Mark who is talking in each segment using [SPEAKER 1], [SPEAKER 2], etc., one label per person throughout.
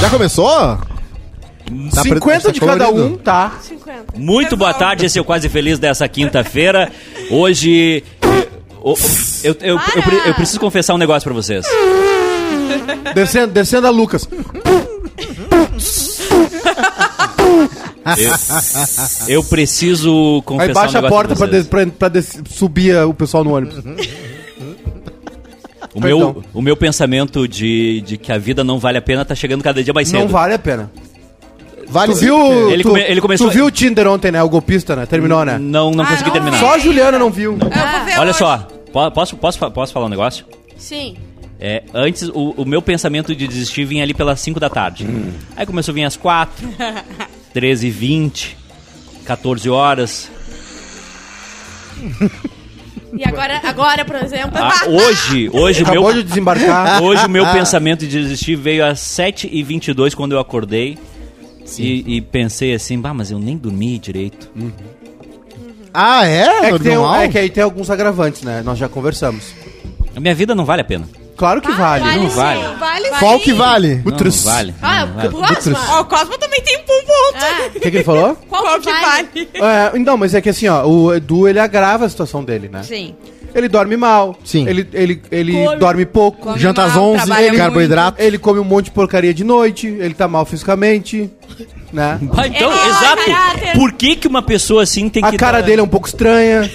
[SPEAKER 1] Já começou? Tá pre-
[SPEAKER 2] 50 de
[SPEAKER 1] tá
[SPEAKER 2] cada
[SPEAKER 1] colorido.
[SPEAKER 2] um, tá?
[SPEAKER 3] 50.
[SPEAKER 4] Muito boa tarde, esse é o Quase Feliz dessa quinta-feira. Hoje. o- o- Eu, eu, eu,
[SPEAKER 3] Para!
[SPEAKER 4] pre- eu preciso confessar um negócio pra vocês.
[SPEAKER 2] Descendo, descendo a Lucas.
[SPEAKER 4] Eu, eu preciso confessar
[SPEAKER 2] Aí baixa
[SPEAKER 4] um
[SPEAKER 2] a
[SPEAKER 4] negócio Uhum.
[SPEAKER 2] porta pra,
[SPEAKER 4] pra vocês.
[SPEAKER 2] des- pra- pra des- subir ah, o pessoal no ônibus.
[SPEAKER 4] O meu,
[SPEAKER 2] Perdão.
[SPEAKER 4] o meu pensamento de, de que a vida não vale a pena tá chegando cada dia mais cedo.
[SPEAKER 2] Não vale a pena.
[SPEAKER 1] Vale.
[SPEAKER 2] um. Tu viu,
[SPEAKER 4] Ele
[SPEAKER 2] tu,
[SPEAKER 4] come- ele começou-
[SPEAKER 2] tu viu o Tinder ontem, né? O golpista, né? Terminou, né?
[SPEAKER 4] Não, não
[SPEAKER 3] Ah,
[SPEAKER 4] consegui
[SPEAKER 3] não
[SPEAKER 4] terminar.
[SPEAKER 2] Só a Juliana não viu.
[SPEAKER 3] Eu
[SPEAKER 1] Ah.
[SPEAKER 3] vou ver
[SPEAKER 4] Olha
[SPEAKER 3] hoje.
[SPEAKER 4] só, po- posso, posso, fa- posso falar um negócio?
[SPEAKER 3] Sim.
[SPEAKER 4] É, antes, o, o meu pensamento de desistir vinha ali pelas 5 da tarde. Aí começou a vir às 4, 13 h 20, 14 horas.
[SPEAKER 3] E agora, agora por exemplo.
[SPEAKER 4] Ah, hoje, hoje o meu...
[SPEAKER 2] Acabou de desembarcar.
[SPEAKER 4] Hoje o meu pensamento de desistir veio às 7h22 quando eu acordei. E, e pensei assim, bah, mas eu nem dormi direito.
[SPEAKER 1] Ah, é?
[SPEAKER 2] É que, tem, um-
[SPEAKER 1] Normal?
[SPEAKER 2] é que aí tem alguns agravantes, né? Nós já conversamos.
[SPEAKER 4] A minha vida não vale a pena.
[SPEAKER 2] Claro que vale.
[SPEAKER 4] não vale.
[SPEAKER 3] sim, vale
[SPEAKER 2] é
[SPEAKER 1] Qual
[SPEAKER 3] sim.
[SPEAKER 1] que vale?
[SPEAKER 4] Não, não vale.
[SPEAKER 3] Ah,
[SPEAKER 4] não vale.
[SPEAKER 3] Cosma.
[SPEAKER 5] Ó, o Cosmo também tem um ponto.
[SPEAKER 3] Ah,
[SPEAKER 2] O que, que ele falou?
[SPEAKER 3] qual,
[SPEAKER 5] Qual que vale?
[SPEAKER 2] É, não, mas é que assim, ó, o Edu ele agrava a situação dele, né?
[SPEAKER 5] Sim.
[SPEAKER 2] Ele dorme mal,
[SPEAKER 1] Sim.
[SPEAKER 2] ele, ele, ele
[SPEAKER 5] Come.
[SPEAKER 2] dorme pouco,
[SPEAKER 5] Come
[SPEAKER 1] Janta às
[SPEAKER 5] mal,
[SPEAKER 1] 11,
[SPEAKER 5] trabalha muito.
[SPEAKER 1] carboidrato.
[SPEAKER 2] ele come um monte de porcaria de noite, ele tá mal fisicamente, né?
[SPEAKER 4] Ah, então,
[SPEAKER 3] Ele é mau
[SPEAKER 4] exato.
[SPEAKER 3] caráter.
[SPEAKER 4] Por que, que uma pessoa assim tem
[SPEAKER 2] A
[SPEAKER 4] que.
[SPEAKER 2] cara
[SPEAKER 4] dar-
[SPEAKER 2] dele é um pouco estranha,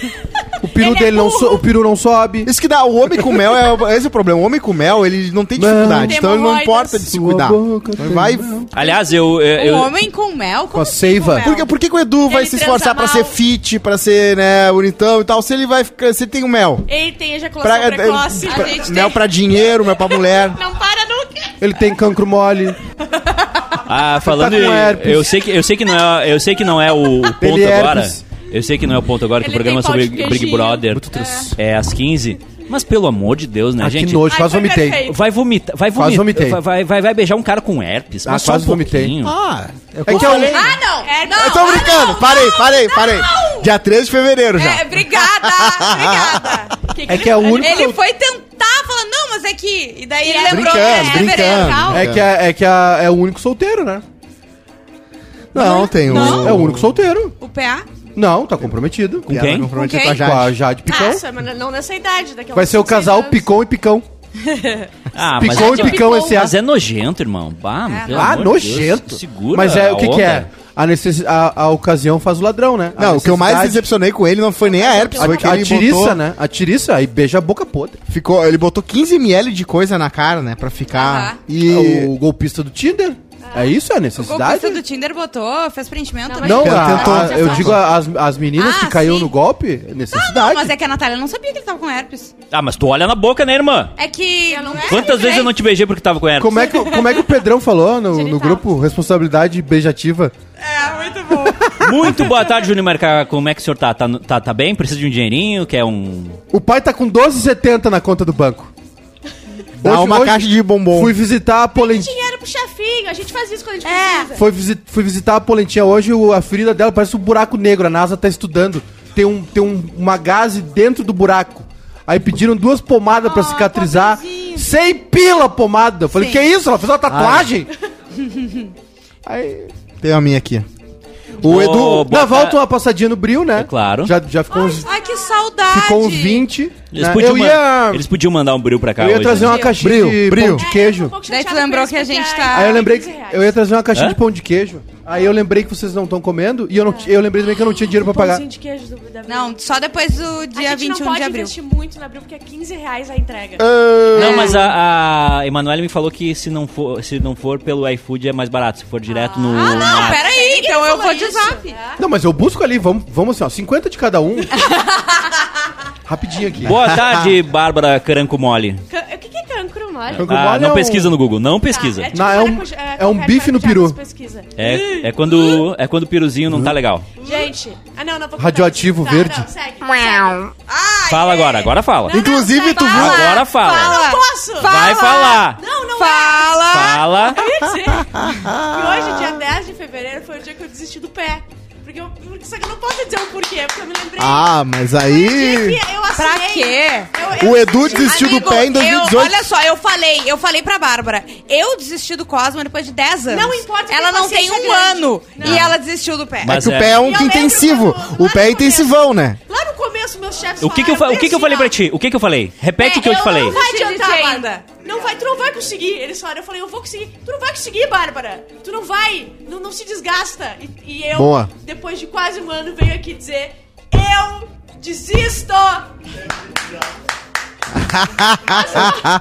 [SPEAKER 2] o peru
[SPEAKER 3] Ele é
[SPEAKER 2] dele não, so-
[SPEAKER 3] burro.
[SPEAKER 2] o peru não sobe.
[SPEAKER 1] Isso que dá, o homem com mel é esse é o problema. O homem com mel, ele não tem dificuldade,
[SPEAKER 3] Não.
[SPEAKER 1] então ele não
[SPEAKER 3] Hemorroidas.
[SPEAKER 1] importa de se
[SPEAKER 2] Sua
[SPEAKER 1] cuidar.
[SPEAKER 2] boca
[SPEAKER 1] Então
[SPEAKER 2] tem
[SPEAKER 1] ele vai.
[SPEAKER 2] mel.
[SPEAKER 4] Aliás, eu.
[SPEAKER 3] Um
[SPEAKER 5] O
[SPEAKER 4] eu, eu-
[SPEAKER 5] Um homem com mel? Como
[SPEAKER 2] a
[SPEAKER 5] assim
[SPEAKER 2] seiva.
[SPEAKER 5] mel?
[SPEAKER 1] Por que, por que que o Edu vai
[SPEAKER 3] Ele
[SPEAKER 1] se esforçar
[SPEAKER 3] transa
[SPEAKER 1] pra
[SPEAKER 3] mal.
[SPEAKER 1] ser fit, pra ser, né, bonitão e tal, se ele vai ficar. Se ele tem o mel?
[SPEAKER 3] Ele tem ejaculação
[SPEAKER 1] Pra,
[SPEAKER 3] precoce.
[SPEAKER 1] pra-
[SPEAKER 3] a gente
[SPEAKER 1] mel
[SPEAKER 3] tem-
[SPEAKER 1] pra dinheiro, mel pra mulher.
[SPEAKER 3] Não para nunca.
[SPEAKER 2] Ele tem cancro mole,
[SPEAKER 4] ah, falando.
[SPEAKER 2] Tá com herpes.
[SPEAKER 4] eu, sei que, eu sei que não é, eu sei que não é o, o ponto
[SPEAKER 2] Ele é
[SPEAKER 4] agora.
[SPEAKER 2] herpes.
[SPEAKER 4] Eu sei que não é o ponto agora, que o
[SPEAKER 3] Ele
[SPEAKER 4] programa é
[SPEAKER 3] tem pau
[SPEAKER 4] sobre
[SPEAKER 3] de
[SPEAKER 4] Big
[SPEAKER 3] queijinho.
[SPEAKER 4] Brother
[SPEAKER 2] Muito triste.
[SPEAKER 4] é às 15. Mas pelo amor de Deus, né,
[SPEAKER 2] ah,
[SPEAKER 4] gente?
[SPEAKER 2] que nojo,
[SPEAKER 3] Ai,
[SPEAKER 2] quase
[SPEAKER 3] foi
[SPEAKER 2] vomitei.
[SPEAKER 3] perfeito.
[SPEAKER 4] Vai vomitar, vai
[SPEAKER 2] Quase
[SPEAKER 4] vomitar.
[SPEAKER 2] vomitei.
[SPEAKER 4] Vai, vai, vai, vai beijar um cara com herpes.
[SPEAKER 2] Ah,
[SPEAKER 4] mas só
[SPEAKER 2] quase
[SPEAKER 4] um
[SPEAKER 2] vomitei.
[SPEAKER 4] pouquinho.
[SPEAKER 1] Ah, é
[SPEAKER 2] que eu-
[SPEAKER 5] Ah, não.
[SPEAKER 3] É,
[SPEAKER 5] não.
[SPEAKER 1] Eu tô brincando, parei, parei, parei. Dia 13 de fevereiro já.
[SPEAKER 5] É, obrigada, obrigada.
[SPEAKER 3] Que
[SPEAKER 2] É que é o único.
[SPEAKER 5] Ele foi tentar, falando, não, mas é que... E daí ele
[SPEAKER 3] Brincando,
[SPEAKER 5] lembrou que é
[SPEAKER 1] brincando.
[SPEAKER 5] vereador.
[SPEAKER 2] É que, é, é que a- é o único solteiro, né?
[SPEAKER 1] Não, tem um.
[SPEAKER 5] Não.
[SPEAKER 2] É o único solteiro.
[SPEAKER 5] O PA?
[SPEAKER 2] Não, tá comprometido. Com,
[SPEAKER 4] quem?
[SPEAKER 1] comprometida
[SPEAKER 5] Com
[SPEAKER 1] com a
[SPEAKER 5] quem?
[SPEAKER 2] com a
[SPEAKER 1] Jade.
[SPEAKER 2] Jade Picão.
[SPEAKER 3] Nossa, mas Ah, não nessa idade. Daqui a
[SPEAKER 2] Vai
[SPEAKER 3] uns
[SPEAKER 2] ser o
[SPEAKER 3] 26
[SPEAKER 2] casal
[SPEAKER 3] anos.
[SPEAKER 2] Picão e Picão.
[SPEAKER 4] Ah, mas,
[SPEAKER 2] Picou e
[SPEAKER 3] Jade
[SPEAKER 2] picão
[SPEAKER 3] Picou.
[SPEAKER 2] esse
[SPEAKER 4] mas
[SPEAKER 2] ano.
[SPEAKER 4] é nojento, irmão. Bah,
[SPEAKER 5] É.
[SPEAKER 4] mas pelo
[SPEAKER 2] Ah,
[SPEAKER 4] amor de
[SPEAKER 2] nojento.
[SPEAKER 4] Deus, segura
[SPEAKER 2] Mas é o
[SPEAKER 4] a
[SPEAKER 2] que, que é?
[SPEAKER 4] onda.
[SPEAKER 2] A, necess... a, a ocasião faz o ladrão, né? A
[SPEAKER 1] Não, o que eu mais me
[SPEAKER 2] necessidade-
[SPEAKER 1] decepcionei com ele não foi nem a herpes, foi que
[SPEAKER 2] A,
[SPEAKER 1] ele
[SPEAKER 2] a tiriça,
[SPEAKER 1] botou,
[SPEAKER 2] né? A tiriça, aí beija a boca podre.
[SPEAKER 1] ficou, ele botou 15 ml de coisa na cara, né, pra ficar
[SPEAKER 5] Aham.
[SPEAKER 1] e
[SPEAKER 2] Ah, O golpista do Tinder. É isso, é a
[SPEAKER 5] Ah. O golpista
[SPEAKER 2] necessidade.
[SPEAKER 5] do Tinder botou, fez preenchimento.
[SPEAKER 3] Não,
[SPEAKER 5] né?
[SPEAKER 3] mas-
[SPEAKER 2] Não,
[SPEAKER 1] Tentou-
[SPEAKER 2] a- a-
[SPEAKER 1] tentou-
[SPEAKER 2] eu digo a- as, as meninas
[SPEAKER 5] Ah,
[SPEAKER 2] que caiu
[SPEAKER 5] sim.
[SPEAKER 2] no golpe, é necessidade.
[SPEAKER 5] Mas é que a Natália não sabia que ele tava com herpes.
[SPEAKER 4] Ah, mas tu olha na boca, né, irmã?
[SPEAKER 5] É que...
[SPEAKER 3] Eu não- né?
[SPEAKER 5] é?
[SPEAKER 4] Quantas vezes eu não te beijei porque tava com herpes?
[SPEAKER 2] como, é que, o- como é que o Pedrão falou no, no
[SPEAKER 3] Genital.
[SPEAKER 2] grupo Responsabilidade Beijativa?
[SPEAKER 3] Ah,
[SPEAKER 5] É, muito bom.
[SPEAKER 4] Muito boa tarde, Júnior Marcar. Como é que o senhor tá? Tá, no- tá? tá bem? Precisa de um dinheirinho? Quer um.
[SPEAKER 2] O pai tá com 12,70 na conta do banco.
[SPEAKER 1] dá
[SPEAKER 2] Hoje-
[SPEAKER 1] uma
[SPEAKER 2] hoje
[SPEAKER 1] caixa de bombom.
[SPEAKER 2] Fui visitar a polentinha.
[SPEAKER 3] Dinheiro pro chefinho. A gente faz isso quando a gente
[SPEAKER 5] É.
[SPEAKER 3] precisa.
[SPEAKER 2] Foi visi- fui visitar a Polentinha hoje, o- a ferida dela parece um buraco negro. A NASA tá estudando. Tem, um, tem um- uma gase dentro do buraco. Aí pediram duas pomadas pra cicatrizar.
[SPEAKER 3] pobrezinho.
[SPEAKER 2] Sem pila a pomada. Eu falei,
[SPEAKER 5] Sim.
[SPEAKER 2] que isso? Ela fez uma tatuagem? Aí.
[SPEAKER 1] Tem a minha aqui. O
[SPEAKER 4] Ô,
[SPEAKER 1] Edu,
[SPEAKER 4] boa
[SPEAKER 2] Na volta,
[SPEAKER 4] tarde.
[SPEAKER 2] uma passadinha no bril, né?
[SPEAKER 4] É claro.
[SPEAKER 2] Já, já ficou uns,
[SPEAKER 5] Ai, que saudade.
[SPEAKER 2] ficou uns 20.
[SPEAKER 4] Eles,
[SPEAKER 2] né?
[SPEAKER 4] podiam
[SPEAKER 2] Eu
[SPEAKER 4] ma-
[SPEAKER 2] ia,
[SPEAKER 4] Eles podiam mandar um bril pra cá
[SPEAKER 2] eu ia
[SPEAKER 4] hoje.
[SPEAKER 2] trazer
[SPEAKER 4] né?
[SPEAKER 2] uma caixinha
[SPEAKER 1] Bril,
[SPEAKER 2] de,
[SPEAKER 1] bril.
[SPEAKER 3] É,
[SPEAKER 2] pão de
[SPEAKER 3] um
[SPEAKER 2] queijo.
[SPEAKER 5] Daí tu lembrou que a gente tá-
[SPEAKER 2] Aí eu lembrei que eu ia trazer uma caixinha
[SPEAKER 4] Hã?
[SPEAKER 2] de pão de queijo. Aí eu lembrei que vocês não estão comendo e eu, não, eu lembrei também que eu não tinha dinheiro pra pagar.
[SPEAKER 3] De queijo do, da Abril.
[SPEAKER 5] Não, só depois do dia
[SPEAKER 3] a gente
[SPEAKER 5] 21 de
[SPEAKER 3] não pode
[SPEAKER 5] abril.
[SPEAKER 3] investir muito na Abril, porque é 15 reais a entrega.
[SPEAKER 2] Ah.
[SPEAKER 4] Não, mas a, a Emanuele me falou que se não, for, se não for pelo iFood é mais barato. Se for direto no.
[SPEAKER 5] Ah, não,
[SPEAKER 4] na-
[SPEAKER 5] peraí, então eu
[SPEAKER 3] Falou
[SPEAKER 5] vou de
[SPEAKER 3] isso.
[SPEAKER 5] zap.
[SPEAKER 3] É.
[SPEAKER 2] Não, mas eu busco ali, vamos, vamos assim, ó, 50 de cada um. Rapidinho aqui.
[SPEAKER 4] Boa tarde, Bárbara Caranco Mole.
[SPEAKER 3] Ca- O que que é cancro mole?
[SPEAKER 2] Cancro
[SPEAKER 4] Ah,
[SPEAKER 2] mole
[SPEAKER 4] não
[SPEAKER 2] é um-
[SPEAKER 4] pesquisa no Google, não pesquisa.
[SPEAKER 3] Ah, tipo
[SPEAKER 2] Não, é um-
[SPEAKER 3] maracujá-
[SPEAKER 2] é
[SPEAKER 3] qualquer
[SPEAKER 2] um bife no
[SPEAKER 3] maracujá
[SPEAKER 2] peru.
[SPEAKER 3] que se pesquisa.
[SPEAKER 4] É, é quando é quando o piruzinho não tá legal.
[SPEAKER 3] Gente, ah não, não vou contar
[SPEAKER 2] Radioativo
[SPEAKER 3] isso. Tá,
[SPEAKER 2] verde.
[SPEAKER 3] Não, segue, segue.
[SPEAKER 5] Ai,
[SPEAKER 4] Fala agora, agora fala.
[SPEAKER 1] inclusive tu
[SPEAKER 5] fala.
[SPEAKER 4] Agora fala.
[SPEAKER 3] Eu não posso.
[SPEAKER 4] Vai falar.
[SPEAKER 3] Não, não
[SPEAKER 5] Fala.
[SPEAKER 4] Fala.
[SPEAKER 3] é. Eu ia dizer que hoje, dia 10 de fevereiro, foi o dia que eu desisti do pé. Porque Porque eu, porque- só que eu não posso dizer o porquê, porque eu me lembrei.
[SPEAKER 1] Ah, mas aí.
[SPEAKER 3] que eu
[SPEAKER 5] Pra
[SPEAKER 3] assinei.
[SPEAKER 5] quê?
[SPEAKER 3] Eu- eu
[SPEAKER 1] O Edu
[SPEAKER 3] assinei.
[SPEAKER 1] desistiu do
[SPEAKER 5] Amigo,
[SPEAKER 1] pé em 2018.
[SPEAKER 5] eu- olha só, eu falei, eu falei pra Bárbara, eu desisti do Cosmo depois de 10 anos.
[SPEAKER 3] Não importa que
[SPEAKER 5] Ela
[SPEAKER 3] a
[SPEAKER 5] não tem um
[SPEAKER 3] paciência é grande.
[SPEAKER 5] ano
[SPEAKER 3] Não.
[SPEAKER 5] e ela desistiu do pé.
[SPEAKER 1] É
[SPEAKER 4] Mas
[SPEAKER 1] que o
[SPEAKER 4] é.
[SPEAKER 1] pé é um
[SPEAKER 3] Eu
[SPEAKER 1] que
[SPEAKER 3] lembro
[SPEAKER 1] intensivo. O pé é
[SPEAKER 3] quando- lá no começo-
[SPEAKER 1] intensivão, né?
[SPEAKER 3] Lá no começo, meus chefes
[SPEAKER 4] O que, que, eu, fa-
[SPEAKER 3] falaram
[SPEAKER 4] o que, que eu falei pra
[SPEAKER 3] assim, ó,
[SPEAKER 4] ti? O que, que eu falei?
[SPEAKER 3] É,
[SPEAKER 4] Repete o É que eu te falei.
[SPEAKER 3] Não
[SPEAKER 5] Não
[SPEAKER 3] vai adiantar,
[SPEAKER 5] decidi
[SPEAKER 3] ainda.
[SPEAKER 5] ainda.
[SPEAKER 3] Não vai, tu não vai conseguir. Eles falaram, eu falei, eu vou conseguir. Tu não vai conseguir, Bárbara. Tu não vai. Não, não se desgasta. E, e eu,
[SPEAKER 1] Boa.
[SPEAKER 3] depois de quase um ano, venho aqui dizer, eu desisto.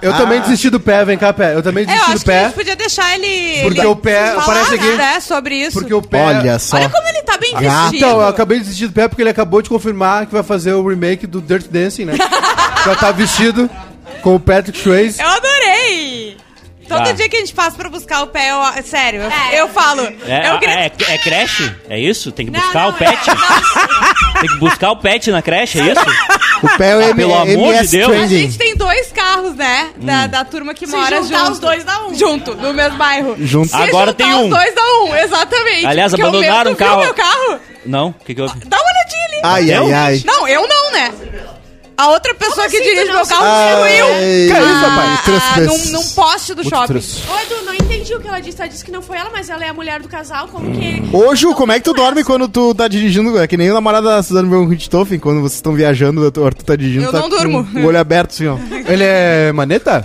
[SPEAKER 2] Eu também desisti do pé, vem cá, pé. Eu também
[SPEAKER 5] É, eu
[SPEAKER 2] desisti
[SPEAKER 5] acho
[SPEAKER 2] do
[SPEAKER 5] que a
[SPEAKER 2] pé.
[SPEAKER 5] gente podia deixar ele.
[SPEAKER 2] Porque
[SPEAKER 5] ele
[SPEAKER 2] o pé-
[SPEAKER 5] falar,
[SPEAKER 2] parece aqui-
[SPEAKER 5] né, sobre isso.
[SPEAKER 2] Porque o pé.
[SPEAKER 1] Olha só.
[SPEAKER 5] Olha como ele tá bem
[SPEAKER 1] Ah,
[SPEAKER 5] vestido.
[SPEAKER 2] Então, eu acabei de desistir do pé porque ele acabou de confirmar que vai fazer o remake do Dirt Dancing, né? Já tá vestido com o Patrick Swayze.
[SPEAKER 5] Eu adorei! Todo
[SPEAKER 4] Tá.
[SPEAKER 5] dia que a gente passa pra buscar o pé, eu- sério, eu,
[SPEAKER 3] É.
[SPEAKER 5] eu falo.
[SPEAKER 4] É,
[SPEAKER 5] eu queria-
[SPEAKER 4] é, é creche? É isso? Tem que
[SPEAKER 3] Não,
[SPEAKER 4] buscar
[SPEAKER 3] não,
[SPEAKER 4] o pet?
[SPEAKER 3] é-
[SPEAKER 4] Tem que buscar o pet na creche, é isso?
[SPEAKER 1] O pé é
[SPEAKER 2] Ah,
[SPEAKER 1] o M-
[SPEAKER 4] pelo amor de
[SPEAKER 1] MS
[SPEAKER 4] Deus.
[SPEAKER 5] A gente
[SPEAKER 1] Trending.
[SPEAKER 5] tem dois carros, né?
[SPEAKER 1] Hum.
[SPEAKER 5] Da, da turma que
[SPEAKER 3] Se
[SPEAKER 5] mora
[SPEAKER 3] juntar
[SPEAKER 5] junto.
[SPEAKER 3] os dois, dá um.
[SPEAKER 5] Junto, no mesmo bairro.
[SPEAKER 1] Junto.
[SPEAKER 5] Se
[SPEAKER 4] Agora
[SPEAKER 5] juntar
[SPEAKER 4] tem um.
[SPEAKER 5] os dois, dá um, exatamente.
[SPEAKER 4] Aliás,
[SPEAKER 5] Porque o meu-
[SPEAKER 4] abandonaram
[SPEAKER 5] tu
[SPEAKER 4] o carro.
[SPEAKER 5] Viu meu carro?
[SPEAKER 4] Não? O que, que houve?
[SPEAKER 5] Dá uma olhadinha ali.
[SPEAKER 1] Ai, ai,
[SPEAKER 4] Deus.
[SPEAKER 1] ai.
[SPEAKER 5] Não, eu não, né? A outra pessoa
[SPEAKER 3] assim
[SPEAKER 5] que
[SPEAKER 3] tu
[SPEAKER 5] dirige
[SPEAKER 3] não
[SPEAKER 5] meu carro
[SPEAKER 1] Ai,
[SPEAKER 5] destruiu.
[SPEAKER 1] que
[SPEAKER 5] Ah,
[SPEAKER 1] isso, rapaz? Três,
[SPEAKER 5] ah,
[SPEAKER 1] três.
[SPEAKER 5] Num, num poste do
[SPEAKER 1] Muito
[SPEAKER 5] shopping.
[SPEAKER 1] triste.
[SPEAKER 3] Ô, Edu, não entendi o que ela disse. Ela disse que não foi ela, mas ela é a mulher do casal. Como que...
[SPEAKER 1] Ô, Ju, como é que tu dorme quando tu tá dirigindo? É que nem o namorado da Suzane von Richthofen, quando vocês estão viajando, o Arthur tá dirigindo.
[SPEAKER 5] Eu
[SPEAKER 1] tá
[SPEAKER 5] não
[SPEAKER 1] com
[SPEAKER 5] durmo.
[SPEAKER 1] O olho aberto, assim, ó.
[SPEAKER 2] Ele é maneta?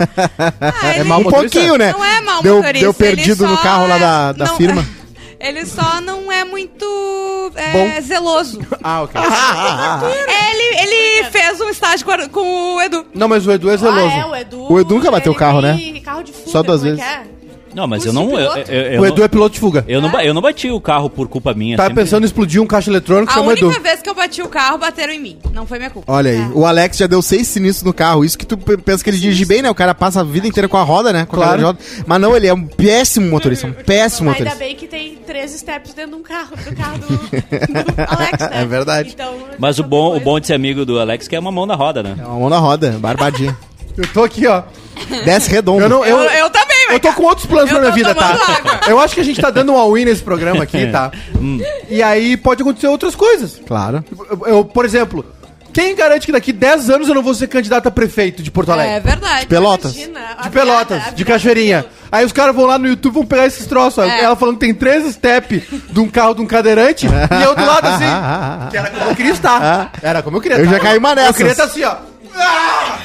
[SPEAKER 5] Ah, ele-
[SPEAKER 2] É mau
[SPEAKER 1] Um
[SPEAKER 2] motorista?
[SPEAKER 1] pouquinho, né?
[SPEAKER 5] Não é mal
[SPEAKER 1] deu,
[SPEAKER 5] motorista.
[SPEAKER 1] Deu
[SPEAKER 5] ele
[SPEAKER 1] perdido
[SPEAKER 5] só
[SPEAKER 1] no carro lá
[SPEAKER 5] é-
[SPEAKER 1] da, da
[SPEAKER 5] não-
[SPEAKER 1] firma.
[SPEAKER 5] Ele só não é muito é,
[SPEAKER 2] Bom.
[SPEAKER 5] zeloso. É,
[SPEAKER 2] Ah, ok.
[SPEAKER 1] Ah.
[SPEAKER 5] ele ele fez um estágio com a- com o Edu.
[SPEAKER 2] Não, mas o Edu é zeloso.
[SPEAKER 3] Ah, é, o Edu...
[SPEAKER 1] O Edu nunca bateu
[SPEAKER 3] ele
[SPEAKER 1] carro, né?
[SPEAKER 3] tem carro de fuga,
[SPEAKER 1] Só duas
[SPEAKER 3] como é
[SPEAKER 1] vezes.
[SPEAKER 3] que é?
[SPEAKER 4] Não, mas
[SPEAKER 3] Curso
[SPEAKER 4] eu não. Eu,
[SPEAKER 3] piloto?
[SPEAKER 4] eu- eu
[SPEAKER 2] o
[SPEAKER 4] não-
[SPEAKER 2] Edu é piloto de fuga.
[SPEAKER 4] Eu não, ba- eu não bati o carro por culpa minha.
[SPEAKER 2] Tá
[SPEAKER 4] sempre-
[SPEAKER 2] pensando em explodir um caixa eletrônico,
[SPEAKER 5] A
[SPEAKER 2] chama o
[SPEAKER 5] única
[SPEAKER 2] Edu.
[SPEAKER 5] vez que eu bati o carro, bateram em mim. Não foi minha culpa.
[SPEAKER 1] Olha aí, o Alex já deu seis sinistros no carro. Isso que tu p- pensa que ele dirige bem, né? O cara passa a vida inteira com a roda, né? Com a
[SPEAKER 2] Claro.
[SPEAKER 1] cadeira de roda. Mas não, ele é um péssimo motorista. Um péssimo
[SPEAKER 3] Ainda
[SPEAKER 1] motorista.
[SPEAKER 3] bem que tem 13 steps dentro de um carro, do carro do, do Alex, né?
[SPEAKER 1] É verdade.
[SPEAKER 3] Então,
[SPEAKER 4] Mas o
[SPEAKER 3] qualquer
[SPEAKER 4] bom, o
[SPEAKER 3] coisa.
[SPEAKER 4] bom de ser amigo do Alex é que é uma mão na roda, né?
[SPEAKER 1] É uma mão na roda, barbadinha.
[SPEAKER 2] Eu tô aqui, ó.
[SPEAKER 1] Desce redondo.
[SPEAKER 2] Eu, não, eu,
[SPEAKER 5] É. Eu, eu também,
[SPEAKER 2] eu
[SPEAKER 5] mas-
[SPEAKER 2] tô com outros planos
[SPEAKER 5] Eu
[SPEAKER 2] pra minha
[SPEAKER 5] tô
[SPEAKER 2] vida, tá?
[SPEAKER 5] tomando água.
[SPEAKER 2] Eu acho que a gente tá dando um all-in nesse programa
[SPEAKER 1] É.
[SPEAKER 2] aqui, tá?
[SPEAKER 1] Hum.
[SPEAKER 2] E aí pode acontecer outras coisas.
[SPEAKER 1] Claro.
[SPEAKER 2] Eu, eu, por exemplo, quem garante que daqui 10 anos eu não vou ser candidato a prefeito de Porto
[SPEAKER 5] É
[SPEAKER 2] Alegre?
[SPEAKER 5] verdade.
[SPEAKER 1] Pelotas.
[SPEAKER 3] Imagina, a
[SPEAKER 2] De Pelotas,
[SPEAKER 3] virada, a
[SPEAKER 2] de
[SPEAKER 3] virada.
[SPEAKER 2] Cachoeirinha. Aí os caras vão lá no YouTube vão pegar esses troços. ó.
[SPEAKER 5] É.
[SPEAKER 2] Ela falando que tem três steps de um carro de um cadeirante e eu do lado assim. que era como eu queria estar. Era como eu queria
[SPEAKER 1] Ah. Eu
[SPEAKER 2] estar.
[SPEAKER 1] já caí uma
[SPEAKER 2] Eu
[SPEAKER 1] dessas.
[SPEAKER 2] queria estar assim, ó. Ah!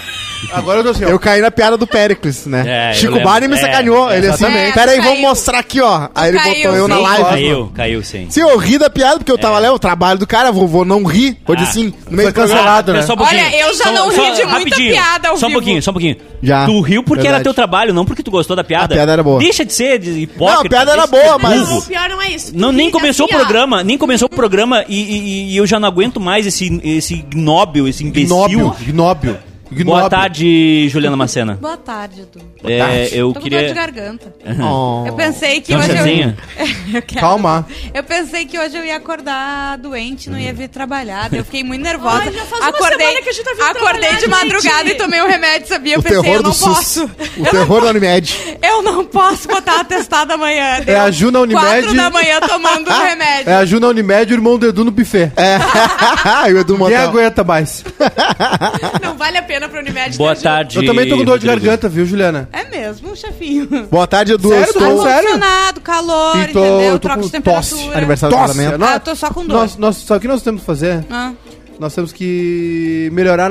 [SPEAKER 2] Agora eu tô assim, ó.
[SPEAKER 1] Eu caí na piada do Péricles, né?
[SPEAKER 4] É, eu
[SPEAKER 1] Chico
[SPEAKER 4] lembro.
[SPEAKER 1] Barney me
[SPEAKER 4] É,
[SPEAKER 1] sacaneou. ele assim,
[SPEAKER 5] exatamente.
[SPEAKER 1] pera aí,
[SPEAKER 5] Caiu.
[SPEAKER 1] vamos mostrar aqui, ó. Aí ele
[SPEAKER 5] Caiu.
[SPEAKER 1] botou eu na
[SPEAKER 5] Sim,
[SPEAKER 1] live.
[SPEAKER 4] Caiu, caiu sim.
[SPEAKER 1] Se eu ri da piada, porque eu tava lá, é o trabalho do cara, vovô não ri. Eu disse assim, no meio
[SPEAKER 2] Foi
[SPEAKER 1] do programa.
[SPEAKER 2] cancelado, né?
[SPEAKER 4] Pera, só um
[SPEAKER 5] Olha,
[SPEAKER 4] pouquinho.
[SPEAKER 5] eu já não ri de muita piada ao
[SPEAKER 4] Só um
[SPEAKER 5] vivo.
[SPEAKER 4] pouquinho, só um pouquinho.
[SPEAKER 1] Já.
[SPEAKER 4] Tu riu porque
[SPEAKER 1] Verdade.
[SPEAKER 4] era teu trabalho, não porque tu gostou da piada.
[SPEAKER 1] A piada era boa.
[SPEAKER 4] Deixa de ser de hipócrita.
[SPEAKER 1] Não, a piada era
[SPEAKER 4] deixa de ser
[SPEAKER 1] boa, mas-
[SPEAKER 3] Não, o
[SPEAKER 4] burro.
[SPEAKER 3] pior não é isso. Tu
[SPEAKER 4] Não, nem
[SPEAKER 3] fica
[SPEAKER 4] começou
[SPEAKER 3] assim,
[SPEAKER 4] o
[SPEAKER 3] ó.
[SPEAKER 4] programa, nem começou o programa e, e- e eu já não aguento mais esse, esse ignóbil, esse imbecil.
[SPEAKER 2] Gnóbio, gnóbio. Gnóbio.
[SPEAKER 4] Boa tarde, Juliana Macena.
[SPEAKER 5] Boa tarde, Edu. Tô
[SPEAKER 4] É, eu
[SPEAKER 5] com dor de
[SPEAKER 4] queria.
[SPEAKER 5] garganta.
[SPEAKER 1] Oh.
[SPEAKER 5] Eu pensei que
[SPEAKER 4] Quer um
[SPEAKER 5] hoje
[SPEAKER 4] chazinho?
[SPEAKER 5] eu... eu quero.
[SPEAKER 2] Calma.
[SPEAKER 5] Eu pensei que hoje eu ia acordar doente, não ia vir trabalhar. daí Eu fiquei muito nervosa.
[SPEAKER 3] Ai, já faz uma semana que a gente tá vindo
[SPEAKER 5] acordei
[SPEAKER 3] trabalhar,
[SPEAKER 5] de madrugada
[SPEAKER 3] gente.
[SPEAKER 5] e tomei um remédio, sabia? Eu
[SPEAKER 1] O
[SPEAKER 5] pensei,
[SPEAKER 1] terror
[SPEAKER 5] eu
[SPEAKER 1] do
[SPEAKER 5] não
[SPEAKER 1] SUS.
[SPEAKER 5] posso.
[SPEAKER 1] O terror da Unimed.
[SPEAKER 5] Eu não posso botar atestado amanhã.
[SPEAKER 2] É a Ju na Unimed.
[SPEAKER 5] Quatro da manhã tomando um remédio.
[SPEAKER 2] É a Ju na Unimed e o irmão do Edu no buffet.
[SPEAKER 1] É. e o Edu
[SPEAKER 2] Quem
[SPEAKER 1] Motel.
[SPEAKER 2] aguenta mais?
[SPEAKER 3] Não vale a pena pra Unimed.
[SPEAKER 4] Boa
[SPEAKER 3] ter ajuda.
[SPEAKER 4] tarde.
[SPEAKER 2] Eu também tô com dor de
[SPEAKER 4] Rodrigo.
[SPEAKER 2] garganta, viu, Juliana?
[SPEAKER 5] É mesmo, chefinho.
[SPEAKER 1] Boa tarde, Edu.
[SPEAKER 2] Sério,
[SPEAKER 1] eu
[SPEAKER 2] Edu?
[SPEAKER 1] estou...
[SPEAKER 2] Sério?
[SPEAKER 5] Ar-condicionado, calor,
[SPEAKER 2] E tô- eu
[SPEAKER 5] entendeu?
[SPEAKER 2] tô
[SPEAKER 5] Troca
[SPEAKER 2] com
[SPEAKER 5] de temperatura.
[SPEAKER 2] tosse,
[SPEAKER 1] Aniversário do casamento.
[SPEAKER 5] Ah, eu tô só com dor.
[SPEAKER 2] Nós, nós, sabe o que nós temos que fazer?
[SPEAKER 5] Ah,
[SPEAKER 2] Nós temos que melhorar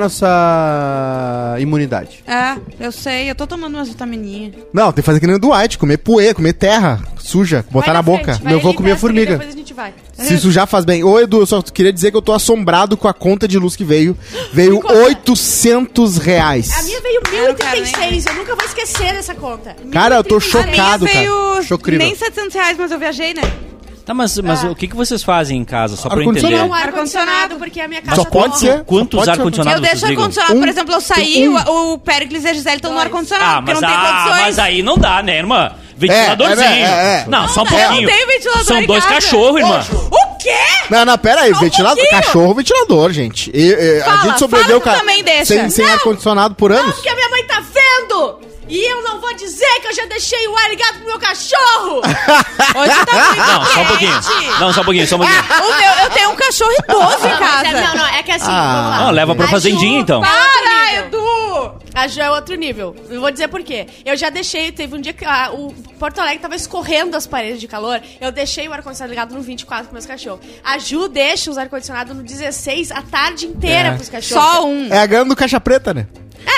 [SPEAKER 2] nossa imunidade.
[SPEAKER 5] é, eu sei, eu tô tomando umas vitamininhas.
[SPEAKER 1] Não, tem que fazer que nem o Dwight, comer poeira, comer terra suja,
[SPEAKER 3] Vai
[SPEAKER 1] botar na,
[SPEAKER 3] frente,
[SPEAKER 1] boca.
[SPEAKER 3] vai
[SPEAKER 2] Meu avô
[SPEAKER 3] ali,
[SPEAKER 2] comia
[SPEAKER 3] desce, que
[SPEAKER 2] formiga.
[SPEAKER 3] Depois a gente vai.
[SPEAKER 1] Se isso já faz bem. Ô, Edu, eu só queria dizer que eu tô assombrado com a conta de luz que veio. Veio
[SPEAKER 3] Que conta?
[SPEAKER 1] 800 reais.
[SPEAKER 3] A minha veio
[SPEAKER 5] não quero
[SPEAKER 3] 1036, eu nunca vou esquecer dessa conta.
[SPEAKER 1] Cara, eu tô
[SPEAKER 3] 1036.
[SPEAKER 5] A minha
[SPEAKER 1] chocado, cara.
[SPEAKER 5] veio
[SPEAKER 2] Chocrível.
[SPEAKER 5] nem 700 reais, mas eu viajei, né?
[SPEAKER 4] Tá, mas, mas
[SPEAKER 5] Ah.
[SPEAKER 4] o que, que vocês fazem em casa? Só pra eu entender.
[SPEAKER 1] Ar-condicionado.
[SPEAKER 3] Não, ar-condicionado, porque a minha casa tá
[SPEAKER 1] Só pode
[SPEAKER 3] torra.
[SPEAKER 1] ser.
[SPEAKER 4] Quantos
[SPEAKER 1] Pode ser.
[SPEAKER 4] ar-condicionados
[SPEAKER 5] eu deixo
[SPEAKER 4] vocês ligam?
[SPEAKER 5] ar-condicionado, por
[SPEAKER 1] Um.
[SPEAKER 5] exemplo, eu saí,
[SPEAKER 1] Um.
[SPEAKER 5] o, o Pericles e a Gisele estão no ar-condicionado,
[SPEAKER 4] Ah,
[SPEAKER 5] porque
[SPEAKER 4] mas,
[SPEAKER 5] não tem
[SPEAKER 4] ah,
[SPEAKER 5] condições.
[SPEAKER 4] mas aí não dá, né, irmã? Ventiladorzinho.
[SPEAKER 1] É, é, é, é.
[SPEAKER 4] Não, só um
[SPEAKER 5] Não, não
[SPEAKER 4] pouquinho.
[SPEAKER 5] tem ventilador
[SPEAKER 4] São
[SPEAKER 5] em
[SPEAKER 4] dois
[SPEAKER 5] casa.
[SPEAKER 4] cachorros, irmã.
[SPEAKER 5] O quê?
[SPEAKER 1] Não, não, pera aí.
[SPEAKER 5] um
[SPEAKER 1] ventilador,
[SPEAKER 5] pouquinho.
[SPEAKER 1] cachorro, ventilador, gente. E, e, a
[SPEAKER 5] Fala,
[SPEAKER 1] gente sobreviveu,
[SPEAKER 5] fala
[SPEAKER 1] cara.
[SPEAKER 5] que também deixa.
[SPEAKER 1] Sem, sem ar-condicionado por anos.
[SPEAKER 3] Porque a minha mãe tá vendo! E eu não vou dizer que eu já deixei o ar ligado pro meu cachorro!
[SPEAKER 5] Hoje tá muito
[SPEAKER 4] Não, só um pouquinho.
[SPEAKER 5] quente.
[SPEAKER 4] Não, só um pouquinho, só um pouquinho.
[SPEAKER 5] O meu, eu tenho um cachorro idoso em
[SPEAKER 3] Não, mas
[SPEAKER 5] casa.
[SPEAKER 3] é- não, não, é que assim,
[SPEAKER 1] Ah.
[SPEAKER 3] vamos lá.
[SPEAKER 4] Não, Ah, leva pra
[SPEAKER 3] A
[SPEAKER 4] fazendinha,
[SPEAKER 3] Ju-
[SPEAKER 4] então.
[SPEAKER 3] Para,
[SPEAKER 5] Para,
[SPEAKER 3] Edu! A Ju é outro nível. Eu vou dizer por quê. Eu já deixei, teve um dia que ah, o Porto Alegre tava escorrendo as paredes de calor. Eu deixei o ar-condicionado ligado no 24 pros meus cachorros. A Ju deixa os ar-condicionados no 16 a tarde inteira
[SPEAKER 1] É.
[SPEAKER 3] pros cachorros.
[SPEAKER 5] Só um.
[SPEAKER 1] É a grana do caixa preta, né?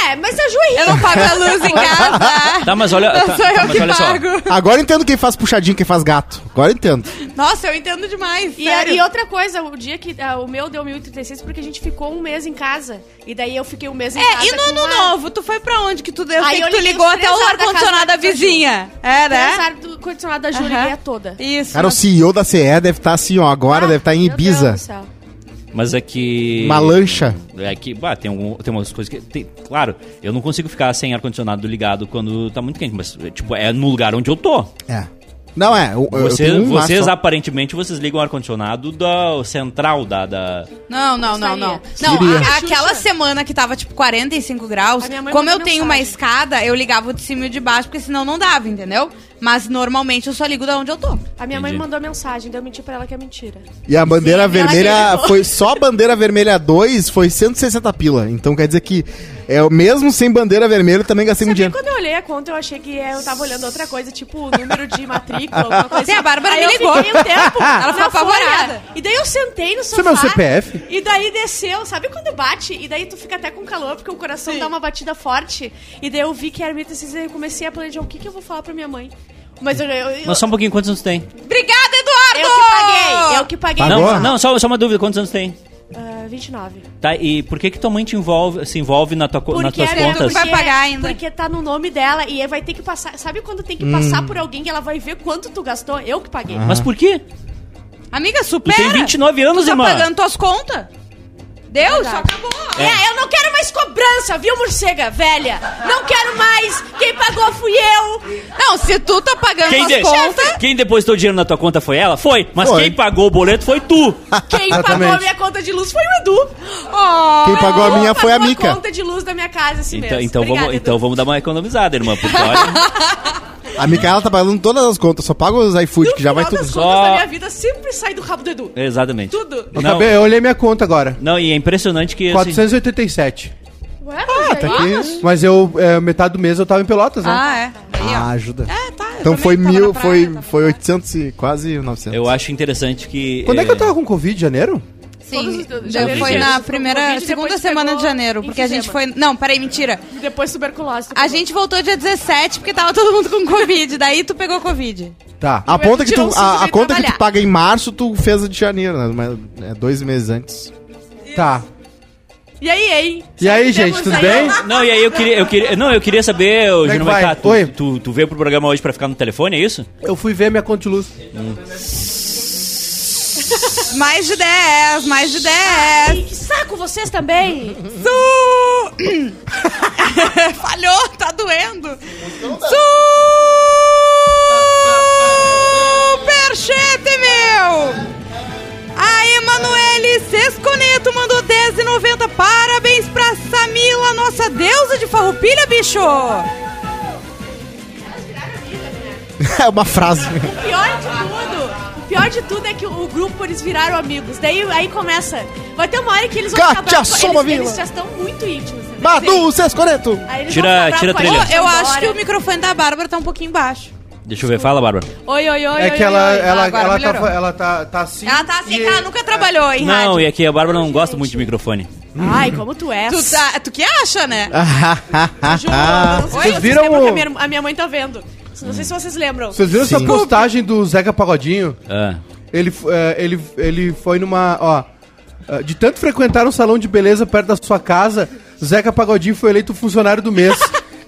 [SPEAKER 3] É, mas a Ju é
[SPEAKER 5] Eu
[SPEAKER 3] rica.
[SPEAKER 5] não pago a luz em casa.
[SPEAKER 4] Tá, mas olha-
[SPEAKER 5] Não
[SPEAKER 4] tá,
[SPEAKER 5] sou eu
[SPEAKER 4] tá, mas
[SPEAKER 5] que
[SPEAKER 4] olha só.
[SPEAKER 5] pago.
[SPEAKER 1] Agora eu entendo quem faz puxadinho, quem faz gato. Agora eu entendo.
[SPEAKER 5] Nossa, eu entendo demais.
[SPEAKER 3] E,
[SPEAKER 5] sério.
[SPEAKER 3] e outra coisa, o dia que ah, o meu deu 1036 porque a gente ficou um mês em casa. E daí eu fiquei um mês em casa.
[SPEAKER 5] É, e no
[SPEAKER 3] com
[SPEAKER 5] ano
[SPEAKER 3] uma-
[SPEAKER 5] novo, tu foi pra onde que tu deu? Eu
[SPEAKER 3] Aí
[SPEAKER 5] sei
[SPEAKER 3] eu
[SPEAKER 5] que tu
[SPEAKER 3] liguei
[SPEAKER 5] ligou
[SPEAKER 3] os
[SPEAKER 5] até o
[SPEAKER 3] três ar da
[SPEAKER 5] ar-condicionado da
[SPEAKER 3] casa da
[SPEAKER 5] vizinha. É,
[SPEAKER 3] Três
[SPEAKER 5] né?
[SPEAKER 3] ar do condicionado da Ju,
[SPEAKER 5] Aham.
[SPEAKER 3] liguei a toda.
[SPEAKER 5] Isso.
[SPEAKER 1] Cara, o CEO da CE deve estar assim, ó.
[SPEAKER 5] Ah,
[SPEAKER 1] Agora deve estar em
[SPEAKER 3] Meu Deus
[SPEAKER 1] Ibiza.
[SPEAKER 3] do céu.
[SPEAKER 4] Mas é que.
[SPEAKER 1] Uma lancha.
[SPEAKER 4] É que, bah, tem, algum, tem umas coisas que. tem- claro, eu não consigo ficar sem ar-condicionado ligado quando tá muito quente, mas, é, tipo, é no lugar onde eu tô.
[SPEAKER 1] É. Não, é. Eu, eu
[SPEAKER 4] Você-
[SPEAKER 1] tenho um lá
[SPEAKER 4] vocês,
[SPEAKER 1] só.
[SPEAKER 4] aparentemente, vocês ligam o ar-condicionado da central da. da-
[SPEAKER 5] Não, não, não, não. Não,
[SPEAKER 1] Queria.
[SPEAKER 5] a-
[SPEAKER 3] A
[SPEAKER 5] aquela
[SPEAKER 3] Xuxa.
[SPEAKER 5] semana que tava tipo 45 graus,
[SPEAKER 3] A minha mãe
[SPEAKER 5] como eu
[SPEAKER 3] mandou
[SPEAKER 5] tenho uma
[SPEAKER 3] mensagem.
[SPEAKER 5] escada, eu ligava o de cima e o de baixo, porque senão não dava, entendeu? Mas normalmente eu só ligo da onde eu tô.
[SPEAKER 3] A minha mãe
[SPEAKER 4] Entendi.
[SPEAKER 3] mandou mensagem, daí eu menti pra ela que é mentira.
[SPEAKER 1] E a bandeira
[SPEAKER 3] Sim, ela
[SPEAKER 1] vermelha
[SPEAKER 3] acreditou.
[SPEAKER 1] foi só a bandeira vermelha 2 foi 160 pila. Então quer dizer que é o mesmo sem bandeira vermelha eu também gastei um
[SPEAKER 3] Sabia
[SPEAKER 1] dinheiro.
[SPEAKER 3] quando eu olhei a conta, eu achei que eu tava olhando outra coisa, tipo o número de matrícula, alguma coisa assim.
[SPEAKER 5] Sim, a Bárbara me
[SPEAKER 3] Aí eu
[SPEAKER 5] ligou.
[SPEAKER 3] fiquei um tempo
[SPEAKER 5] Ela ficou
[SPEAKER 3] na folha.
[SPEAKER 5] apavorada.
[SPEAKER 3] E daí eu sentei no
[SPEAKER 2] é
[SPEAKER 3] sofá.
[SPEAKER 2] meu CPF?
[SPEAKER 3] E daí desceu, sabe quando bate? E daí tu fica até com calor, porque o coração dá uma batida forte. E daí eu vi que era 1.300 e eu comecei a planejar o que, que eu vou falar pra minha mãe. Mas eu, eu, eu,
[SPEAKER 4] Mas só um pouquinho, quantos anos tu tem?
[SPEAKER 5] Obrigada, Eduardo!
[SPEAKER 3] eu que paguei, eu que paguei.
[SPEAKER 1] Pagou?
[SPEAKER 4] Não, não só, só uma dúvida, quantos anos tu tem?
[SPEAKER 3] Ah, 29.
[SPEAKER 4] Tá, e por que que tua mãe te envolve, se envolve na tua, co- nas tuas
[SPEAKER 3] era
[SPEAKER 4] contas?
[SPEAKER 5] Vai pagar ainda.
[SPEAKER 3] Porque tá no nome dela e aí vai ter que passar. Sabe quando tem que passar por alguém que ela vai ver quanto tu gastou? Eu que paguei.
[SPEAKER 4] Mas por quê?
[SPEAKER 5] Amiga,
[SPEAKER 4] Tu
[SPEAKER 5] supera.
[SPEAKER 4] tem 29 anos,
[SPEAKER 5] Tu tá
[SPEAKER 4] irmã.
[SPEAKER 5] pagando tuas contas? Deu? Só acabou.
[SPEAKER 3] É. eu não quero mais cobrança, viu, morcega velha? Não quero mais. Quem pagou fui eu.
[SPEAKER 5] Não, se tu tá pagando
[SPEAKER 4] Quem,
[SPEAKER 5] tuas
[SPEAKER 4] de-
[SPEAKER 5] contas...
[SPEAKER 4] quem depositou dinheiro na tua conta foi ela? Foi. Mas
[SPEAKER 1] Foi.
[SPEAKER 4] quem pagou o boleto foi tu.
[SPEAKER 3] Quem pagou
[SPEAKER 2] Exatamente.
[SPEAKER 3] a minha conta de luz foi o Edu.
[SPEAKER 5] Oh,
[SPEAKER 1] Quem pagou a minha foi a
[SPEAKER 3] pagou
[SPEAKER 1] Mica.
[SPEAKER 3] conta de luz da minha casa esse
[SPEAKER 4] Então,
[SPEAKER 3] mês.
[SPEAKER 4] então
[SPEAKER 3] Obrigada,
[SPEAKER 4] vamos,
[SPEAKER 3] Edu.
[SPEAKER 4] então vamos dar uma economizada, irmã. Porque olha,
[SPEAKER 1] A Micaela tá pagando todas as contas, só paga os iFood,
[SPEAKER 3] No
[SPEAKER 1] que já vai
[SPEAKER 3] final
[SPEAKER 1] tudo.
[SPEAKER 3] das
[SPEAKER 4] Só- É.
[SPEAKER 3] contas da minha vida sempre sai do rabo do Edu.
[SPEAKER 4] exatamente.
[SPEAKER 3] Tudo.
[SPEAKER 2] Eu,
[SPEAKER 4] Não,
[SPEAKER 2] acabei- eu olhei minha conta agora.
[SPEAKER 4] não, e é impressionante que... assim,
[SPEAKER 2] 487.
[SPEAKER 3] Ué, é. mas aí-
[SPEAKER 1] Tá aqui.
[SPEAKER 2] Mas eu, é, metade do mês eu tava em Pelotas, né?
[SPEAKER 5] Ah, é. Aí, ó.
[SPEAKER 1] Ah, ajuda.
[SPEAKER 5] É, tá. eu
[SPEAKER 1] Então
[SPEAKER 5] também
[SPEAKER 1] foi
[SPEAKER 5] tava
[SPEAKER 1] mil,
[SPEAKER 5] na praia,
[SPEAKER 1] foi,
[SPEAKER 5] tava
[SPEAKER 1] foi
[SPEAKER 5] lá.
[SPEAKER 1] 800 e quase 900.
[SPEAKER 4] eu acho interessante que...
[SPEAKER 2] Quando é que eu
[SPEAKER 4] eh,
[SPEAKER 2] tava com Covid? Janeiro?
[SPEAKER 3] Todos
[SPEAKER 5] Sim,
[SPEAKER 3] os-
[SPEAKER 5] eu-
[SPEAKER 3] janeiro
[SPEAKER 4] e
[SPEAKER 5] foi na
[SPEAKER 3] janeiro.
[SPEAKER 5] primeira,
[SPEAKER 3] Covid,
[SPEAKER 5] segunda
[SPEAKER 3] depois
[SPEAKER 5] semana de
[SPEAKER 3] pegou
[SPEAKER 5] janeiro, porque a gente foi...
[SPEAKER 3] enfisema.
[SPEAKER 5] Não, peraí, mentira.
[SPEAKER 3] E depois tuberculose.
[SPEAKER 5] A gente voltou dia 17, porque tava todo mundo com Covid, daí tu pegou Covid.
[SPEAKER 2] Tá.
[SPEAKER 1] A, ponta que
[SPEAKER 3] tirou
[SPEAKER 1] tu,
[SPEAKER 3] um cinto
[SPEAKER 1] a, a
[SPEAKER 3] de
[SPEAKER 1] conta que tu
[SPEAKER 3] trabalhar.
[SPEAKER 1] paga em março, tu fez a de janeiro, né? Mas é dois meses antes.
[SPEAKER 2] Tá.
[SPEAKER 3] E aí, hein?
[SPEAKER 2] E aí,
[SPEAKER 3] Temos
[SPEAKER 2] gente, tudo bem?
[SPEAKER 4] eh, Não, e aí eu queria, eu queria, não, eu queria saber, ô,
[SPEAKER 2] é que
[SPEAKER 4] Júnior
[SPEAKER 2] vai?
[SPEAKER 4] Maicá, tu,
[SPEAKER 2] Oi.
[SPEAKER 4] tu, tu veio pro programa hoje pra ficar no telefone, é isso?
[SPEAKER 2] Eu fui ver minha conta de luz.
[SPEAKER 5] Mais de 10, mais de 10.
[SPEAKER 3] Ai, que saco vocês também!
[SPEAKER 5] Su! Falhou, tá doendo. Superchete, meu! A Emanuele Sesconeto mandou 10,90. Parabéns pra Samila, nossa deusa de farroupilha, bicho!
[SPEAKER 1] É uma frase.
[SPEAKER 3] O pior de tudo, o pior de tudo é que o grupo eles viraram amigos. Daí aí começa. Vai ter uma hora que eles vão
[SPEAKER 1] Cátia
[SPEAKER 3] acabar com-
[SPEAKER 1] Soma
[SPEAKER 3] eles,
[SPEAKER 1] Vila.
[SPEAKER 3] eles já estão muito íntimos. né?
[SPEAKER 1] Madu, Sescoreto!
[SPEAKER 3] Aí eles
[SPEAKER 4] Tira-
[SPEAKER 3] vão acabar
[SPEAKER 4] tira a
[SPEAKER 3] com
[SPEAKER 4] trilha.
[SPEAKER 3] gente
[SPEAKER 5] Ô, eu
[SPEAKER 3] embora.
[SPEAKER 5] acho que o microfone da Bárbara tá um pouquinho baixo.
[SPEAKER 4] Deixa eu ver, fala, Bárbara.
[SPEAKER 3] Oi, oi, oi.
[SPEAKER 2] É
[SPEAKER 3] oi,
[SPEAKER 2] que ela,
[SPEAKER 3] oi, oi.
[SPEAKER 2] ela,
[SPEAKER 5] Ah, agora
[SPEAKER 2] ela,
[SPEAKER 5] melhorou.
[SPEAKER 2] tá, ela tá, tá assim.
[SPEAKER 5] Ela tá assim,
[SPEAKER 2] e-
[SPEAKER 5] que ela nunca trabalhou em
[SPEAKER 4] Não,
[SPEAKER 5] rádio.
[SPEAKER 4] e aqui a Bárbara não gosta muito de microfone.
[SPEAKER 3] Ai, como tu és.
[SPEAKER 5] Tu, tá- tu que acha, né?
[SPEAKER 3] Juro, eu não sei se
[SPEAKER 2] Vocês viram
[SPEAKER 3] lembram que
[SPEAKER 2] o-
[SPEAKER 3] a minha, a minha mãe tá vendo. Não sei se vocês lembram.
[SPEAKER 2] um- Vocês viram essa
[SPEAKER 1] Sim.
[SPEAKER 2] postagem do Zeca Pagodinho?
[SPEAKER 4] Ah,
[SPEAKER 2] Ele, f- é, ele, ele foi numa. Ó, é, de tanto frequentar um salão de beleza perto da sua casa, Zeca Pagodinho foi eleito funcionário do mês.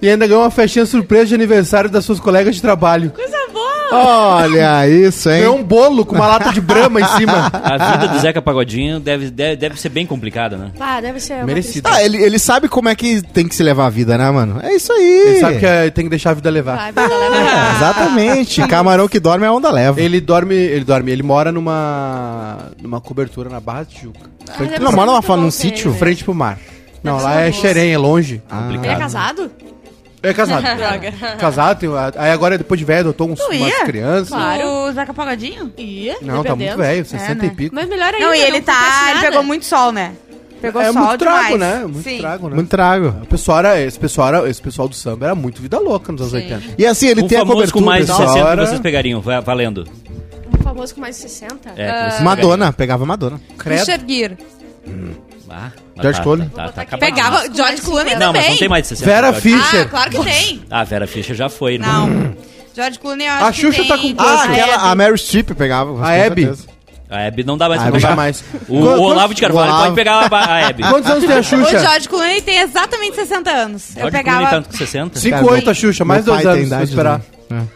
[SPEAKER 2] e ainda ganhou uma festinha surpresa de aniversário das suas colegas de trabalho.
[SPEAKER 3] Coisa boa!
[SPEAKER 2] Ah.
[SPEAKER 1] Olha isso, hein?
[SPEAKER 2] Ganhou um bolo com uma lata de brama em cima.
[SPEAKER 4] a vida do Zeca Pagodinho deve, deve, deve ser bem complicada, né?
[SPEAKER 3] Ah, deve ser. uma
[SPEAKER 2] Merecido.
[SPEAKER 1] Ah, ele, ele sabe como é que tem que se levar a vida, né, mano? É isso aí.
[SPEAKER 2] Ele sabe que é, tem que deixar a vida levar.
[SPEAKER 3] tristeza. Vai, vai, vai, vai.
[SPEAKER 1] Ah, Exatamente. Camarão que dorme, a onda leva.
[SPEAKER 2] Ele dorme, ele dorme, ele mora numa numa cobertura na Barra de Tijuca,
[SPEAKER 3] Mas Ah, deve
[SPEAKER 1] Não,
[SPEAKER 3] ser
[SPEAKER 1] mora lá
[SPEAKER 3] muito
[SPEAKER 1] fora,
[SPEAKER 3] bom
[SPEAKER 1] num
[SPEAKER 3] pra ele,
[SPEAKER 1] sítio?
[SPEAKER 3] né?
[SPEAKER 2] frente pro mar. Não,
[SPEAKER 3] Deve
[SPEAKER 2] lá é
[SPEAKER 3] ser uma boa.
[SPEAKER 2] Xerém, é longe.
[SPEAKER 4] Complicado.
[SPEAKER 3] Ele é casado?
[SPEAKER 2] É casado.
[SPEAKER 3] Droga.
[SPEAKER 2] Casado, tem- aí agora depois de velho adotou uns,
[SPEAKER 5] Tu
[SPEAKER 2] umas
[SPEAKER 5] ia?
[SPEAKER 2] crianças.
[SPEAKER 3] Claro.
[SPEAKER 5] O Zeca Pagodinho?
[SPEAKER 3] Ih,
[SPEAKER 2] Não, tá muito
[SPEAKER 3] dependendo.
[SPEAKER 2] velho, 60
[SPEAKER 5] É,
[SPEAKER 2] e
[SPEAKER 5] né?
[SPEAKER 2] pico.
[SPEAKER 3] Mas melhor ainda.
[SPEAKER 5] não, e ele tá.
[SPEAKER 3] acontece
[SPEAKER 5] Ele
[SPEAKER 3] nada.
[SPEAKER 5] pegou muito sol, né? Pegou
[SPEAKER 2] é
[SPEAKER 5] sol
[SPEAKER 2] muito trago,
[SPEAKER 5] demais.
[SPEAKER 2] né? Muito
[SPEAKER 5] Sim.
[SPEAKER 2] trago, né?
[SPEAKER 1] Muito trago.
[SPEAKER 2] O pessoal era, esse, pessoal era, esse pessoal do samba era muito vida louca nos anos 80.
[SPEAKER 1] E assim, ele
[SPEAKER 4] um
[SPEAKER 1] tem a
[SPEAKER 4] famoso com
[SPEAKER 1] cobertura.
[SPEAKER 4] mais de
[SPEAKER 1] pessoal.
[SPEAKER 4] 60
[SPEAKER 2] Hora.
[SPEAKER 4] que vocês pegariam, va- valendo.
[SPEAKER 3] Um famoso com mais de 60.
[SPEAKER 4] É, que vocês
[SPEAKER 1] Ah, Madonna, pegava Madonna.
[SPEAKER 5] Richard Gere.
[SPEAKER 4] pegariam. Ah, mas
[SPEAKER 1] George
[SPEAKER 4] tá-
[SPEAKER 1] Clooney.
[SPEAKER 4] tá- tá- tá acabado.
[SPEAKER 5] Pegava.
[SPEAKER 3] Mas com mais
[SPEAKER 5] George
[SPEAKER 3] de
[SPEAKER 5] Clooney
[SPEAKER 3] 50.
[SPEAKER 4] Não,
[SPEAKER 5] também.
[SPEAKER 4] mas não tem mais de 60.
[SPEAKER 2] Vera
[SPEAKER 4] George.
[SPEAKER 2] Fischer.
[SPEAKER 5] Ah, claro que tem.
[SPEAKER 4] Ah, Vera Fischer já foi, né?
[SPEAKER 5] Não. George Clooney, eu acho
[SPEAKER 2] Hum. A Xuxa
[SPEAKER 5] que
[SPEAKER 2] tá
[SPEAKER 5] tem- é.
[SPEAKER 2] com
[SPEAKER 1] Ah,
[SPEAKER 2] Ah,
[SPEAKER 1] aquela, a Mary Streep pegava. com
[SPEAKER 2] Hebe?
[SPEAKER 1] certeza.
[SPEAKER 4] A Hebe não dá mais
[SPEAKER 2] Ah,
[SPEAKER 4] pra
[SPEAKER 2] não dá
[SPEAKER 4] pegar.
[SPEAKER 2] mais.
[SPEAKER 4] O,
[SPEAKER 2] Quantos-
[SPEAKER 4] o Olavo de Carvalho
[SPEAKER 1] Olavo.
[SPEAKER 4] pode pegar a, ba- a Hebe.
[SPEAKER 2] Ah, Quantos anos tem a
[SPEAKER 5] O
[SPEAKER 2] Xuxa?
[SPEAKER 5] George Clooney tem exatamente 60 anos. eu
[SPEAKER 4] George Clooney
[SPEAKER 5] pegava.
[SPEAKER 4] tanto com 60?
[SPEAKER 2] 5, 8 a Xuxa, mais
[SPEAKER 1] Meu
[SPEAKER 2] dois
[SPEAKER 1] pai tem
[SPEAKER 2] anos, vou
[SPEAKER 1] idade,
[SPEAKER 2] esperar.
[SPEAKER 1] né?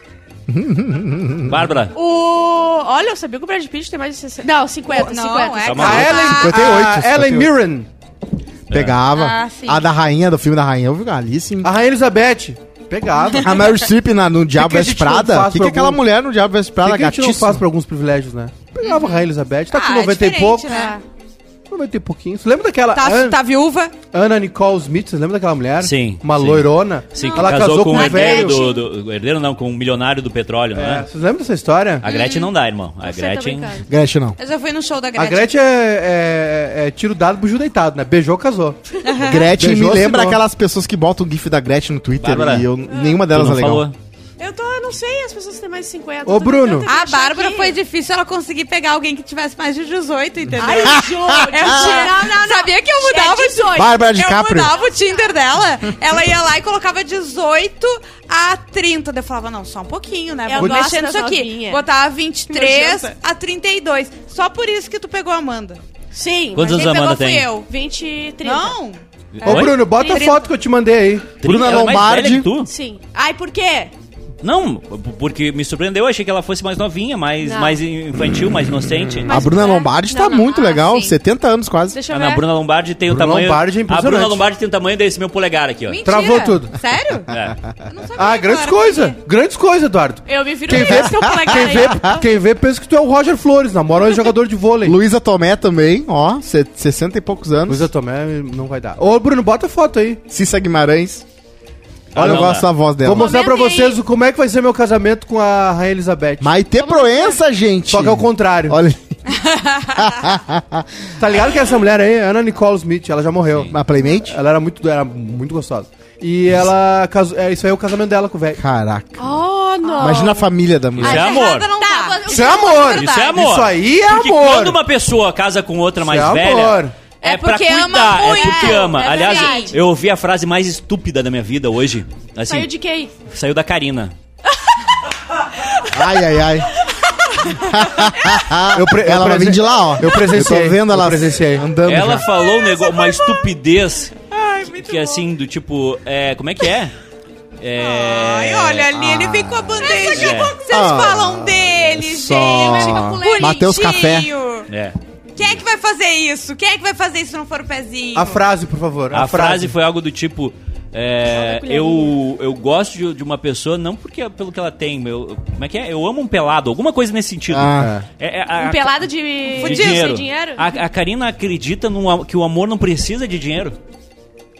[SPEAKER 4] Bárbara,
[SPEAKER 3] O. Olha, eu sabia que o Brad Pitt tem mais de 60. Não, 50,
[SPEAKER 5] Não,
[SPEAKER 3] 50.
[SPEAKER 5] é,
[SPEAKER 4] Tá
[SPEAKER 5] calma.
[SPEAKER 4] maluco?
[SPEAKER 2] A Ellen,
[SPEAKER 1] 58,
[SPEAKER 2] a Ellen
[SPEAKER 1] 58.
[SPEAKER 2] Mirren,
[SPEAKER 1] Pegava.
[SPEAKER 5] Ah, sim.
[SPEAKER 1] a da rainha, do filme da rainha, eu vi ali sim.
[SPEAKER 2] a Rainha Elizabeth, pegava.
[SPEAKER 5] Ah.
[SPEAKER 1] A Mary Streep na- no Diabo
[SPEAKER 2] que a
[SPEAKER 1] Veste
[SPEAKER 2] gente não
[SPEAKER 1] Prada.
[SPEAKER 2] faz
[SPEAKER 1] O que,
[SPEAKER 2] pra
[SPEAKER 1] que aquela
[SPEAKER 2] algum-
[SPEAKER 1] mulher no Diabo Veste Prada,
[SPEAKER 2] Por que a gente não
[SPEAKER 1] gatíssima?
[SPEAKER 2] faz pra alguns privilégios, né? Pegava a Rainha Elizabeth, tá com
[SPEAKER 5] Ah,
[SPEAKER 2] 90 e
[SPEAKER 5] diferente,
[SPEAKER 2] poucos.
[SPEAKER 3] tá.
[SPEAKER 5] né?
[SPEAKER 2] 90 e pouquinho. Você lembra daquela
[SPEAKER 5] Tá,
[SPEAKER 2] An-
[SPEAKER 5] tá viúva.
[SPEAKER 2] Ana Nicole Smith? Você lembra daquela mulher?
[SPEAKER 4] Sim,
[SPEAKER 2] Uma
[SPEAKER 4] sim.
[SPEAKER 2] loirona?
[SPEAKER 4] sim, que
[SPEAKER 2] Ela
[SPEAKER 4] casou, com o
[SPEAKER 2] um
[SPEAKER 4] herdeiro
[SPEAKER 2] velho.
[SPEAKER 4] do, do- o Herdeiro não, com o milionário do petróleo, não
[SPEAKER 2] É,
[SPEAKER 4] é?
[SPEAKER 2] Vocês lembram dessa história?
[SPEAKER 4] A Gretchen não dá, irmão. A
[SPEAKER 3] Não sei, tô
[SPEAKER 4] Gretchen...
[SPEAKER 3] tá brincando.
[SPEAKER 1] Gretchen, não.
[SPEAKER 5] Eu já fui no show da
[SPEAKER 2] A
[SPEAKER 5] Gretchen.
[SPEAKER 2] Gretchen é, é- é tiro dado, bujo deitado, né? Beijou, casou.
[SPEAKER 1] Gretchen me
[SPEAKER 2] Beijou,
[SPEAKER 1] lembra
[SPEAKER 2] assinou.
[SPEAKER 1] aquelas pessoas que botam GIF da Gretchen no Twitter
[SPEAKER 4] Bárbara,
[SPEAKER 1] e eu, nenhuma
[SPEAKER 4] Tu
[SPEAKER 1] delas é
[SPEAKER 4] não
[SPEAKER 1] legal.
[SPEAKER 4] falou.
[SPEAKER 3] Eu tô, eu não sei, as pessoas têm mais de 50.
[SPEAKER 2] Ô,
[SPEAKER 3] eu tô
[SPEAKER 2] Bruno.
[SPEAKER 3] tentando
[SPEAKER 5] A
[SPEAKER 3] achar
[SPEAKER 5] Bárbara
[SPEAKER 3] aqui.
[SPEAKER 5] foi difícil ela conseguir pegar alguém que tivesse mais de 18, entendeu?
[SPEAKER 3] Ai,
[SPEAKER 5] Eu
[SPEAKER 3] Ju,
[SPEAKER 5] tinha-
[SPEAKER 3] não, não, não.
[SPEAKER 5] Ah. Sabia que eu mudava
[SPEAKER 3] É
[SPEAKER 5] o
[SPEAKER 3] 18.
[SPEAKER 1] Bárbara de
[SPEAKER 5] eu
[SPEAKER 1] Caprio.
[SPEAKER 5] mudava o Tinder dela, ela ia lá e colocava 18 a 30. Daí eu falava, não, só um pouquinho, né?
[SPEAKER 3] Eu
[SPEAKER 5] Vou
[SPEAKER 3] gosto
[SPEAKER 5] mexer
[SPEAKER 3] das
[SPEAKER 5] nisso aqui.
[SPEAKER 3] novinhas.
[SPEAKER 5] Botava 23
[SPEAKER 3] Nojenta.
[SPEAKER 5] a 32. Só por isso que tu pegou a Amanda.
[SPEAKER 3] Sim,
[SPEAKER 4] Quantos
[SPEAKER 5] Quem
[SPEAKER 4] anos a Amanda
[SPEAKER 5] pegou foi
[SPEAKER 4] tem?
[SPEAKER 5] eu.
[SPEAKER 3] 20 e 30.
[SPEAKER 5] Não?
[SPEAKER 2] Ô,
[SPEAKER 4] Oi?
[SPEAKER 2] Bruno, bota a
[SPEAKER 5] Trinta.
[SPEAKER 2] foto que eu te mandei aí.
[SPEAKER 4] Trin-
[SPEAKER 1] Bruna
[SPEAKER 4] ela é mais
[SPEAKER 1] Lombardi.
[SPEAKER 4] velha que tu?
[SPEAKER 3] Sim. Ai, por quê?
[SPEAKER 4] Não, p- porque me surpreendeu. Achei que ela fosse mais novinha, mais,
[SPEAKER 3] Não.
[SPEAKER 4] mais infantil, mais inocente.
[SPEAKER 1] A
[SPEAKER 3] Mas
[SPEAKER 1] Bruna
[SPEAKER 3] é?
[SPEAKER 1] Lombardi tá
[SPEAKER 5] Não, não.
[SPEAKER 1] muito
[SPEAKER 5] Ah,
[SPEAKER 1] legal,
[SPEAKER 5] sim.
[SPEAKER 1] 70 anos quase.
[SPEAKER 3] Deixa eu
[SPEAKER 4] Ah,
[SPEAKER 3] ver.
[SPEAKER 5] É.
[SPEAKER 4] não, a Bruna Lombardi tem
[SPEAKER 2] Bruna
[SPEAKER 4] o tamanho...
[SPEAKER 2] Lombardi é
[SPEAKER 4] a
[SPEAKER 2] impressionante.
[SPEAKER 4] Bruna Lombardi tem o tamanho desse meu polegar aqui, ó.
[SPEAKER 5] Mentira.
[SPEAKER 2] Travou tudo.
[SPEAKER 5] Sério?
[SPEAKER 4] É.
[SPEAKER 5] Eu não sabia
[SPEAKER 2] Ah,
[SPEAKER 5] que
[SPEAKER 2] grandes
[SPEAKER 5] era
[SPEAKER 2] coisas.
[SPEAKER 5] pequenininha.
[SPEAKER 2] Grandes coisas, Eduardo.
[SPEAKER 3] Eu me viro
[SPEAKER 2] Quem vê,
[SPEAKER 3] nesse teu
[SPEAKER 4] Tá
[SPEAKER 3] colega
[SPEAKER 2] quem,
[SPEAKER 3] aí.
[SPEAKER 2] vê, quem vê pensa que tu é o Roger Flores, namora um jogador de vôlei.
[SPEAKER 1] Luísa Tomé também, ó, se- 60 e poucos anos.
[SPEAKER 2] Luísa Tomé não vai dar. Ô, Bruno, bota a foto aí.
[SPEAKER 1] Cissa Guimarães.
[SPEAKER 4] Ah,
[SPEAKER 1] Olha, eu
[SPEAKER 4] não
[SPEAKER 1] gosto
[SPEAKER 4] dá.
[SPEAKER 1] da voz dela.
[SPEAKER 2] Vou mostrar pra
[SPEAKER 3] Comenta aí.
[SPEAKER 2] vocês o- como é que vai ser meu casamento com a Rainha Elizabeth.
[SPEAKER 1] Maitê Proença, gente.
[SPEAKER 2] Só que é o contrário.
[SPEAKER 1] Olha,
[SPEAKER 2] Tá ligado que essa mulher aí, Ana Nicole Smith, ela já morreu.
[SPEAKER 1] a Playmate.
[SPEAKER 2] Ela era muito, era muito gostosa. E ela casou. É, isso aí é o casamento dela com o velho.
[SPEAKER 1] Caraca.
[SPEAKER 3] Oh, não.
[SPEAKER 1] Imagina a família da mulher.
[SPEAKER 4] Isso é
[SPEAKER 5] Mas
[SPEAKER 4] amor.
[SPEAKER 5] errada não
[SPEAKER 3] Tá,
[SPEAKER 5] tá.
[SPEAKER 3] mas-
[SPEAKER 2] Isso é amor!
[SPEAKER 5] Verdade.
[SPEAKER 4] Isso é amor.
[SPEAKER 2] Isso aí é
[SPEAKER 4] Porque
[SPEAKER 2] amor.
[SPEAKER 4] quando uma pessoa casa com outra mais
[SPEAKER 2] é
[SPEAKER 4] velha,
[SPEAKER 2] amor.
[SPEAKER 4] é,
[SPEAKER 5] É
[SPEAKER 4] pra
[SPEAKER 5] porque
[SPEAKER 4] cuidar,
[SPEAKER 5] ama muito.
[SPEAKER 4] é porque
[SPEAKER 5] É,
[SPEAKER 4] ama.
[SPEAKER 5] é
[SPEAKER 4] Aliás,
[SPEAKER 5] verdade.
[SPEAKER 4] eu ouvi a frase mais estúpida da minha vida hoje. Assim,
[SPEAKER 3] Saiu de quem?
[SPEAKER 4] saiu da Karina.
[SPEAKER 1] Ai, ai, ai.
[SPEAKER 2] Eu pre-
[SPEAKER 1] Ela
[SPEAKER 2] eu
[SPEAKER 1] vai
[SPEAKER 2] presen-
[SPEAKER 1] vir de lá, ó.
[SPEAKER 2] Eu presenciei.
[SPEAKER 1] Eu tô vendo ela
[SPEAKER 2] Eu presenciei.
[SPEAKER 1] andando.
[SPEAKER 4] Ela
[SPEAKER 1] já.
[SPEAKER 4] falou um negócio, uma estupidez que assim, do tipo, é, como é que é? É,
[SPEAKER 5] Ai, olha ali, ele vem com a bandeja.
[SPEAKER 4] Essa que é-
[SPEAKER 5] Vocês falam dele,
[SPEAKER 1] Ah. Só.
[SPEAKER 5] gente.
[SPEAKER 1] Mateus Café.
[SPEAKER 5] Bonitinho.
[SPEAKER 4] é.
[SPEAKER 5] Quem é que vai fazer isso? Quem é que vai fazer isso se não for o pezinho?
[SPEAKER 2] A frase, por favor.
[SPEAKER 4] A frase foi algo do tipo. é,
[SPEAKER 3] Joga a
[SPEAKER 4] eu, eu gosto de, de uma pessoa não porque pelo que ela tem, meu, como é que é? Eu amo um pelado, alguma coisa nesse sentido.
[SPEAKER 1] Ah.
[SPEAKER 4] É, é, a-
[SPEAKER 3] Um pelado de...
[SPEAKER 4] de
[SPEAKER 5] Fudido.
[SPEAKER 4] dinheiro.
[SPEAKER 3] Sem dinheiro?
[SPEAKER 4] A, a Karina acredita no am- que o amor não precisa de dinheiro.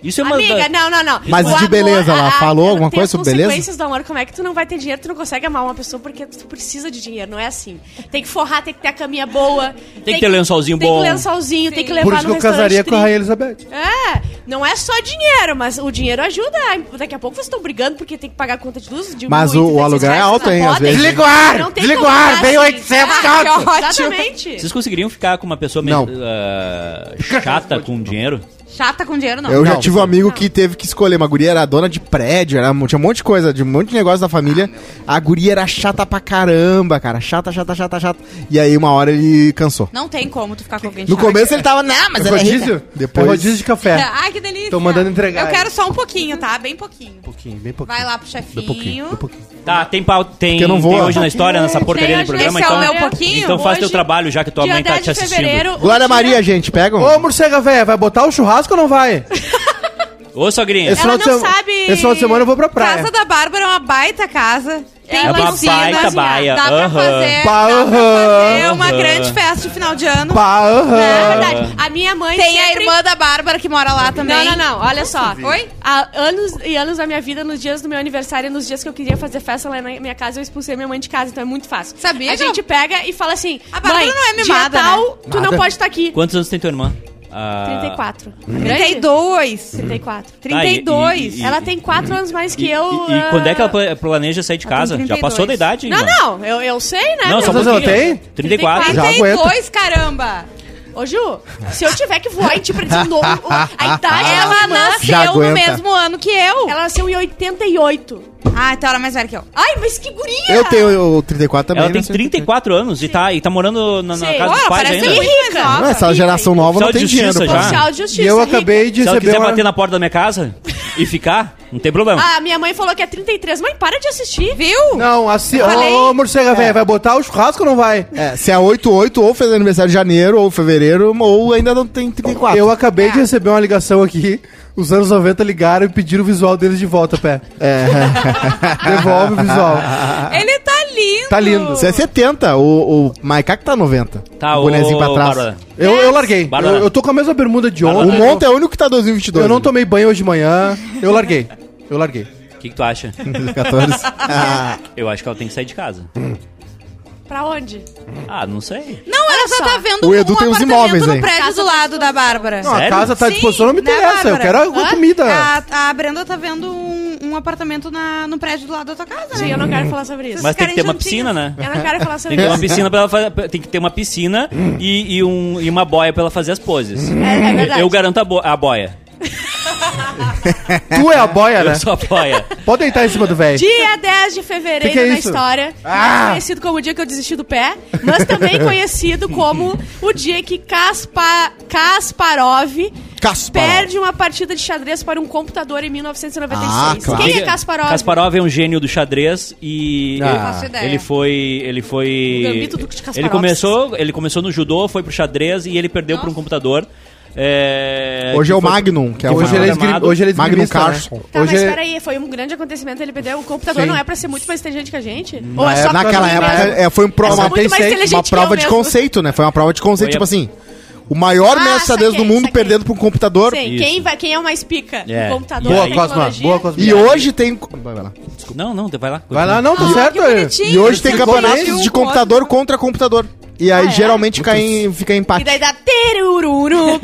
[SPEAKER 4] Isso é uma
[SPEAKER 3] Amiga,
[SPEAKER 4] da-
[SPEAKER 3] não, não, não.
[SPEAKER 1] Mas
[SPEAKER 3] O
[SPEAKER 1] de
[SPEAKER 3] amor-
[SPEAKER 1] beleza, ela
[SPEAKER 3] a- a-
[SPEAKER 1] falou alguma
[SPEAKER 3] tem
[SPEAKER 1] coisa
[SPEAKER 3] as
[SPEAKER 1] sobre beleza?
[SPEAKER 3] consequências do amor. Como é que tu não vai ter dinheiro, tu não consegue amar uma pessoa porque tu precisa de dinheiro, não é assim. Tem que forrar, tem que ter a caminha boa. Tem,
[SPEAKER 4] que ter lençolzinho
[SPEAKER 3] tem
[SPEAKER 4] bom.
[SPEAKER 3] Tem que lençolzinho, tem que levar
[SPEAKER 2] Por isso que
[SPEAKER 3] no
[SPEAKER 2] eu casaria
[SPEAKER 3] restaurante
[SPEAKER 2] com a
[SPEAKER 3] tri-
[SPEAKER 2] Rainha Elizabeth.
[SPEAKER 3] É, não é só dinheiro, mas o dinheiro ajuda. Daqui a pouco vocês estão brigando porque tem que pagar a conta de luz. De
[SPEAKER 1] Mas o- o
[SPEAKER 3] muito, daí vocês
[SPEAKER 1] aluguel é
[SPEAKER 3] já-
[SPEAKER 1] alto,
[SPEAKER 3] não
[SPEAKER 1] hein, às
[SPEAKER 3] podem.
[SPEAKER 1] vezes.
[SPEAKER 2] Desliga o ar!
[SPEAKER 3] Não tem
[SPEAKER 2] Desliga
[SPEAKER 3] como
[SPEAKER 2] o ar!
[SPEAKER 3] dar,
[SPEAKER 2] Veio
[SPEAKER 3] assim.
[SPEAKER 2] 800
[SPEAKER 3] Ah,
[SPEAKER 2] conto.
[SPEAKER 3] que ótimo. Exatamente.
[SPEAKER 4] Vocês conseguiriam ficar com uma pessoa
[SPEAKER 1] Não.
[SPEAKER 4] meio, ah, chata com dinheiro?
[SPEAKER 5] Chata com dinheiro, não.
[SPEAKER 1] Eu já
[SPEAKER 2] Não.
[SPEAKER 1] tive um amigo que teve que escolher. Uma guria era dona de prédio, era, tinha um monte de coisa, de um monte de negócio da família. a guria era chata pra caramba, cara. Chata, chata, chata, chata. E aí uma hora ele cansou.
[SPEAKER 5] Não tem como tu ficar com alguém
[SPEAKER 1] No
[SPEAKER 5] chata.
[SPEAKER 1] começo ele tava, não, mas
[SPEAKER 2] É
[SPEAKER 1] ela é rica."
[SPEAKER 2] rodízio?
[SPEAKER 1] Depois-
[SPEAKER 2] É rodízio de café.
[SPEAKER 5] Ai, que delícia.
[SPEAKER 2] Tô mandando entregar.
[SPEAKER 5] Eu quero só um pouquinho, tá? Bem pouquinho.
[SPEAKER 2] pouquinho, bem pouquinho.
[SPEAKER 5] Vai lá pro
[SPEAKER 2] Bem pouquinho,
[SPEAKER 5] chefinho.
[SPEAKER 2] bem pouquinho.
[SPEAKER 4] Tá, tem, pau, tem,
[SPEAKER 1] Porque eu não vou.
[SPEAKER 4] tem hoje na história, nessa porcaria
[SPEAKER 3] Tem
[SPEAKER 4] do
[SPEAKER 3] hoje,
[SPEAKER 4] programa.
[SPEAKER 5] esse é o
[SPEAKER 4] Então,
[SPEAKER 5] meu pouquinho?
[SPEAKER 4] então faz teu
[SPEAKER 3] Hoje,
[SPEAKER 4] trabalho, já que tua
[SPEAKER 3] Dia
[SPEAKER 4] mãe tá
[SPEAKER 3] 10
[SPEAKER 4] te
[SPEAKER 3] de fevereiro,
[SPEAKER 4] assistindo.
[SPEAKER 3] o
[SPEAKER 1] Glória
[SPEAKER 3] dia-
[SPEAKER 1] Maria, gente, um. pegam?
[SPEAKER 2] Ô, morcega velha, vai botar o churrasco ou não vai?
[SPEAKER 4] Ô, sogrinha.
[SPEAKER 2] Esse
[SPEAKER 3] Ela
[SPEAKER 2] final de
[SPEAKER 3] não
[SPEAKER 2] sema-
[SPEAKER 3] sabe-
[SPEAKER 2] Esse final de semana eu vou pra praia.
[SPEAKER 5] Casa da Bárbara é uma baita casa. Tem
[SPEAKER 4] É uma
[SPEAKER 5] piscina,
[SPEAKER 3] assim,
[SPEAKER 4] baita baia.
[SPEAKER 5] Dá pra
[SPEAKER 4] Aham.
[SPEAKER 5] fazer,
[SPEAKER 2] Pá,
[SPEAKER 5] dá pra fazer
[SPEAKER 4] aham.
[SPEAKER 5] uma
[SPEAKER 4] Aham.
[SPEAKER 5] grande festa de final de ano.
[SPEAKER 2] Pá, aham.
[SPEAKER 3] É verdade. A minha mãe
[SPEAKER 5] Tem a
[SPEAKER 3] sempre-
[SPEAKER 5] irmã da Bárbara que mora lá também.
[SPEAKER 3] Não, não, não. Olha só.
[SPEAKER 5] Oi?
[SPEAKER 3] Há anos e anos da minha vida, nos dias do meu aniversário, nos dias que eu queria fazer festa lá na minha casa, eu expulsei minha mãe de casa, então é muito fácil.
[SPEAKER 5] Sabia
[SPEAKER 3] A
[SPEAKER 5] que eu-
[SPEAKER 3] gente pega e fala assim:
[SPEAKER 5] A Bárbara
[SPEAKER 3] mãe,
[SPEAKER 5] não é mimada,
[SPEAKER 3] dia tal,
[SPEAKER 5] né?
[SPEAKER 3] tu não
[SPEAKER 2] Nada.
[SPEAKER 3] pode estar aqui.
[SPEAKER 4] Quantos anos tem tua irmã? Ah,
[SPEAKER 3] 34. Grande?
[SPEAKER 5] 32.
[SPEAKER 3] 34.
[SPEAKER 4] Tá, e-
[SPEAKER 5] 32.
[SPEAKER 4] e-
[SPEAKER 3] Ela tem 4 anos mais que
[SPEAKER 4] E,
[SPEAKER 3] eu.
[SPEAKER 4] e- e
[SPEAKER 3] ah,
[SPEAKER 4] quando é que ela pla- planeja sair de
[SPEAKER 5] ela tem
[SPEAKER 4] casa? Já
[SPEAKER 5] 32.
[SPEAKER 4] passou da idade?
[SPEAKER 3] Não,
[SPEAKER 4] irmã?
[SPEAKER 3] não, eu, eu sei, né?
[SPEAKER 4] Não, só um
[SPEAKER 2] Quantas ela
[SPEAKER 4] pouquinho.
[SPEAKER 2] tem?
[SPEAKER 4] 34.
[SPEAKER 2] Já aguenta.
[SPEAKER 5] 32, caramba.
[SPEAKER 3] Ô, Ju, se eu tiver que voar em ti pra dizer o nome, o- a idade
[SPEAKER 5] Ela
[SPEAKER 3] dela
[SPEAKER 1] Já
[SPEAKER 5] nasceu no
[SPEAKER 1] aguenta.
[SPEAKER 5] mesmo ano que eu.
[SPEAKER 3] Ela nasceu em 88.
[SPEAKER 5] Ah, então ela é mais velha que eu.
[SPEAKER 3] Ai, mas que guria!
[SPEAKER 1] Eu tenho o 34 também.
[SPEAKER 4] Ela tem
[SPEAKER 1] né?
[SPEAKER 4] 34 anos e tá, e tá morando na, na
[SPEAKER 3] Sim.
[SPEAKER 4] casa
[SPEAKER 5] Olha,
[SPEAKER 4] dos pais
[SPEAKER 5] parece
[SPEAKER 4] ainda.
[SPEAKER 5] muito mais nova.
[SPEAKER 1] Não,
[SPEAKER 2] é
[SPEAKER 1] essa geração nova
[SPEAKER 4] Só
[SPEAKER 1] não tem
[SPEAKER 4] justiça
[SPEAKER 1] dinheiro. pô.
[SPEAKER 4] já.
[SPEAKER 3] Social de justiça.
[SPEAKER 2] E eu
[SPEAKER 3] rica.
[SPEAKER 2] acabei de
[SPEAKER 4] Se ela
[SPEAKER 2] receber
[SPEAKER 4] quiser
[SPEAKER 2] uma...
[SPEAKER 4] bater na porta da minha casa e ficar, não tem problema.
[SPEAKER 3] Ah, minha mãe falou que é 33. Mãe, para de assistir.
[SPEAKER 5] Viu?
[SPEAKER 2] Não, assim...
[SPEAKER 5] Falei.
[SPEAKER 2] Ô, morcega velha, vai botar o churrasco ou não vai?
[SPEAKER 1] É, se é 88, ou fez aniversário de janeiro, ou fevereiro, ou ainda não tem 34.
[SPEAKER 2] Eu acabei
[SPEAKER 3] É.
[SPEAKER 2] de receber uma ligação aqui. Os anos 90 ligaram e pediram o visual deles de volta, pé. Devolve o visual.
[SPEAKER 5] Ele tá lindo.
[SPEAKER 2] Tá lindo.
[SPEAKER 1] Você é 70, o, o Maiká que tá 90.
[SPEAKER 4] Tá,
[SPEAKER 1] o
[SPEAKER 4] ô,
[SPEAKER 1] bonezinho pra trás.
[SPEAKER 4] Bárbara.
[SPEAKER 2] Eu, eu larguei. Eu,
[SPEAKER 4] Bárbara.
[SPEAKER 2] eu tô com a mesma bermuda de
[SPEAKER 4] Bárbara.
[SPEAKER 2] ontem.
[SPEAKER 1] O Monta é o único que tá 2022.
[SPEAKER 2] Eu não tomei banho hoje de manhã. Eu larguei. Eu larguei.
[SPEAKER 4] O que, que tu acha?
[SPEAKER 1] né? 14. Ah,
[SPEAKER 4] Eu acho que ela tem que sair de casa.
[SPEAKER 3] Pra onde?
[SPEAKER 4] Ah, não sei.
[SPEAKER 5] Não, ela
[SPEAKER 3] Olha
[SPEAKER 5] só
[SPEAKER 3] só.
[SPEAKER 5] tá vendo
[SPEAKER 1] O Edu tem uns
[SPEAKER 5] apartamento
[SPEAKER 1] imóveis
[SPEAKER 5] no
[SPEAKER 1] aí.
[SPEAKER 5] prédio do lado da Bárbara.
[SPEAKER 2] Não, a
[SPEAKER 4] Sério?
[SPEAKER 2] casa tá à
[SPEAKER 5] Sim,
[SPEAKER 2] disposição, não me
[SPEAKER 5] né,
[SPEAKER 2] interessa. eu
[SPEAKER 5] Bárbara?
[SPEAKER 2] quero alguma
[SPEAKER 5] Hã?
[SPEAKER 2] comida.
[SPEAKER 5] A, a Brenda tá vendo um, um apartamento na, no prédio do lado da tua casa,
[SPEAKER 3] Sim,
[SPEAKER 5] né?
[SPEAKER 3] eu não quero falar sobre isso.
[SPEAKER 4] Mas tem que ter uma
[SPEAKER 5] Ficarem
[SPEAKER 4] piscina, né?
[SPEAKER 3] Eu não quero
[SPEAKER 4] Tem
[SPEAKER 3] falar sobre
[SPEAKER 4] que ter uma
[SPEAKER 3] isso.
[SPEAKER 4] piscina pra ela fazer, tem que ter uma piscina e, e um, e uma boia pra ela fazer as poses.
[SPEAKER 3] É, é verdade.
[SPEAKER 4] Eu garanto a, bo- a boia.
[SPEAKER 2] Tu é a boia, né?
[SPEAKER 4] Eu sou a boia.
[SPEAKER 2] Pode deitar em cima do velho.
[SPEAKER 3] Dia 10 de fevereiro
[SPEAKER 2] Que que é
[SPEAKER 3] na
[SPEAKER 2] isso?
[SPEAKER 3] história, mais conhecido como o dia que eu desisti do pé, mas também conhecido como o dia que Kaspa, Kasparov
[SPEAKER 1] Kasparov.
[SPEAKER 3] perde uma partida de xadrez para um computador em 1996.
[SPEAKER 1] Ah, claro.
[SPEAKER 3] Quem é Kasparov?
[SPEAKER 4] Kasparov é um gênio do xadrez e
[SPEAKER 2] Ah.
[SPEAKER 4] ele-
[SPEAKER 5] Não faço ideia.
[SPEAKER 4] ele foi, ele foi.
[SPEAKER 3] O gambito do Kasparov.
[SPEAKER 4] ele começou, ele começou no judô, foi pro xadrez e ele perdeu pra um computador. É,
[SPEAKER 1] Hoje é o
[SPEAKER 4] que foi-
[SPEAKER 1] Magnum, que é o
[SPEAKER 2] Hoje ele é, esgrim...
[SPEAKER 4] Programado.
[SPEAKER 2] hoje ele é
[SPEAKER 1] Magnum
[SPEAKER 2] esgrimista, né?
[SPEAKER 1] Carlson.
[SPEAKER 3] Tá,
[SPEAKER 2] Hoje
[SPEAKER 3] mas
[SPEAKER 2] é-
[SPEAKER 3] peraí, foi um grande acontecimento, ele perdeu o computador,
[SPEAKER 2] Sim. Hum,
[SPEAKER 3] não é pra ser muito mais inteligente que a gente? Ou é só
[SPEAKER 2] época-
[SPEAKER 1] Naquela
[SPEAKER 3] pra mim
[SPEAKER 1] época
[SPEAKER 3] mesmo?
[SPEAKER 1] é, foi um pro-
[SPEAKER 3] Eu sou
[SPEAKER 1] uma,
[SPEAKER 3] muito mais inteligente
[SPEAKER 1] uma
[SPEAKER 3] que
[SPEAKER 1] prova
[SPEAKER 3] eu
[SPEAKER 1] de
[SPEAKER 3] mesmo.
[SPEAKER 1] conceito, né? Foi uma prova de conceito,
[SPEAKER 4] Foi
[SPEAKER 1] tipo
[SPEAKER 4] a-
[SPEAKER 1] assim. O maior
[SPEAKER 3] Ah,
[SPEAKER 1] mestre de xadrez do
[SPEAKER 3] saquei,
[SPEAKER 1] mundo
[SPEAKER 3] saquei.
[SPEAKER 1] perdendo pra um computador.
[SPEAKER 3] Sim,
[SPEAKER 4] Isso.
[SPEAKER 3] quem, vai, quem é o mais pica?
[SPEAKER 4] É.
[SPEAKER 3] O computador,
[SPEAKER 2] Boa,
[SPEAKER 3] a
[SPEAKER 2] Cosma.
[SPEAKER 3] tecnologia?
[SPEAKER 2] Boa, Cosma.
[SPEAKER 1] E hoje tem. Vai, vai lá.
[SPEAKER 4] Não, não, vai lá.
[SPEAKER 2] Vai lá, não, tá
[SPEAKER 5] Ah,
[SPEAKER 2] certo
[SPEAKER 5] que
[SPEAKER 2] aí.
[SPEAKER 5] bonitinho.
[SPEAKER 1] E hoje tem
[SPEAKER 5] Ficou
[SPEAKER 1] campeonatos
[SPEAKER 5] bem.
[SPEAKER 1] de computador contra computador. E aí
[SPEAKER 3] Ah, é?
[SPEAKER 1] geralmente cai em, fica em empate.
[SPEAKER 3] E daí dá terururu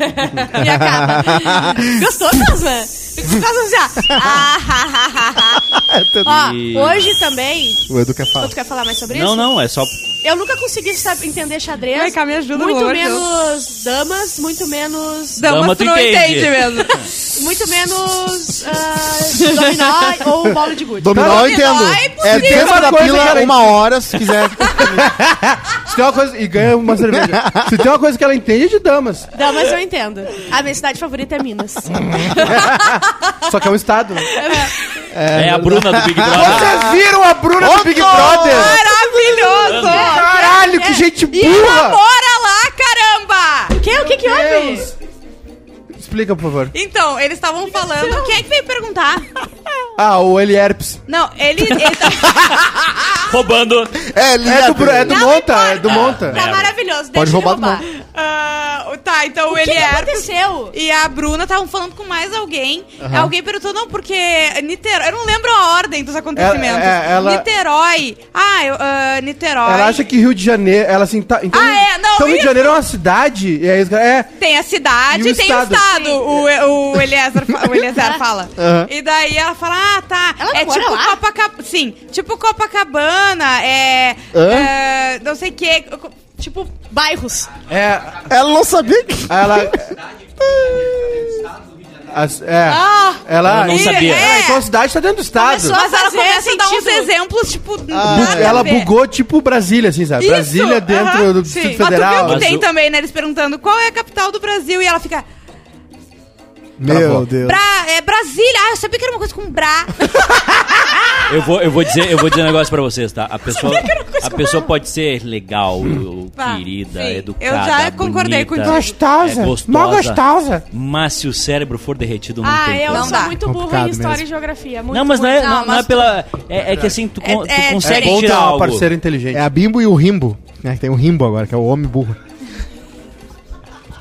[SPEAKER 3] e acaba. Gostou, Cosma? Ficou Cosma já. Ah, ha, ha, ha, ha. Ó,
[SPEAKER 4] E-
[SPEAKER 3] hoje também...
[SPEAKER 1] O Edu quer
[SPEAKER 2] Ah.
[SPEAKER 1] falar.
[SPEAKER 3] Tu quer falar mais sobre
[SPEAKER 4] Não,
[SPEAKER 3] isso?
[SPEAKER 4] não, é só.
[SPEAKER 3] Eu nunca consegui sabe, entender xadrez.
[SPEAKER 5] Vai cá, me ajuda,
[SPEAKER 3] Muito
[SPEAKER 5] pelo amor de
[SPEAKER 3] menos damas, muito menos...
[SPEAKER 5] Dama,
[SPEAKER 4] Dama,
[SPEAKER 5] tu
[SPEAKER 4] tu
[SPEAKER 5] não entende,
[SPEAKER 4] entende
[SPEAKER 5] mesmo.
[SPEAKER 3] Muito menos ah, dominó ou bola de gude.
[SPEAKER 1] Dominó
[SPEAKER 5] Dominó
[SPEAKER 1] eu entendo.
[SPEAKER 5] é
[SPEAKER 1] É
[SPEAKER 5] impossível.
[SPEAKER 1] tempo da
[SPEAKER 2] Uma coisa,
[SPEAKER 1] pila,
[SPEAKER 2] cara,
[SPEAKER 1] uma hora, se quiser.
[SPEAKER 2] Se tem uma coisa... E ganha uma cerveja. Se tem uma coisa que ela entende é de damas.
[SPEAKER 3] Damas eu entendo. A minha cidade favorita é Minas.
[SPEAKER 2] Só que é um estado. né?
[SPEAKER 4] É, a Bruna do Big Brother.
[SPEAKER 2] Vocês viram a Bruna do Big Brother?
[SPEAKER 5] Maravilhoso! É.
[SPEAKER 2] Caralho, que gente
[SPEAKER 5] E ela
[SPEAKER 2] burra!
[SPEAKER 5] mora lá, caramba!
[SPEAKER 3] O que? O que que houve?
[SPEAKER 2] Deus. Explica, por favor.
[SPEAKER 5] Então, eles estavam falando... Quem é que veio perguntar?
[SPEAKER 2] Ah, o Eli Herpes.
[SPEAKER 5] Não, ele... ele tá...
[SPEAKER 4] Roubando.
[SPEAKER 1] É,
[SPEAKER 2] É
[SPEAKER 1] liga.
[SPEAKER 2] do, Bru- é do
[SPEAKER 5] Não
[SPEAKER 2] Monta, é do Monta.
[SPEAKER 3] Tá maravilhoso, deixa
[SPEAKER 1] Pode
[SPEAKER 3] de
[SPEAKER 1] roubar do
[SPEAKER 3] roubar.
[SPEAKER 5] Ah, tá, então
[SPEAKER 3] O que,
[SPEAKER 5] ele
[SPEAKER 3] que
[SPEAKER 5] é...
[SPEAKER 3] aconteceu?
[SPEAKER 5] E a Bruna estavam falando com mais alguém. Alguém perguntou, não, porque Niterói. Eu não lembro a ordem dos acontecimentos.
[SPEAKER 2] Ela- é, ela-
[SPEAKER 5] Niterói. Ah, eu, ah, Niterói.
[SPEAKER 2] Ela acha que Rio de Janeiro. Ela assim, tá. Então,
[SPEAKER 5] Ah, é, não,
[SPEAKER 2] então Rio de
[SPEAKER 5] isso.
[SPEAKER 2] Janeiro é uma cidade? E aí, os caras- é.
[SPEAKER 5] Tem a cidade
[SPEAKER 2] E
[SPEAKER 5] e
[SPEAKER 2] o
[SPEAKER 5] tem
[SPEAKER 2] estado.
[SPEAKER 5] o estado. O, o Eliezer, fa- o Eliezer fala.
[SPEAKER 2] Aham.
[SPEAKER 5] E daí ela fala: Ah, tá.
[SPEAKER 3] Ela não
[SPEAKER 5] é
[SPEAKER 3] mora
[SPEAKER 5] tipo
[SPEAKER 3] lá?
[SPEAKER 5] Copacabana. Sim, tipo Copacabana, é.
[SPEAKER 1] Hã?
[SPEAKER 5] é, não sei o quê. Tipo.
[SPEAKER 3] Bairros.
[SPEAKER 2] É.
[SPEAKER 1] Ela não sabia que.
[SPEAKER 2] aí Ela. As- é.
[SPEAKER 5] Ah!
[SPEAKER 2] Ela.
[SPEAKER 4] Ela não
[SPEAKER 2] Ih,
[SPEAKER 4] sabia.
[SPEAKER 2] é, então a cidade tá dentro do estado.
[SPEAKER 3] Começou
[SPEAKER 5] Mas ela
[SPEAKER 3] Fazia
[SPEAKER 5] começa a dar uns
[SPEAKER 3] sentido.
[SPEAKER 5] exemplos, tipo.
[SPEAKER 2] Bu-
[SPEAKER 5] nada a
[SPEAKER 2] Ah, ela
[SPEAKER 5] ver.
[SPEAKER 2] bugou tipo Brasília, assim, sabe?
[SPEAKER 5] Isso,
[SPEAKER 2] Brasília dentro
[SPEAKER 5] aham,
[SPEAKER 2] do
[SPEAKER 5] sim.
[SPEAKER 2] Distrito
[SPEAKER 5] Mas tu viu
[SPEAKER 2] Federal. assim.
[SPEAKER 5] que tem
[SPEAKER 4] o-
[SPEAKER 5] também, né? Eles perguntando qual é a capital do Brasil e ela fica.
[SPEAKER 1] Meu Deus.
[SPEAKER 5] Bra é Brasília. Ah, eu sabia que era uma coisa com Bra.
[SPEAKER 4] Eu vou, eu vou dizer, eu vou dizer um negócio pra vocês, tá? A pessoa, a pessoa pode ser legal,
[SPEAKER 5] Tá,
[SPEAKER 3] Ah,
[SPEAKER 4] querida,
[SPEAKER 5] sim.
[SPEAKER 4] educada,
[SPEAKER 5] Eu já concordei
[SPEAKER 4] bonita,
[SPEAKER 5] contigo.
[SPEAKER 2] Gostosa,
[SPEAKER 4] é
[SPEAKER 2] mó gostosa.
[SPEAKER 4] Mas se o cérebro for derretido, não
[SPEAKER 3] Ah,
[SPEAKER 4] tem
[SPEAKER 3] eu
[SPEAKER 4] como.
[SPEAKER 5] Não
[SPEAKER 3] sou
[SPEAKER 5] dá.
[SPEAKER 3] muito burra
[SPEAKER 1] Complicado
[SPEAKER 3] em história
[SPEAKER 1] mesmo.
[SPEAKER 3] e geografia. Muito
[SPEAKER 4] Não, mas não é,
[SPEAKER 5] Não,
[SPEAKER 4] não, não é
[SPEAKER 5] mas
[SPEAKER 4] pela... É, é que assim, tu, con-
[SPEAKER 5] É-
[SPEAKER 4] tu
[SPEAKER 5] é
[SPEAKER 2] É
[SPEAKER 4] consegue
[SPEAKER 5] diferente.
[SPEAKER 2] bom ter
[SPEAKER 4] tirar
[SPEAKER 2] uma
[SPEAKER 4] algo.
[SPEAKER 2] parceira inteligente.
[SPEAKER 1] É a Bimbo e o Rimbo. né? Tem o Rimbo agora, que é o homem burro.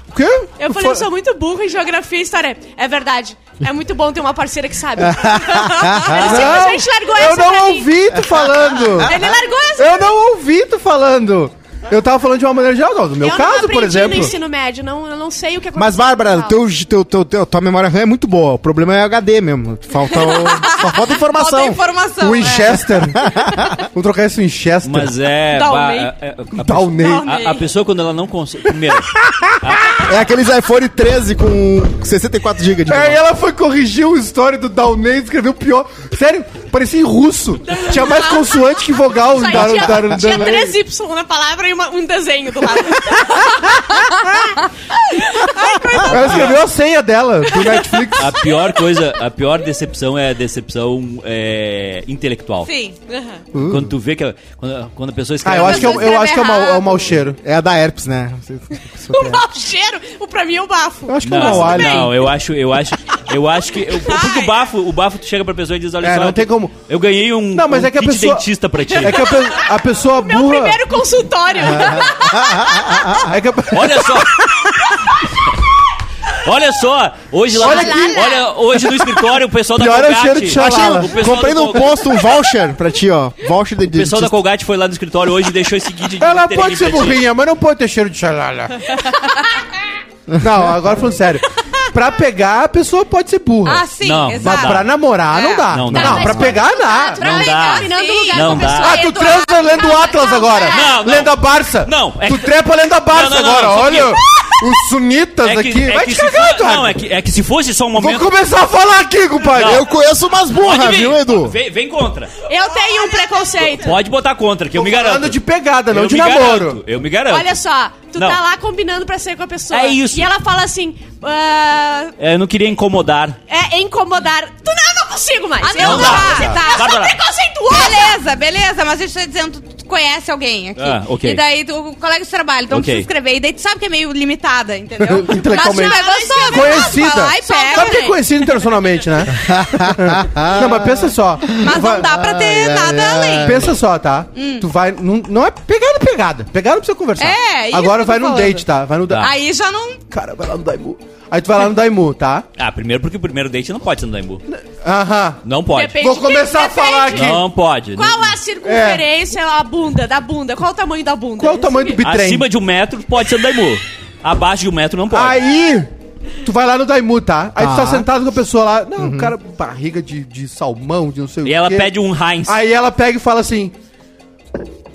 [SPEAKER 2] O quê?
[SPEAKER 3] Eu falei, eu sou muito burra em geografia e história. É verdade. É muito bom ter uma parceira que sabe. Ele simplesmente largou
[SPEAKER 2] Eu
[SPEAKER 3] essa pra
[SPEAKER 2] Ah, não
[SPEAKER 3] mim.
[SPEAKER 2] ouvi tu falando.
[SPEAKER 3] Ele largou essa.
[SPEAKER 2] Eu não ouvi tu falando. Eu tava falando de uma maneira geral, não, do meu
[SPEAKER 3] eu não
[SPEAKER 2] caso,
[SPEAKER 3] aprendi
[SPEAKER 2] por exemplo.
[SPEAKER 3] no ensino médio. Não, eu não sei o que aconteceu.
[SPEAKER 1] Mas, Bárbara,
[SPEAKER 3] no
[SPEAKER 1] teu, teu, teu, teu- tua memória RAM é muito boa. O problema é HD mesmo. Falta, o- só falta informação.
[SPEAKER 5] Falta informação.
[SPEAKER 2] O
[SPEAKER 3] né?
[SPEAKER 5] é.
[SPEAKER 2] Winchester. Vamos trocar isso em Chester.
[SPEAKER 4] Mas é...
[SPEAKER 3] Downey.
[SPEAKER 4] ba- é- é- a,
[SPEAKER 2] Downey.
[SPEAKER 4] pessoa- a- a pessoa, quando ela não consegue... Primeiro,
[SPEAKER 1] É aqueles iPhone 13 com 64 GB de
[SPEAKER 2] Aí
[SPEAKER 1] memória.
[SPEAKER 2] É, ela foi corrigir o story do Downey e escreveu pior. Sério, parecia em russo. Tinha mais consoante que vogal.
[SPEAKER 3] Só
[SPEAKER 2] Dar-
[SPEAKER 3] tinha,
[SPEAKER 2] dar- dar-
[SPEAKER 3] tinha
[SPEAKER 2] dar-
[SPEAKER 3] três Y na palavra e uma- um desenho do lado.
[SPEAKER 2] Ela escreveu a senha dela do Netflix.
[SPEAKER 4] a pior coisa, a pior decepção é a decepção é, intelectual.
[SPEAKER 5] Sim.
[SPEAKER 4] Quando tu vê que... a- Quando, quando a pessoa escreve...
[SPEAKER 2] Uh. Ah, eu acho que é, o- eu acho que é o mau, é o mau cheiro.
[SPEAKER 1] É a da Herpes, né? Não sei se-
[SPEAKER 3] o mau cheiro, o pra mim é o bafo.
[SPEAKER 2] é. Eu acho que é o mau
[SPEAKER 4] Não,
[SPEAKER 2] alho.
[SPEAKER 4] não, eu acho, eu acho, eu acho que. eu- porque o bafo, o bafo, tu chega pra pessoa e diz, olha
[SPEAKER 2] É,
[SPEAKER 4] só.
[SPEAKER 2] não tem como.
[SPEAKER 4] Eu ganhei um,
[SPEAKER 2] Não, mas
[SPEAKER 4] um
[SPEAKER 2] é que a
[SPEAKER 4] kit
[SPEAKER 2] pessoa-
[SPEAKER 4] dentista pra ti.
[SPEAKER 2] É que a, pe- a pessoa
[SPEAKER 3] Meu
[SPEAKER 2] burra.
[SPEAKER 3] primeiro consultório.
[SPEAKER 2] É que a-
[SPEAKER 4] Olha só! Olha só, hoje lá
[SPEAKER 2] Olha
[SPEAKER 4] no,
[SPEAKER 2] aqui.
[SPEAKER 4] olha, hoje no escritório o pessoal da
[SPEAKER 2] Pior é o
[SPEAKER 4] Colgate.
[SPEAKER 2] cheiro de
[SPEAKER 1] Achei,
[SPEAKER 2] Fala.
[SPEAKER 4] o pessoal
[SPEAKER 1] comprei
[SPEAKER 4] da
[SPEAKER 1] no
[SPEAKER 4] Colgate-
[SPEAKER 1] posto um voucher pra ti, ó. Voucher de
[SPEAKER 4] O pessoal da
[SPEAKER 1] dentista.
[SPEAKER 4] Colgate foi lá no escritório hoje e deixou esse guia de
[SPEAKER 2] Ela
[SPEAKER 4] de
[SPEAKER 2] pode ser
[SPEAKER 4] pra ti.
[SPEAKER 2] burrinha, mas não pode ter cheiro de xalala. Não, agora falando sério. Pra pegar, a pessoa pode ser burra.
[SPEAKER 5] Ah, sim,
[SPEAKER 4] Não,
[SPEAKER 2] mas
[SPEAKER 5] exato.
[SPEAKER 4] dá.
[SPEAKER 2] pra namorar,
[SPEAKER 5] É. Ah,
[SPEAKER 2] não dá.
[SPEAKER 4] Não
[SPEAKER 2] Não,
[SPEAKER 4] dá. Tá,
[SPEAKER 2] pra
[SPEAKER 4] mas
[SPEAKER 2] pegar, dá.
[SPEAKER 3] Pra
[SPEAKER 4] Não dá.
[SPEAKER 3] Terminando o lugar
[SPEAKER 5] Sim.
[SPEAKER 4] Não
[SPEAKER 3] com a
[SPEAKER 4] dá.
[SPEAKER 3] pessoa.
[SPEAKER 2] Ah, tu
[SPEAKER 3] Eduardo,
[SPEAKER 2] transa lendo
[SPEAKER 3] calma,
[SPEAKER 2] Atlas
[SPEAKER 3] calma.
[SPEAKER 2] agora.
[SPEAKER 4] Não, não.
[SPEAKER 2] Lendo a Barça.
[SPEAKER 4] Não, é
[SPEAKER 2] Tu
[SPEAKER 4] que-
[SPEAKER 2] trepa lendo a Barça
[SPEAKER 4] Não, não, não,
[SPEAKER 2] agora.
[SPEAKER 4] só que-
[SPEAKER 2] Olha, os sunitas
[SPEAKER 4] É que,
[SPEAKER 2] aqui.
[SPEAKER 4] é
[SPEAKER 2] Vai
[SPEAKER 4] que
[SPEAKER 2] te
[SPEAKER 4] se
[SPEAKER 2] cagar,
[SPEAKER 4] fo-
[SPEAKER 2] Eduardo.
[SPEAKER 4] Não, é que, é que se fosse só um
[SPEAKER 2] Vou
[SPEAKER 4] momento.
[SPEAKER 2] começar a falar aqui, compadre.
[SPEAKER 4] Não.
[SPEAKER 1] Eu conheço umas burras,
[SPEAKER 4] Pode vir.
[SPEAKER 1] viu, Edu?
[SPEAKER 4] Vem, vem contra.
[SPEAKER 3] Eu tenho um preconceito.
[SPEAKER 4] Pode botar contra, que eu me
[SPEAKER 2] Falando
[SPEAKER 4] garanto.
[SPEAKER 2] de pegada, não
[SPEAKER 4] eu
[SPEAKER 2] de
[SPEAKER 4] me
[SPEAKER 2] namoro.
[SPEAKER 4] Garanto, eu me garanto.
[SPEAKER 3] Olha só, tu
[SPEAKER 4] Não.
[SPEAKER 3] tá lá combinando pra sair com a pessoa.
[SPEAKER 4] É isso.
[SPEAKER 3] E ela fala assim, ah,
[SPEAKER 4] É, eu não queria incomodar.
[SPEAKER 3] é incomodar. Tu não, eu não consigo mais.
[SPEAKER 5] Ah,
[SPEAKER 3] eu
[SPEAKER 5] não,
[SPEAKER 4] dá.
[SPEAKER 5] não,
[SPEAKER 3] consigo.
[SPEAKER 5] tá.
[SPEAKER 3] Eu sou
[SPEAKER 4] Bárbara.
[SPEAKER 3] preconceituosa.
[SPEAKER 5] Beleza, beleza, mas eu estou dizendo, tu conhece alguém aqui.
[SPEAKER 4] Ah, ok.
[SPEAKER 5] E daí tu, colega de trabalho, então
[SPEAKER 4] Ok.
[SPEAKER 5] tu se inscrever. E daí tu sabe que é meio limitada, entendeu?
[SPEAKER 2] Intelectualmente.
[SPEAKER 5] Mas, tipo, é gostoso,
[SPEAKER 2] Conhecida.
[SPEAKER 5] vai lá e pega.
[SPEAKER 2] Sabe que é conhecido internacionalmente, né? não, mas pensa só.
[SPEAKER 5] Mas
[SPEAKER 2] Vai-
[SPEAKER 5] não dá pra ter
[SPEAKER 1] Ai, ai,
[SPEAKER 5] nada
[SPEAKER 1] ai,
[SPEAKER 5] além.
[SPEAKER 2] Pensa só, tá?
[SPEAKER 5] Hum.
[SPEAKER 2] Tu vai. Não, não é pegada, pegada. Pegada não precisa conversar.
[SPEAKER 5] É, isso
[SPEAKER 2] Agora
[SPEAKER 5] que eu
[SPEAKER 2] vai
[SPEAKER 5] tô
[SPEAKER 2] num
[SPEAKER 5] falando.
[SPEAKER 2] date, tá? Vai no da...
[SPEAKER 4] Tá.
[SPEAKER 5] Aí já não.
[SPEAKER 2] Cara, vai lá no Daimu. Aí tu vai lá no Daimu, tá?
[SPEAKER 4] Ah, primeiro porque o primeiro date não pode ser no Daimbu.
[SPEAKER 2] Aham.
[SPEAKER 4] Não pode.
[SPEAKER 3] Depende
[SPEAKER 2] Vou
[SPEAKER 3] de
[SPEAKER 2] começar a
[SPEAKER 3] quem defende.
[SPEAKER 2] falar aqui.
[SPEAKER 4] Não pode.
[SPEAKER 3] Qual a circunferência, a bunda, da bunda? Qual o tamanho da bunda?
[SPEAKER 2] Qual é o tamanho do bitrem?
[SPEAKER 4] Acima de um metro pode ser no Daimu. Abaixo de um metro não pode.
[SPEAKER 2] Aí. Tu vai lá no Daimu, tá? Aí tu tá
[SPEAKER 1] Tá.
[SPEAKER 2] sentado com a pessoa lá. Não, o cara, barriga de, de salmão, de não sei o
[SPEAKER 4] Uhum. e ela
[SPEAKER 2] quê.
[SPEAKER 4] pede um Heinz.
[SPEAKER 2] Aí ela pega e fala assim.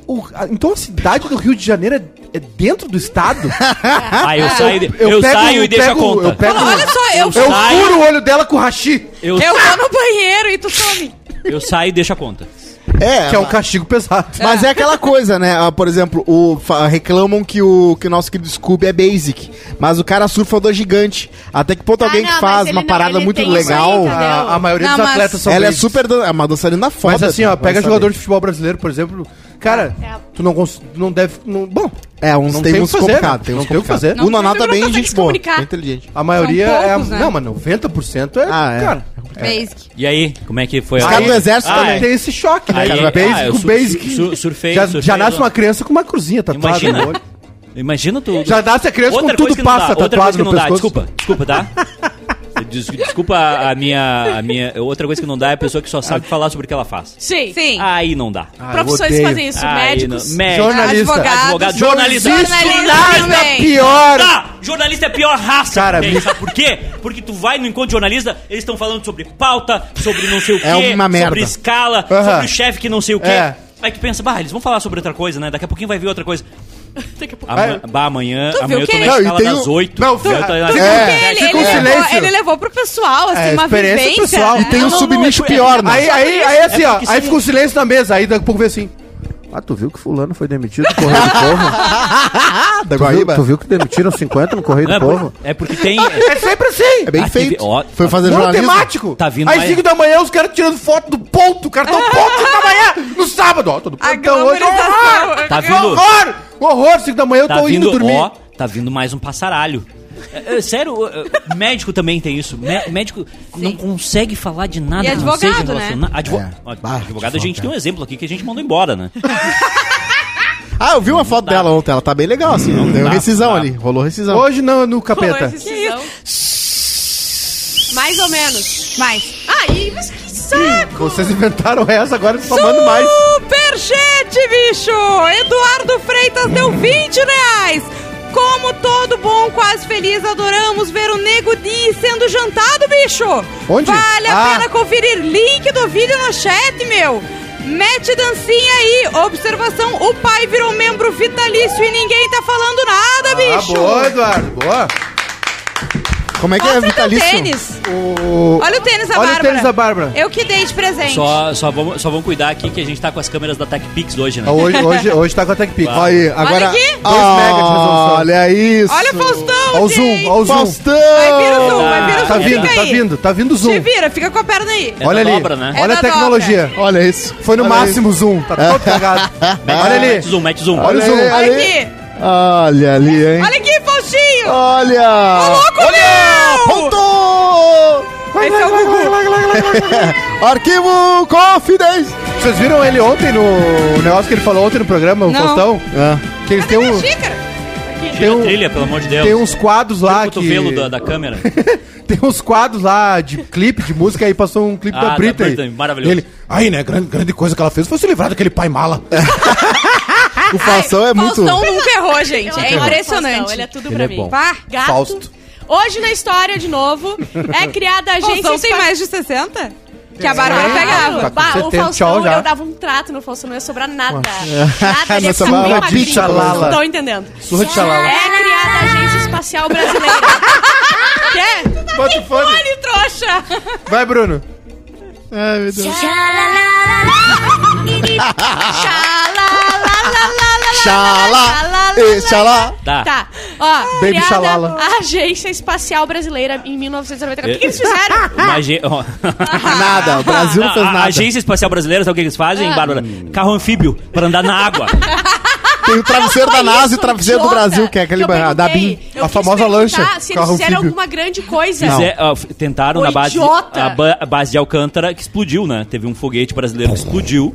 [SPEAKER 2] "O- a- então a cidade do Rio de Janeiro é, é dentro do estado?
[SPEAKER 4] Aí eu saio, eu,
[SPEAKER 2] pego-
[SPEAKER 4] saio e
[SPEAKER 2] Ah, eu
[SPEAKER 4] deixo
[SPEAKER 2] pego- um,
[SPEAKER 4] a conta.
[SPEAKER 2] Eu, pego,
[SPEAKER 5] Fala, olha só, eu,
[SPEAKER 2] eu
[SPEAKER 4] saio-
[SPEAKER 2] furo o olho dela com o hashi,
[SPEAKER 4] Eu,
[SPEAKER 5] eu vou no banheiro e tu some.
[SPEAKER 4] eu saio e deixo a conta.
[SPEAKER 1] É,
[SPEAKER 2] que é um castigo pesado.
[SPEAKER 1] Mas é aquela coisa, né? Ah, Por exemplo, o, fa- reclamam que o, que o nosso querido Scooby é basic, mas o cara surfa do gigante. Até que ponto
[SPEAKER 3] Ah,
[SPEAKER 1] alguém
[SPEAKER 3] não,
[SPEAKER 1] que faz
[SPEAKER 3] mas ele
[SPEAKER 1] uma
[SPEAKER 3] não,
[SPEAKER 1] parada
[SPEAKER 3] ele
[SPEAKER 1] muito
[SPEAKER 3] tem isso aí,
[SPEAKER 1] legal.
[SPEAKER 3] cara.
[SPEAKER 2] Ah, A, a maioria
[SPEAKER 5] Não,
[SPEAKER 2] dos
[SPEAKER 5] mas-
[SPEAKER 2] atletas são
[SPEAKER 1] ela é
[SPEAKER 2] gays.
[SPEAKER 1] super. dan- É uma dançarina foda.
[SPEAKER 2] Mas assim, ó,
[SPEAKER 1] cara, vai
[SPEAKER 2] pega
[SPEAKER 1] saber.
[SPEAKER 2] jogador de futebol brasileiro, por exemplo, cara,
[SPEAKER 3] É.
[SPEAKER 2] tu não cons- tu não deve, não- bom,
[SPEAKER 1] É, uns
[SPEAKER 2] Não
[SPEAKER 1] tem,
[SPEAKER 2] tem o
[SPEAKER 1] uns
[SPEAKER 2] que fazer,
[SPEAKER 1] complicados.
[SPEAKER 2] né?
[SPEAKER 1] Tem
[SPEAKER 2] Não
[SPEAKER 1] uns
[SPEAKER 2] tem o que
[SPEAKER 1] complicados.
[SPEAKER 2] fazer.
[SPEAKER 1] O Noná
[SPEAKER 3] Não, não
[SPEAKER 1] também é
[SPEAKER 3] consegue
[SPEAKER 1] gente
[SPEAKER 3] se
[SPEAKER 1] boa.
[SPEAKER 3] comunicar.
[SPEAKER 1] bem inteligente.
[SPEAKER 2] a maioria
[SPEAKER 5] São
[SPEAKER 2] é,
[SPEAKER 5] poucos, né?
[SPEAKER 2] não, mas 90% é,
[SPEAKER 1] Ah, é.
[SPEAKER 2] cara.
[SPEAKER 5] Basic.
[SPEAKER 4] E aí, como é que foi?
[SPEAKER 1] Os
[SPEAKER 4] a-
[SPEAKER 1] caras do exército
[SPEAKER 4] Ah,
[SPEAKER 1] também.
[SPEAKER 4] é.
[SPEAKER 2] Tem esse choque, né?
[SPEAKER 4] Aí-
[SPEAKER 2] cara,
[SPEAKER 4] ah,
[SPEAKER 2] basic
[SPEAKER 4] eu
[SPEAKER 2] com
[SPEAKER 4] su-
[SPEAKER 2] basic.
[SPEAKER 4] su- surfei-
[SPEAKER 2] já,
[SPEAKER 4] surfei
[SPEAKER 2] já nasce
[SPEAKER 4] lá.
[SPEAKER 2] uma criança com uma cruzinha tatuada
[SPEAKER 4] Imagina.
[SPEAKER 2] no olho.
[SPEAKER 4] Imagina tu.
[SPEAKER 2] Já nasce a criança com tudo
[SPEAKER 4] que não dá,
[SPEAKER 2] passa
[SPEAKER 4] outra coisa
[SPEAKER 2] tatuado
[SPEAKER 4] que
[SPEAKER 2] no
[SPEAKER 4] não dá,
[SPEAKER 2] pescoço.
[SPEAKER 4] desculpa, desculpa, tá? Des- Desculpa a a minha, a minha. Outra coisa que não dá é a pessoa que só sabe falar sobre o que ela faz.
[SPEAKER 3] Sim.
[SPEAKER 5] Sim. Ah,
[SPEAKER 4] Aí não dá.
[SPEAKER 2] Ah, eu
[SPEAKER 3] Profissões que
[SPEAKER 2] odeio.
[SPEAKER 3] fazem isso,
[SPEAKER 4] Aí
[SPEAKER 3] médicos.
[SPEAKER 4] não- médico,
[SPEAKER 2] Jornal- jornalista.
[SPEAKER 5] Advogados.
[SPEAKER 4] advogado, jornalista.
[SPEAKER 5] Jornalista também.
[SPEAKER 2] é pior.
[SPEAKER 4] Tá, jornalista é a pior raça
[SPEAKER 2] Cara,
[SPEAKER 4] que tem,
[SPEAKER 2] me-
[SPEAKER 4] sabe por quê? Porque tu vai no encontro de jornalista, eles estão falando sobre pauta, sobre não sei o quê,
[SPEAKER 1] É uma merda.
[SPEAKER 4] sobre escala,
[SPEAKER 2] Aham.
[SPEAKER 4] sobre o chefe que não sei o quê.
[SPEAKER 2] É.
[SPEAKER 4] Aí tu pensa, bah, eles vão falar sobre outra coisa, né? Daqui a pouquinho vai vir outra coisa.
[SPEAKER 3] Daqui a
[SPEAKER 2] Ah,
[SPEAKER 3] pouco.
[SPEAKER 4] Amanhã, bah, amanhã,
[SPEAKER 5] Tu
[SPEAKER 4] amanhã
[SPEAKER 5] viu
[SPEAKER 4] eu tô
[SPEAKER 5] que
[SPEAKER 4] na
[SPEAKER 5] ele-
[SPEAKER 1] Não,
[SPEAKER 4] escala
[SPEAKER 1] e tem
[SPEAKER 4] das
[SPEAKER 1] o-
[SPEAKER 4] oito.
[SPEAKER 2] Não,
[SPEAKER 4] eu tô na-
[SPEAKER 5] Tu viu
[SPEAKER 2] É,
[SPEAKER 5] que ele,
[SPEAKER 2] fica um
[SPEAKER 5] ele, levou,
[SPEAKER 2] silêncio.
[SPEAKER 5] ele levou pro pessoal, assim,
[SPEAKER 2] É,
[SPEAKER 5] uma
[SPEAKER 2] experiência
[SPEAKER 5] vivência.
[SPEAKER 2] pessoal.
[SPEAKER 5] né?
[SPEAKER 1] E tem
[SPEAKER 4] Não,
[SPEAKER 1] um
[SPEAKER 4] não,
[SPEAKER 1] subnicho
[SPEAKER 4] é-
[SPEAKER 1] pior,
[SPEAKER 4] é-
[SPEAKER 1] né?
[SPEAKER 2] Aí, aí, aí, assim, ó, aí
[SPEAKER 4] porque são-
[SPEAKER 2] fica um silêncio na mesa, aí daqui a pouco vê assim.
[SPEAKER 6] Ah, tu viu que fulano foi demitido no Correio do Povo?
[SPEAKER 1] Ah, da
[SPEAKER 6] Tu viu,
[SPEAKER 1] Guaíba?
[SPEAKER 6] tu viu que demitiram 50 no Correio
[SPEAKER 4] Não,
[SPEAKER 6] do
[SPEAKER 4] é,
[SPEAKER 6] Povo?
[SPEAKER 4] por- é porque tem.
[SPEAKER 2] É sempre assim!
[SPEAKER 1] É bem
[SPEAKER 4] Ah,
[SPEAKER 1] feito.
[SPEAKER 4] teve- ó,
[SPEAKER 1] Foi fazer
[SPEAKER 2] Não,
[SPEAKER 1] jornalismo.
[SPEAKER 2] temático!
[SPEAKER 4] Tá vindo
[SPEAKER 2] Às
[SPEAKER 4] mais-
[SPEAKER 2] 5 da manhã, os caras tirando foto do ponto, cartão um ponto da manhã, no sábado, ó, todo
[SPEAKER 5] A
[SPEAKER 2] pontão Então, hoje, horror!
[SPEAKER 5] glamorização.
[SPEAKER 4] Tá
[SPEAKER 2] Que
[SPEAKER 4] vindo.
[SPEAKER 2] horror! Que horror, 5 da manhã eu
[SPEAKER 4] Tá
[SPEAKER 2] tô
[SPEAKER 4] vindo,
[SPEAKER 2] indo dormir.
[SPEAKER 4] ó, tá vindo mais um passaralho. É, é, sério, é, é, médico também tem isso. Mé- médico não consegue falar de nada
[SPEAKER 5] E
[SPEAKER 4] que não seja
[SPEAKER 5] advogado, né?
[SPEAKER 4] relaciona- Advo...
[SPEAKER 1] É.
[SPEAKER 4] ó,
[SPEAKER 1] Bah,
[SPEAKER 4] advogado, a gente tem um exemplo aqui que a gente mandou embora, né?
[SPEAKER 1] Ah, eu vi uma foto dela ontem. Ela tá bem legal, assim. Deu
[SPEAKER 4] dá,
[SPEAKER 1] rescisão
[SPEAKER 4] dá.
[SPEAKER 1] ali. Rolou rescisão.
[SPEAKER 2] Hoje não, no
[SPEAKER 5] Rolou
[SPEAKER 2] capeta.
[SPEAKER 5] esse cisão.
[SPEAKER 3] Mais ou menos.
[SPEAKER 5] Mais.
[SPEAKER 3] Aí, mas que saco!
[SPEAKER 2] Vocês inventaram essa, agora eu tô tomando mais. Ah,
[SPEAKER 5] Superchat, bicho! Eduardo Freitas deu 20 reais. Como todo bom, quase feliz, adoramos ver o Nego Di sendo jantado, bicho!
[SPEAKER 2] Onde?
[SPEAKER 5] Vale a
[SPEAKER 2] Ah.
[SPEAKER 5] pena conferir link do vídeo no chat, meu! Mete dancinha aí! Observação, o pai virou membro vitalício e ninguém tá falando nada, bicho!
[SPEAKER 2] Ah, boa, Eduardo, boa.
[SPEAKER 1] Como é que é
[SPEAKER 5] Mostra teu
[SPEAKER 1] vitalício?
[SPEAKER 5] tênis!
[SPEAKER 2] O-
[SPEAKER 5] Olha o tênis da
[SPEAKER 2] Olha o
[SPEAKER 5] Bárbara!
[SPEAKER 2] tênis da Bárbara.
[SPEAKER 5] Eu que dei de presente.
[SPEAKER 4] Só, só, vamos, só vamos cuidar aqui que a gente tá com as câmeras da TechPix hoje, né?
[SPEAKER 2] Ah, Hoje, hoje, hoje tá com a TechPix.
[SPEAKER 1] Olha aí, agora.
[SPEAKER 5] aqui.
[SPEAKER 1] Ah,
[SPEAKER 2] Dois mega de resolução.
[SPEAKER 1] Olha isso.
[SPEAKER 5] Olha o Faustão,
[SPEAKER 2] Olha o
[SPEAKER 5] gente.
[SPEAKER 2] zoom, olha o zoom.
[SPEAKER 1] Faustão!
[SPEAKER 5] Vai vir o zoom, vai vir o zoom.
[SPEAKER 2] Tá
[SPEAKER 4] Fica
[SPEAKER 2] vindo,
[SPEAKER 5] Fica
[SPEAKER 2] tá
[SPEAKER 5] aí.
[SPEAKER 2] vindo, tá vindo o
[SPEAKER 5] Te
[SPEAKER 2] zoom.
[SPEAKER 5] vira, fica com a perna aí.
[SPEAKER 4] É
[SPEAKER 2] Olha
[SPEAKER 4] da
[SPEAKER 2] ali.
[SPEAKER 4] dobra, né?
[SPEAKER 5] É
[SPEAKER 2] Olha
[SPEAKER 5] da
[SPEAKER 2] a tecnologia.
[SPEAKER 1] Olha isso.
[SPEAKER 2] Foi no
[SPEAKER 1] Olha
[SPEAKER 2] máximo o zoom. Tá todo cagado.
[SPEAKER 5] É.
[SPEAKER 4] Mete-
[SPEAKER 2] Olha
[SPEAKER 4] Mete
[SPEAKER 2] ali.
[SPEAKER 4] zoom, mete zoom.
[SPEAKER 2] Olha o zoom.
[SPEAKER 1] Olha
[SPEAKER 5] Olha
[SPEAKER 1] ali.
[SPEAKER 5] aqui.
[SPEAKER 1] Olha ali, hein?
[SPEAKER 5] Olha aqui, Faustinho. Ô,
[SPEAKER 1] Olha!
[SPEAKER 5] louco, meu!
[SPEAKER 1] Ponto!
[SPEAKER 5] Esse é o Gugu.
[SPEAKER 1] Arquivo Confidence!
[SPEAKER 2] Vocês viram ele ontem no o negócio que ele falou ontem no programa, o
[SPEAKER 5] Não.
[SPEAKER 2] Faustão?
[SPEAKER 1] Ah,
[SPEAKER 2] Que eles
[SPEAKER 5] Cadê
[SPEAKER 2] têm,
[SPEAKER 5] minha
[SPEAKER 2] um,
[SPEAKER 5] xícara?
[SPEAKER 4] Tira
[SPEAKER 2] um-
[SPEAKER 4] a trilha, pelo amor de Deus.
[SPEAKER 2] tem uns quadros lá
[SPEAKER 4] Tira o
[SPEAKER 2] que.
[SPEAKER 4] um cotovelo da, da câmera.
[SPEAKER 2] Tem uns quadros lá de clipe, de música, aí passou um clipe
[SPEAKER 4] Ah,
[SPEAKER 2] da
[SPEAKER 4] da
[SPEAKER 2] Britney.
[SPEAKER 4] Britney, maravilhoso.
[SPEAKER 2] E Ele, aí, né, grande, grande coisa que ela fez foi se livrar daquele pai mala.
[SPEAKER 1] o Faustão é muito.
[SPEAKER 5] Faustão
[SPEAKER 2] um-
[SPEAKER 5] nunca errou, gente. É
[SPEAKER 3] Eu adoro o Faustão,
[SPEAKER 5] impressionante.
[SPEAKER 3] Ele é tudo
[SPEAKER 1] Ele
[SPEAKER 3] pra
[SPEAKER 1] é
[SPEAKER 3] mim.
[SPEAKER 1] bom.
[SPEAKER 5] Pá.
[SPEAKER 3] Gato.
[SPEAKER 2] Fausto.
[SPEAKER 3] Hoje na história, de novo, é criada a agência...
[SPEAKER 5] Faustão tem
[SPEAKER 3] espa-
[SPEAKER 5] mais de 60? Que a Bárbara
[SPEAKER 3] Claro.
[SPEAKER 2] Tá
[SPEAKER 5] pegava.
[SPEAKER 2] com
[SPEAKER 3] o
[SPEAKER 2] 70,
[SPEAKER 3] Faustão,
[SPEAKER 2] tchau já. É,
[SPEAKER 3] eu dava um trato no Faustão, não ia sobrar nada. Nada, ele ia
[SPEAKER 1] Nossa,
[SPEAKER 3] ficar bem
[SPEAKER 1] Lala,
[SPEAKER 3] magrinho,
[SPEAKER 2] dicha, Lala.
[SPEAKER 3] Vocês estão entendendo.
[SPEAKER 2] Surra de xalala.
[SPEAKER 3] É criada a Agência Espacial Brasileira. Quer?
[SPEAKER 2] Bota o fone.
[SPEAKER 5] Ele trouxa.
[SPEAKER 2] Vai, Bruno.
[SPEAKER 1] Ai, meu Deus.
[SPEAKER 2] Ah.
[SPEAKER 3] Xalá,
[SPEAKER 1] Xalá! Ê, Xalá!
[SPEAKER 4] Tá.
[SPEAKER 3] Tá. Ó,
[SPEAKER 2] Baby
[SPEAKER 3] criada
[SPEAKER 2] Xalala.
[SPEAKER 3] a Agência Espacial Brasileira em 1994. O que, que eles fizeram?
[SPEAKER 5] Ah.
[SPEAKER 4] Uma agen- ó.
[SPEAKER 1] Nada, o Brasil não
[SPEAKER 4] Não,
[SPEAKER 1] fez
[SPEAKER 4] a, a
[SPEAKER 1] nada.
[SPEAKER 4] Agência Espacial Brasileira, sabe o que eles fazem,
[SPEAKER 5] Ah.
[SPEAKER 4] Bárbara? Carro anfíbio, pra andar na água.
[SPEAKER 1] Tem o travesseiro da
[SPEAKER 3] Foi
[SPEAKER 1] NASA e
[SPEAKER 3] isso,
[SPEAKER 1] o travesseiro do
[SPEAKER 3] idiota,
[SPEAKER 1] Brasil, que é aquele
[SPEAKER 3] eu
[SPEAKER 1] ba- da
[SPEAKER 3] perguntei.
[SPEAKER 1] BIM.
[SPEAKER 3] Eu
[SPEAKER 2] a
[SPEAKER 3] quis
[SPEAKER 2] famosa
[SPEAKER 3] perguntar
[SPEAKER 2] lancha,
[SPEAKER 3] Se eles
[SPEAKER 2] carro
[SPEAKER 3] fizeram
[SPEAKER 2] anfíbio.
[SPEAKER 3] alguma grande coisa.
[SPEAKER 4] Fizer- ó, f- tentaram
[SPEAKER 3] Ô,
[SPEAKER 4] na base,
[SPEAKER 3] idiota!
[SPEAKER 4] a ba- a base de Alcântara, que explodiu, né? Teve um foguete brasileiro que explodiu.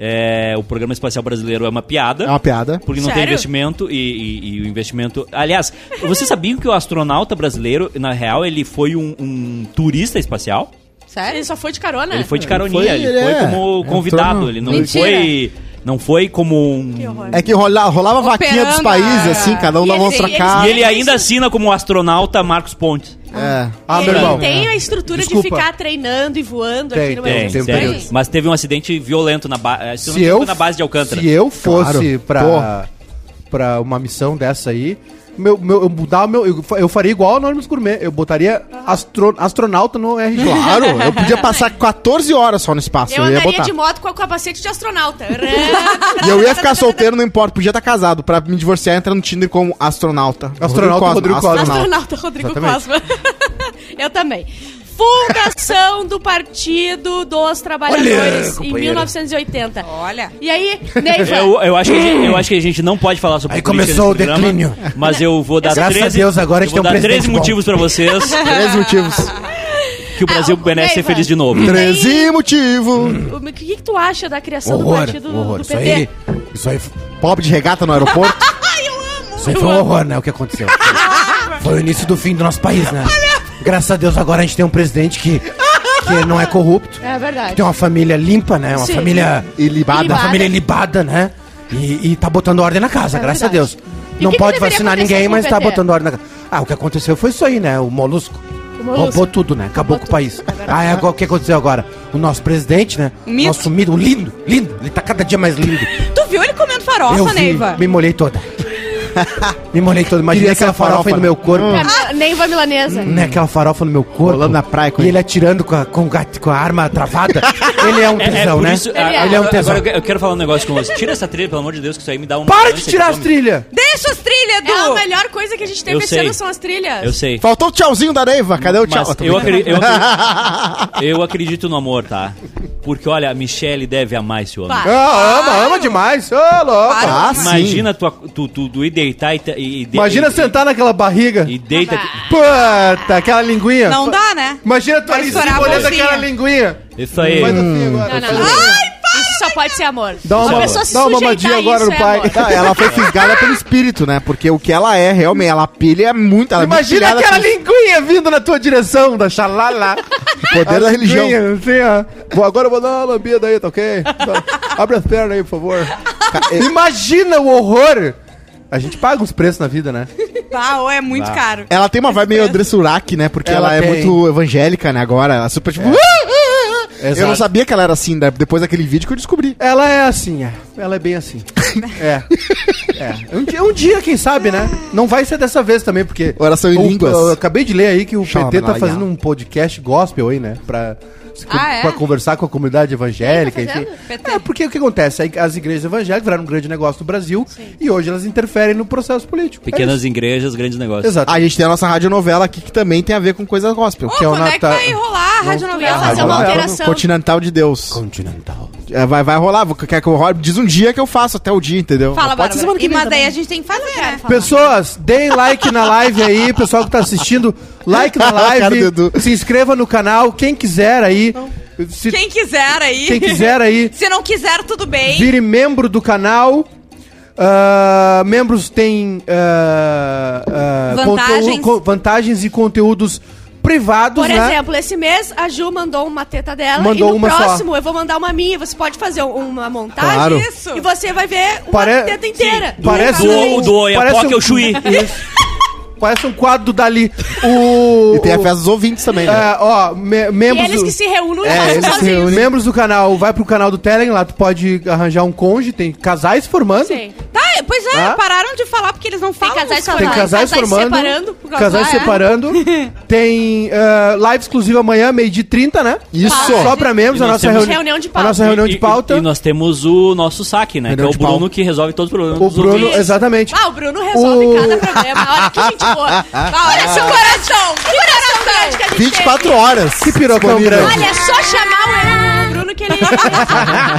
[SPEAKER 4] É, o programa espacial brasileiro é uma piada.
[SPEAKER 1] É uma piada.
[SPEAKER 4] Porque não tem
[SPEAKER 3] Sério?
[SPEAKER 4] investimento e, e- e o investimento. Aliás, vocês sabiam que o astronauta brasileiro, na real, ele foi um, um turista espacial?
[SPEAKER 3] Sério? Ele só foi de carona?
[SPEAKER 4] Ele foi de
[SPEAKER 1] foi,
[SPEAKER 4] caroninha, ele foi,
[SPEAKER 1] ele é.
[SPEAKER 4] como
[SPEAKER 1] Entrou
[SPEAKER 4] convidado,
[SPEAKER 1] no-
[SPEAKER 4] ele não
[SPEAKER 5] Mentira.
[SPEAKER 4] foi. Não foi como um.
[SPEAKER 3] Que horror.
[SPEAKER 1] É que rola- rolava vaquinha
[SPEAKER 5] Operando
[SPEAKER 1] dos
[SPEAKER 5] a-
[SPEAKER 1] países, assim, cada um
[SPEAKER 3] é. E
[SPEAKER 1] dava
[SPEAKER 3] eles-
[SPEAKER 1] uns pra
[SPEAKER 3] eles-
[SPEAKER 1] cá.
[SPEAKER 4] E ele ainda assina como o astronauta Marcos Pontes.
[SPEAKER 1] É.
[SPEAKER 2] Ah, meu
[SPEAKER 3] ele
[SPEAKER 2] irmão.
[SPEAKER 3] tem a estrutura de
[SPEAKER 2] Desculpa.
[SPEAKER 3] ficar treinando e voando
[SPEAKER 2] Tem,
[SPEAKER 3] aqui no
[SPEAKER 2] tem,
[SPEAKER 3] Brasil.
[SPEAKER 2] tem um
[SPEAKER 3] Sério?
[SPEAKER 2] período.
[SPEAKER 4] Mas teve um acidente violento na, ba... se eu não
[SPEAKER 2] Se
[SPEAKER 4] me
[SPEAKER 2] eu,
[SPEAKER 4] engano, na base de Alcântara.
[SPEAKER 2] se eu fosse
[SPEAKER 1] Claro.
[SPEAKER 2] pra, pra uma missão dessa aí, meu, meu, eu mudar o meu. Eu, fa- eu faria igual o Anonymous Gourmet. Eu botaria astro- astronauta no RG.
[SPEAKER 1] Claro, eu podia passar 14 horas só no espaço,
[SPEAKER 3] Eu
[SPEAKER 2] é
[SPEAKER 1] eu, ia
[SPEAKER 3] andaria
[SPEAKER 1] botar.
[SPEAKER 3] de moto com o capacete de astronauta.
[SPEAKER 1] E eu ia ficar solteiro, não importa, podia estar casado. Pra me divorciar, entra no Tinder como astronauta.
[SPEAKER 2] Astronauta Rodrigo Cosma.
[SPEAKER 1] Astronauta.
[SPEAKER 3] Astronauta Rodrigo Cosma. eu também. Fundação do Partido dos Trabalhadores em 1980.
[SPEAKER 5] Olha.
[SPEAKER 3] E aí, Neiva,
[SPEAKER 4] Eu, eu acho que a gente, eu acho que a gente não pode falar sobre
[SPEAKER 2] É. Aí
[SPEAKER 4] política
[SPEAKER 2] começou
[SPEAKER 4] nesse
[SPEAKER 2] o
[SPEAKER 4] programa,
[SPEAKER 2] declínio.
[SPEAKER 4] Mas eu vou dar
[SPEAKER 2] Graças a
[SPEAKER 4] 13,
[SPEAKER 2] Deus, agora a
[SPEAKER 4] eu
[SPEAKER 2] gente
[SPEAKER 4] vou
[SPEAKER 2] tem um
[SPEAKER 4] dar 13
[SPEAKER 2] presidente bom.
[SPEAKER 4] motivos pra vocês
[SPEAKER 1] Três motivos.
[SPEAKER 4] que o Brasil
[SPEAKER 3] Ah,
[SPEAKER 4] merece ser
[SPEAKER 3] Neiva.
[SPEAKER 4] feliz de novo.
[SPEAKER 1] Treze motivos.
[SPEAKER 3] o que, que tu acha da criação do partido do PT?
[SPEAKER 2] isso aí,
[SPEAKER 1] Pobre de regata no aeroporto.
[SPEAKER 2] isso aí foi um horror, né? O que aconteceu. foi o início do fim do nosso país, né? Graças a Deus agora a gente tem um presidente que, que não é corrupto,
[SPEAKER 3] É
[SPEAKER 2] que
[SPEAKER 3] verdade.
[SPEAKER 2] tem uma família limpa, né? Uma
[SPEAKER 3] Sim.
[SPEAKER 2] família.
[SPEAKER 1] E libada.
[SPEAKER 2] Uma família libada, né? E, e tá botando ordem na casa,
[SPEAKER 3] É
[SPEAKER 2] graças a
[SPEAKER 3] verdade.
[SPEAKER 2] Deus.
[SPEAKER 3] E
[SPEAKER 2] não
[SPEAKER 3] o que que
[SPEAKER 2] pode
[SPEAKER 3] deveria
[SPEAKER 2] vacinar
[SPEAKER 3] acontecer
[SPEAKER 2] ninguém,
[SPEAKER 3] com o
[SPEAKER 2] mas tá
[SPEAKER 3] PT?
[SPEAKER 2] botando ordem na casa. Ah, o que aconteceu foi isso aí, né? O molusco.
[SPEAKER 3] O molusco.
[SPEAKER 2] Roubou tudo, né? Acabou com o país. Ah, é agora o que aconteceu agora? O nosso presidente, né?
[SPEAKER 3] Um
[SPEAKER 5] O mito.
[SPEAKER 2] Nosso mito, lindo, lindo. Ele tá cada dia mais lindo.
[SPEAKER 5] Tu viu ele comendo farofa,
[SPEAKER 2] Eu vi,
[SPEAKER 5] Neiva?
[SPEAKER 2] me molhei toda. Me molhei todo. Imagina
[SPEAKER 1] Queria
[SPEAKER 2] aquela
[SPEAKER 1] ser farofa,
[SPEAKER 2] farofa aí no
[SPEAKER 1] né?
[SPEAKER 2] meu corpo.
[SPEAKER 3] Camila- Nem vai milanesa.
[SPEAKER 2] Né, aquela farofa no meu corpo.
[SPEAKER 1] Rolando na praia com
[SPEAKER 2] E
[SPEAKER 1] ele.
[SPEAKER 2] ele atirando com a, com, o gato- com a arma travada. ele é um tesão, né?
[SPEAKER 4] Isso,
[SPEAKER 3] é.
[SPEAKER 2] Ele é um
[SPEAKER 4] agora-
[SPEAKER 2] tesão.
[SPEAKER 4] Agora eu quero falar um negócio com você. Tira essa trilha, pelo amor de Deus, que isso aí me dá um.
[SPEAKER 2] Para de tirar as trilhas!
[SPEAKER 5] Deixa as trilhas,
[SPEAKER 3] É a
[SPEAKER 5] Edu!
[SPEAKER 3] melhor coisa que a gente teve
[SPEAKER 4] Eu
[SPEAKER 3] esse
[SPEAKER 4] sei.
[SPEAKER 3] ano são as trilhas.
[SPEAKER 4] Eu sei.
[SPEAKER 1] Faltou o tchauzinho da Neiva. Cadê o tchau? Ah,
[SPEAKER 4] Mas
[SPEAKER 1] tô
[SPEAKER 4] eu,
[SPEAKER 1] brincando.
[SPEAKER 4] acredito, eu, acre- eu acredito no amor, tá? Porque, olha, a Michelle deve amar esse homem.
[SPEAKER 3] Claro.
[SPEAKER 2] Ah, ama, ama demais. Ô, louco.
[SPEAKER 5] Para.
[SPEAKER 1] Ah, sim.
[SPEAKER 4] Imagina tua, tu, tu, tu ir deitar e... te- e, e de-
[SPEAKER 2] Imagina
[SPEAKER 4] e,
[SPEAKER 2] sentar naquela barriga.
[SPEAKER 4] E deita...
[SPEAKER 2] Puta, aquela linguinha.
[SPEAKER 5] Não dá, né?
[SPEAKER 2] Imagina tu
[SPEAKER 5] Vai
[SPEAKER 2] ali se
[SPEAKER 5] estourar a
[SPEAKER 2] molhando
[SPEAKER 5] bolsinha.
[SPEAKER 2] aquela linguinha.
[SPEAKER 4] Isso aí.
[SPEAKER 2] Faz assim agora.
[SPEAKER 3] Não, não, não. Isso só pode ser amor.
[SPEAKER 2] Dá uma,
[SPEAKER 4] Uma
[SPEAKER 3] pessoa se
[SPEAKER 2] dá uma
[SPEAKER 3] sujeitar
[SPEAKER 2] mamadinha
[SPEAKER 3] a
[SPEAKER 2] agora
[SPEAKER 3] isso
[SPEAKER 2] no
[SPEAKER 3] é
[SPEAKER 2] pai.
[SPEAKER 3] amor.
[SPEAKER 1] Tá, ela foi fisgada pelo espírito, né? Porque o que ela é, realmente, ela pilha é muito. Ela é muito
[SPEAKER 2] Imagina
[SPEAKER 1] pilhada
[SPEAKER 2] aquela
[SPEAKER 1] pelo
[SPEAKER 2] linguinha vindo na tua direção, da xalala. É
[SPEAKER 1] Poder da religião.
[SPEAKER 2] Assim, ó. Vou- agora eu vou dar uma lambida aí, tá ok? Tá. Abre as pernas aí, por favor. Imagina o horror. A gente paga os preços na vida, né?
[SPEAKER 5] Tá, ou é muito caro.
[SPEAKER 1] Ela tem uma vibe meio André Surak, né? Porque ela,
[SPEAKER 2] Ela
[SPEAKER 1] é
[SPEAKER 2] tem.
[SPEAKER 1] muito evangélica, né? Agora, ela é super tipo. Eu não
[SPEAKER 2] Exato.
[SPEAKER 1] sabia que ela era assim, né? depois daquele vídeo que eu descobri.
[SPEAKER 2] Ela é assim, é. Ela é bem assim. É. é. Um, dia, um dia, quem sabe, né? Não vai ser dessa vez também, porque.
[SPEAKER 1] Oração em
[SPEAKER 2] o-
[SPEAKER 1] línguas.
[SPEAKER 2] Eu acabei de ler aí que o PT tá
[SPEAKER 1] Xalala.
[SPEAKER 2] fazendo um podcast gospel aí, né? Pra, se co-
[SPEAKER 5] Ah, é?
[SPEAKER 2] pra conversar com a comunidade evangélica.
[SPEAKER 3] Quem tá
[SPEAKER 2] enfim.
[SPEAKER 3] fazendo?
[SPEAKER 5] PT.
[SPEAKER 2] É, porque o que acontece? Aí As igrejas evangélicas viraram um grande negócio no Brasil e hoje elas interferem no processo político.
[SPEAKER 4] Pequenas igrejas, grandes
[SPEAKER 2] É isso.
[SPEAKER 4] negócios.
[SPEAKER 2] Exato.
[SPEAKER 1] A gente tem a nossa radionovela aqui que também tem a ver com coisa gospel.
[SPEAKER 5] Ô,
[SPEAKER 2] que é o
[SPEAKER 5] quando é que
[SPEAKER 2] Natal-
[SPEAKER 5] vai rolar a
[SPEAKER 3] Eu ia
[SPEAKER 5] radionovela?
[SPEAKER 3] fazer
[SPEAKER 2] Ah,
[SPEAKER 3] uma
[SPEAKER 2] agora-
[SPEAKER 3] alteração.
[SPEAKER 1] Continental de Deus.
[SPEAKER 2] Continental.
[SPEAKER 1] É, vai, vai rolar, vou- quer que eu role? Diz um dia que eu faço até o dia, entendeu?
[SPEAKER 5] Fala,
[SPEAKER 1] Pode ser
[SPEAKER 5] Bárbara.
[SPEAKER 1] semana que
[SPEAKER 5] E
[SPEAKER 1] vem
[SPEAKER 5] mas daí
[SPEAKER 1] também.
[SPEAKER 5] a gente tem que fazer, né?
[SPEAKER 2] Pessoas, deem like na live aí, pessoal que tá assistindo, like na
[SPEAKER 1] Cara do
[SPEAKER 2] live,
[SPEAKER 1] Edu.
[SPEAKER 2] se inscreva no canal, quem quiser aí, se- quem,
[SPEAKER 5] né? Quem quiser aí.
[SPEAKER 2] quiser aí,
[SPEAKER 5] Se não quiser, tudo bem.
[SPEAKER 2] vire membro do canal. Ah, membros têm ah, ah,
[SPEAKER 5] Vantagens.
[SPEAKER 2] conteúdo- co- vantagens e conteúdos privados,
[SPEAKER 3] Por
[SPEAKER 2] né?
[SPEAKER 3] exemplo, esse mês a Ju mandou uma teta dela
[SPEAKER 2] Mandou
[SPEAKER 3] e no
[SPEAKER 2] uma só.
[SPEAKER 3] próximo eu vou mandar uma minha. Você pode fazer um, uma montagem
[SPEAKER 1] Claro.
[SPEAKER 5] Isso.
[SPEAKER 3] e você vai ver uma
[SPEAKER 2] Pare-
[SPEAKER 3] teta inteira.
[SPEAKER 2] Do- Parece
[SPEAKER 4] Do-
[SPEAKER 2] um-
[SPEAKER 4] do Oiapoque
[SPEAKER 2] parece um-
[SPEAKER 4] ao Chuí.
[SPEAKER 2] Isso. Parece um quadro do Dali. O,
[SPEAKER 1] E tem a
[SPEAKER 2] o-
[SPEAKER 1] festa dos ouvintes também, né?
[SPEAKER 2] é, ó, me-
[SPEAKER 3] E
[SPEAKER 2] membros
[SPEAKER 3] eles
[SPEAKER 2] do-
[SPEAKER 3] que se reúnem e
[SPEAKER 2] É,
[SPEAKER 3] fazem
[SPEAKER 2] eles se
[SPEAKER 3] sozinhos.
[SPEAKER 2] reúnem. membros do canal, vai pro canal do Telegram, lá tu pode arranjar um cônjuge, tem casais formando.
[SPEAKER 3] Sim.
[SPEAKER 5] Tá, pois é,
[SPEAKER 2] Tá?
[SPEAKER 5] pararam de falar porque eles não falam.
[SPEAKER 3] casais
[SPEAKER 5] dos
[SPEAKER 3] falando.
[SPEAKER 2] Tem
[SPEAKER 3] Ah,
[SPEAKER 2] casais,
[SPEAKER 3] casais
[SPEAKER 2] formando.
[SPEAKER 3] separando por causa-
[SPEAKER 2] casais
[SPEAKER 3] Ah, é?
[SPEAKER 2] separando. Tem ah, live exclusiva amanhã, meio-dia e 30, né?
[SPEAKER 1] Isso.
[SPEAKER 2] Só pra membros,
[SPEAKER 4] E
[SPEAKER 2] a
[SPEAKER 4] nós
[SPEAKER 2] nossa
[SPEAKER 4] temos-
[SPEAKER 2] reuni-
[SPEAKER 3] Reunião de
[SPEAKER 2] A
[SPEAKER 3] pauta.
[SPEAKER 2] nossa reunião
[SPEAKER 4] E-
[SPEAKER 2] de
[SPEAKER 4] e-
[SPEAKER 2] pauta.
[SPEAKER 4] E, nós temos o nosso saque, né?
[SPEAKER 1] Reunião
[SPEAKER 4] que é
[SPEAKER 1] de
[SPEAKER 4] o Bruno
[SPEAKER 1] pauta.
[SPEAKER 4] que resolve todos os problemas.
[SPEAKER 2] o
[SPEAKER 4] dos
[SPEAKER 2] Bruno,
[SPEAKER 4] ouvintes.
[SPEAKER 2] exatamente.
[SPEAKER 3] Ah, o Bruno resolve
[SPEAKER 2] O-
[SPEAKER 3] cada problema. Olha que gente boa.
[SPEAKER 5] Ah, olha esse coração! Que
[SPEAKER 3] Tão grande
[SPEAKER 5] coração!
[SPEAKER 3] que a gente
[SPEAKER 1] 24
[SPEAKER 3] teve.
[SPEAKER 1] horas.
[SPEAKER 2] Que pirocão
[SPEAKER 1] disponível.
[SPEAKER 2] grande.
[SPEAKER 3] Olha, é só chamar o Bruno que ele...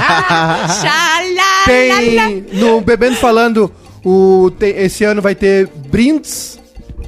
[SPEAKER 3] Xalá, lá, lá.
[SPEAKER 2] Tem no Bebendo Falando, o, tem- esse ano vai ter brindes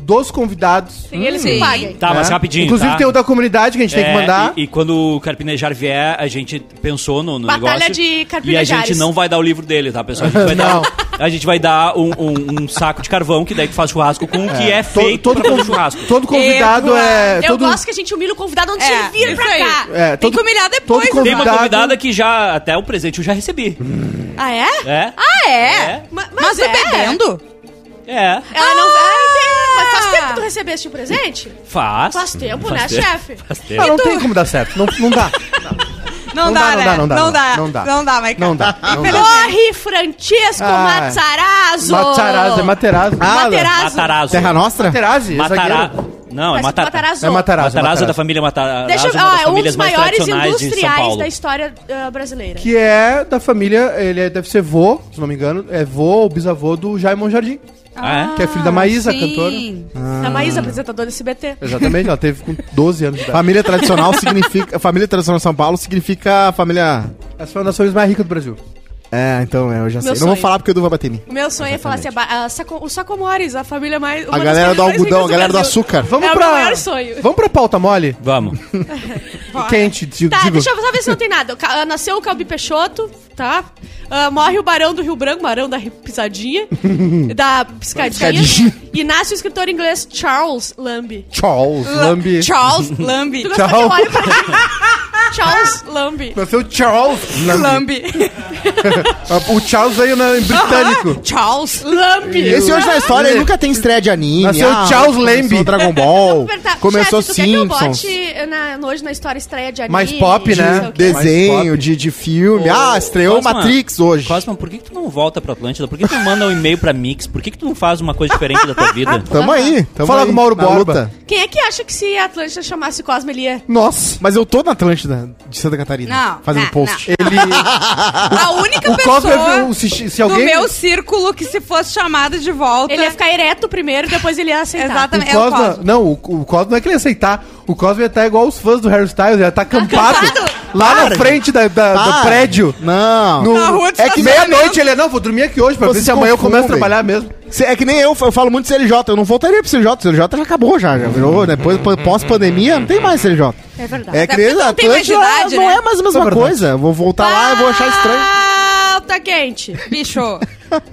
[SPEAKER 2] dos convidados.
[SPEAKER 3] Tem eles
[SPEAKER 5] Sim.
[SPEAKER 3] que paguem.
[SPEAKER 4] Tá, mas
[SPEAKER 2] né?
[SPEAKER 4] rapidinho,
[SPEAKER 2] Inclusive
[SPEAKER 4] tá?
[SPEAKER 2] tem o da comunidade que a gente tem
[SPEAKER 4] É,
[SPEAKER 2] que mandar.
[SPEAKER 4] E, e quando o Carpinejar vier, a gente pensou no, no
[SPEAKER 3] Batalha
[SPEAKER 4] negócio.
[SPEAKER 3] de
[SPEAKER 4] E a
[SPEAKER 3] carpinejares.
[SPEAKER 4] gente não vai dar o livro dele, tá, pessoal? A gente vai
[SPEAKER 2] Não.
[SPEAKER 4] dar, a gente vai dar um, um- um saco de carvão, que daí tu faz churrasco com o que é
[SPEAKER 2] To-
[SPEAKER 4] feito
[SPEAKER 2] todo,
[SPEAKER 4] pra fazer
[SPEAKER 2] convi-
[SPEAKER 4] churrasco.
[SPEAKER 2] todo convidado é.
[SPEAKER 3] Eu
[SPEAKER 2] todo,
[SPEAKER 3] gosto que a gente humilha o convidado antes
[SPEAKER 5] É,
[SPEAKER 3] de vir pra
[SPEAKER 5] isso aí.
[SPEAKER 3] cá.
[SPEAKER 2] é,
[SPEAKER 5] Tem
[SPEAKER 2] todo,
[SPEAKER 5] que humilhar depois. né?
[SPEAKER 2] todo
[SPEAKER 4] Tem uma
[SPEAKER 2] convidado-
[SPEAKER 4] convidada que já, até o presente eu já recebi.
[SPEAKER 3] Ah, é?
[SPEAKER 4] É?
[SPEAKER 5] Ah, é?
[SPEAKER 4] É.
[SPEAKER 3] Ma-
[SPEAKER 5] Mas, um.
[SPEAKER 3] é.
[SPEAKER 5] tu bebendo?
[SPEAKER 4] É.
[SPEAKER 5] Ah,
[SPEAKER 3] Ela não vai. Mas faz tempo que tu recebeste o presente?
[SPEAKER 4] Faz.
[SPEAKER 3] Faz tempo, né,
[SPEAKER 4] tempo.
[SPEAKER 3] chefe?
[SPEAKER 4] Faz
[SPEAKER 2] Ah,
[SPEAKER 4] tempo.
[SPEAKER 2] não tem como dar certo. Não, não dá.
[SPEAKER 5] Não,
[SPEAKER 2] Não dá, não
[SPEAKER 5] dá, né?
[SPEAKER 2] dá, não dá, não dá,
[SPEAKER 5] Não
[SPEAKER 2] não dá.
[SPEAKER 5] dá, não dá, Maica.
[SPEAKER 2] Não dá. Não dá.
[SPEAKER 3] Corre, Francisco
[SPEAKER 2] Ah,
[SPEAKER 3] Mazzarazzo!
[SPEAKER 2] Matarazzo, é Materazzo.
[SPEAKER 3] Materazzo.
[SPEAKER 4] Matarazzo.
[SPEAKER 1] Terra Nostra?
[SPEAKER 2] Materazzi, é
[SPEAKER 4] Matara...
[SPEAKER 2] zagueiro.
[SPEAKER 4] Não, é
[SPEAKER 3] Mas
[SPEAKER 4] Matara...
[SPEAKER 3] Matarazzo.
[SPEAKER 2] É Matarazzo.
[SPEAKER 4] Matarazzo
[SPEAKER 2] Matarazzo.
[SPEAKER 4] é da família Matarazzo,
[SPEAKER 3] Deixa eu,
[SPEAKER 4] uma das
[SPEAKER 3] ah, é um dos
[SPEAKER 4] famílias mais
[SPEAKER 3] maiores
[SPEAKER 4] tradicionais de São
[SPEAKER 3] industriais
[SPEAKER 4] Paulo.
[SPEAKER 3] da história ah, brasileira.
[SPEAKER 2] Que é da família, ele é- deve ser vô, se não me engano, é vô ou bisavô do Jaimon Jardim.
[SPEAKER 4] Ah,
[SPEAKER 2] que é filho da Maísa,
[SPEAKER 5] sim.
[SPEAKER 2] cantora.
[SPEAKER 3] A
[SPEAKER 2] Ah.
[SPEAKER 3] Maísa, apresentadora do CBT.
[SPEAKER 2] Exatamente, ela teve com 12 anos de idade.
[SPEAKER 1] Família tradicional significa. Família tradicional de São Paulo significa família.
[SPEAKER 2] Essa foi uma das famílias mais ricas do Brasil.
[SPEAKER 1] É, então é, eu já sei.
[SPEAKER 3] Meu
[SPEAKER 1] Não vou
[SPEAKER 3] sonho.
[SPEAKER 1] falar porque o Edu vai bater em mim.
[SPEAKER 3] O meu sonho é falar assim, a ba- a Saco- os Sacomores, a família mais... uma
[SPEAKER 1] A
[SPEAKER 3] das
[SPEAKER 1] galera
[SPEAKER 3] famílias
[SPEAKER 1] do
[SPEAKER 3] mais
[SPEAKER 1] algodão,
[SPEAKER 3] ricas
[SPEAKER 1] a galera do
[SPEAKER 3] Brasil.
[SPEAKER 1] açúcar.
[SPEAKER 2] Vamos
[SPEAKER 3] É o
[SPEAKER 2] pra.
[SPEAKER 3] meu maior sonho.
[SPEAKER 2] Vamos pra pauta mole?
[SPEAKER 4] vamos.
[SPEAKER 2] Quente, digo.
[SPEAKER 3] Tá,
[SPEAKER 2] digo.
[SPEAKER 3] deixa eu só ver se não tem nada. O Ca- ah, Nasceu o Calbi Peixoto, tá? Ah, morre o Barão do Rio Branco, Barão da ri- Pisadinha, da Piscadinha.
[SPEAKER 1] Piscadinha.
[SPEAKER 3] E nasce o escritor inglês Charles Lambe.
[SPEAKER 2] Charles,
[SPEAKER 5] Charles Lambi.
[SPEAKER 3] Tu gosta que eu olho pra ti? Charles Lambi.
[SPEAKER 2] Nasceu o Charles.
[SPEAKER 5] Lambi.
[SPEAKER 2] O Charles veio na, em britânico.
[SPEAKER 5] Charles.
[SPEAKER 3] Lambi.
[SPEAKER 1] Esse hoje na história ele nunca tem estreia de anime. Ah,
[SPEAKER 2] Nasceu Charles
[SPEAKER 1] começou
[SPEAKER 2] Lambe.
[SPEAKER 1] Dragon Ball.
[SPEAKER 3] Perguntar,
[SPEAKER 1] começou
[SPEAKER 3] Chat, tá. tu quer que eu
[SPEAKER 1] Simpsons.
[SPEAKER 3] bote na, hoje na história estreia de anime.
[SPEAKER 2] Mais pop, né?
[SPEAKER 3] não sei o quê?
[SPEAKER 2] De- Mais
[SPEAKER 1] Desenho
[SPEAKER 2] pop.
[SPEAKER 1] de, de filme. ah, estreou
[SPEAKER 4] Cosma,
[SPEAKER 1] Matrix hoje.
[SPEAKER 4] Cosma, por que, que tu não volta pra Atlântida? Por que tu não manda um e-mail pra Mix? Por que, que tu não faz uma coisa diferente da tua vida?
[SPEAKER 1] Tamo aí. Tamo
[SPEAKER 2] Fala
[SPEAKER 1] aí,
[SPEAKER 2] com o Mauro
[SPEAKER 1] na
[SPEAKER 2] Borba.
[SPEAKER 1] luta.
[SPEAKER 3] Quem é que acha que se a Atlântida chamasse Cosmo, ele ia...
[SPEAKER 2] Nossa.
[SPEAKER 1] Mas eu tô na Atlântida de Santa Catarina.
[SPEAKER 5] Não,
[SPEAKER 1] Fazendo
[SPEAKER 5] não,
[SPEAKER 1] post.
[SPEAKER 2] Ele.
[SPEAKER 5] A única
[SPEAKER 2] o
[SPEAKER 5] pessoa
[SPEAKER 2] Cosmo é. o- Se, se
[SPEAKER 5] do
[SPEAKER 2] alguém.
[SPEAKER 5] meu círculo que se fosse chamada de volta.
[SPEAKER 3] Ele ia ficar ereto primeiro, depois ele ia aceitar.
[SPEAKER 5] Exatamente.
[SPEAKER 2] O
[SPEAKER 5] É o
[SPEAKER 2] Cosmo,
[SPEAKER 5] Cosmo.
[SPEAKER 2] não, o, o Cosmo não é que ele ia aceitar. O Cosmo ia estar igual os fãs do Harry Styles, ia estar acampado,
[SPEAKER 5] Acampado?
[SPEAKER 2] lá
[SPEAKER 1] Para,
[SPEAKER 2] na frente da, da-
[SPEAKER 1] Para.
[SPEAKER 2] do prédio.
[SPEAKER 1] Ah, Não.
[SPEAKER 2] No-
[SPEAKER 5] Na rua de
[SPEAKER 2] é que
[SPEAKER 5] estacionamento.
[SPEAKER 2] meia-noite ele é, não, vou dormir aqui hoje pra
[SPEAKER 1] Vocês
[SPEAKER 2] ver se amanhã eu
[SPEAKER 1] confundem.
[SPEAKER 2] começo a trabalhar mesmo.
[SPEAKER 1] Cê- É que nem eu, eu falo muito de CLJ, eu não voltaria pro CLJ, o CLJ já acabou já, já virou, depois pô- pós-pandemia não tem mais CLJ.
[SPEAKER 3] É verdade.
[SPEAKER 1] É que nem
[SPEAKER 5] Tá. porque tu não tem mais
[SPEAKER 1] Atlântida
[SPEAKER 5] idade,
[SPEAKER 1] não
[SPEAKER 5] né? Ah,
[SPEAKER 1] é mais a mesma
[SPEAKER 2] É verdade.
[SPEAKER 1] coisa, eu vou voltar lá e vou achar estranho.
[SPEAKER 3] Pauta quente.
[SPEAKER 5] Bicho.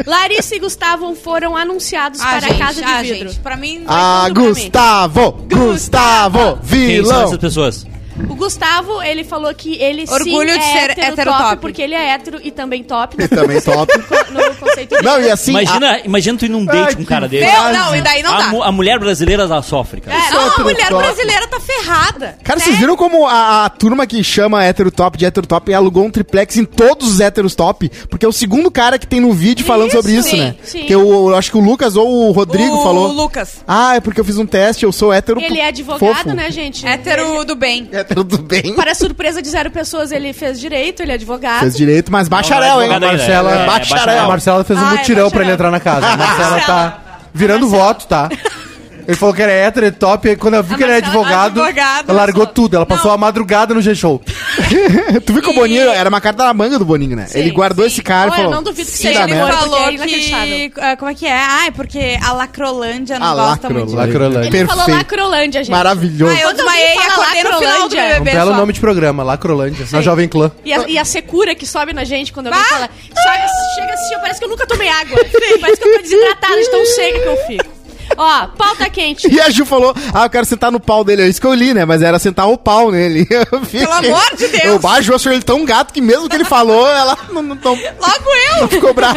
[SPEAKER 3] Larissa e Gustavo foram anunciados
[SPEAKER 5] Ah,
[SPEAKER 3] para
[SPEAKER 5] gente,
[SPEAKER 3] a Casa de
[SPEAKER 5] ah,
[SPEAKER 3] Vidro.
[SPEAKER 5] gente, pra mim, não é
[SPEAKER 1] Ah,
[SPEAKER 5] tudo pra mim.
[SPEAKER 1] Gustavo, Gustavo,
[SPEAKER 4] Quem são
[SPEAKER 1] vilão.
[SPEAKER 4] essas pessoas?
[SPEAKER 3] O Gustavo, ele falou que ele
[SPEAKER 5] Orgulho
[SPEAKER 3] sim
[SPEAKER 5] de
[SPEAKER 3] é
[SPEAKER 5] ser
[SPEAKER 3] hétero
[SPEAKER 5] hétero
[SPEAKER 3] top,
[SPEAKER 5] top.
[SPEAKER 3] porque ele é hétero e também top no,
[SPEAKER 1] Também top.
[SPEAKER 3] no conceito
[SPEAKER 1] Então.
[SPEAKER 3] dele.
[SPEAKER 1] Não, e assim,
[SPEAKER 4] imagina, imagina tu ir num date com um cara dele.
[SPEAKER 5] Meu, não, e daí não
[SPEAKER 4] a,
[SPEAKER 5] dá.
[SPEAKER 4] mu- a mulher brasileira da sofre, cara.
[SPEAKER 5] É, não, a
[SPEAKER 1] hétero
[SPEAKER 5] mulher
[SPEAKER 1] top.
[SPEAKER 5] brasileira tá ferrada.
[SPEAKER 1] a- cara, vocês viram como a, a turma que chama hétero top de hétero top alugou um triplex em todos os héteros top, porque é o segundo cara que tem no vídeo falando sobre isso,
[SPEAKER 3] sim,
[SPEAKER 1] né?
[SPEAKER 3] sim.
[SPEAKER 1] Que eu, eu acho que o Lucas ou o Rodrigo
[SPEAKER 5] o
[SPEAKER 1] falou.
[SPEAKER 5] Lucas.
[SPEAKER 1] Ah, é porque eu fiz um teste, eu sou hétero.
[SPEAKER 3] Ele é advogado,
[SPEAKER 1] fofo.
[SPEAKER 3] né, gente?
[SPEAKER 5] Hétero do bem.
[SPEAKER 1] Hétero do bem.
[SPEAKER 3] Para surpresa de zero pessoas, ele fez direito, ele é advogado.
[SPEAKER 1] Fez direito, mas bacharel,
[SPEAKER 4] Não, é
[SPEAKER 1] hein?
[SPEAKER 4] advogado ainda.
[SPEAKER 1] Marcela,
[SPEAKER 4] É,
[SPEAKER 1] bacharel.
[SPEAKER 2] A Marcela fez um
[SPEAKER 5] Ai,
[SPEAKER 2] mutirão
[SPEAKER 5] Marcela.
[SPEAKER 2] pra ele entrar na casa. A Marcela tá virando voto, tá? Ele falou que era hétero, é top, e aí quando eu vi
[SPEAKER 5] A
[SPEAKER 2] que ele era
[SPEAKER 5] Marcela-
[SPEAKER 2] advogado,
[SPEAKER 5] advogado,
[SPEAKER 2] ela largou
[SPEAKER 5] só-
[SPEAKER 2] tudo. Ela
[SPEAKER 5] Não.
[SPEAKER 2] passou a madrugada no G-Show.
[SPEAKER 1] tu viu que o Boninho era uma carta na manga do Boninho, né? ele guardou
[SPEAKER 3] sim.
[SPEAKER 1] esse cara
[SPEAKER 3] Olha,
[SPEAKER 1] e falou.
[SPEAKER 3] eu não duvido que
[SPEAKER 1] "Se
[SPEAKER 5] Sim,
[SPEAKER 3] seja
[SPEAKER 1] dá
[SPEAKER 5] ele
[SPEAKER 1] merda."
[SPEAKER 3] Porque
[SPEAKER 5] falou
[SPEAKER 3] é
[SPEAKER 5] que...
[SPEAKER 3] inacreditável.
[SPEAKER 5] ah, Como é que é? Ah, é porque a Lacrolândia não
[SPEAKER 1] Ah,
[SPEAKER 5] gosta muito.
[SPEAKER 1] Lacrolândia.
[SPEAKER 3] Ele
[SPEAKER 2] Lacrolândia.
[SPEAKER 3] falou
[SPEAKER 1] Perfeito.
[SPEAKER 3] lacrolândia, gente.
[SPEAKER 1] Maravilhoso.
[SPEAKER 5] Ah, eu
[SPEAKER 3] Quando alguém
[SPEAKER 5] desmaiei e
[SPEAKER 3] fala
[SPEAKER 5] acordei no final do
[SPEAKER 3] Lacrolândia,
[SPEAKER 5] BBB
[SPEAKER 2] Um belo
[SPEAKER 5] só.
[SPEAKER 2] nome de programa, Lacrolândia, na Jovem Clã.
[SPEAKER 3] E a, e a secura que sobe na gente quando alguém
[SPEAKER 5] Ah!
[SPEAKER 3] fala. Só, chega assim, eu- parece que eu nunca tomei água. Parece que eu tô desidratada de tão seca que eu fico. Ó, pauta quente.
[SPEAKER 1] E a Ju falou: Ah, eu quero sentar no pau dele. É isso que eu li, né? Mas era sentar o pau nele. Eu fiquei-
[SPEAKER 5] Pelo amor de Deus.
[SPEAKER 1] Eu, a Ju achou ele tão gato que mesmo que ele falou, ela não, não, não-
[SPEAKER 5] Logo eu!
[SPEAKER 1] não ficou brava.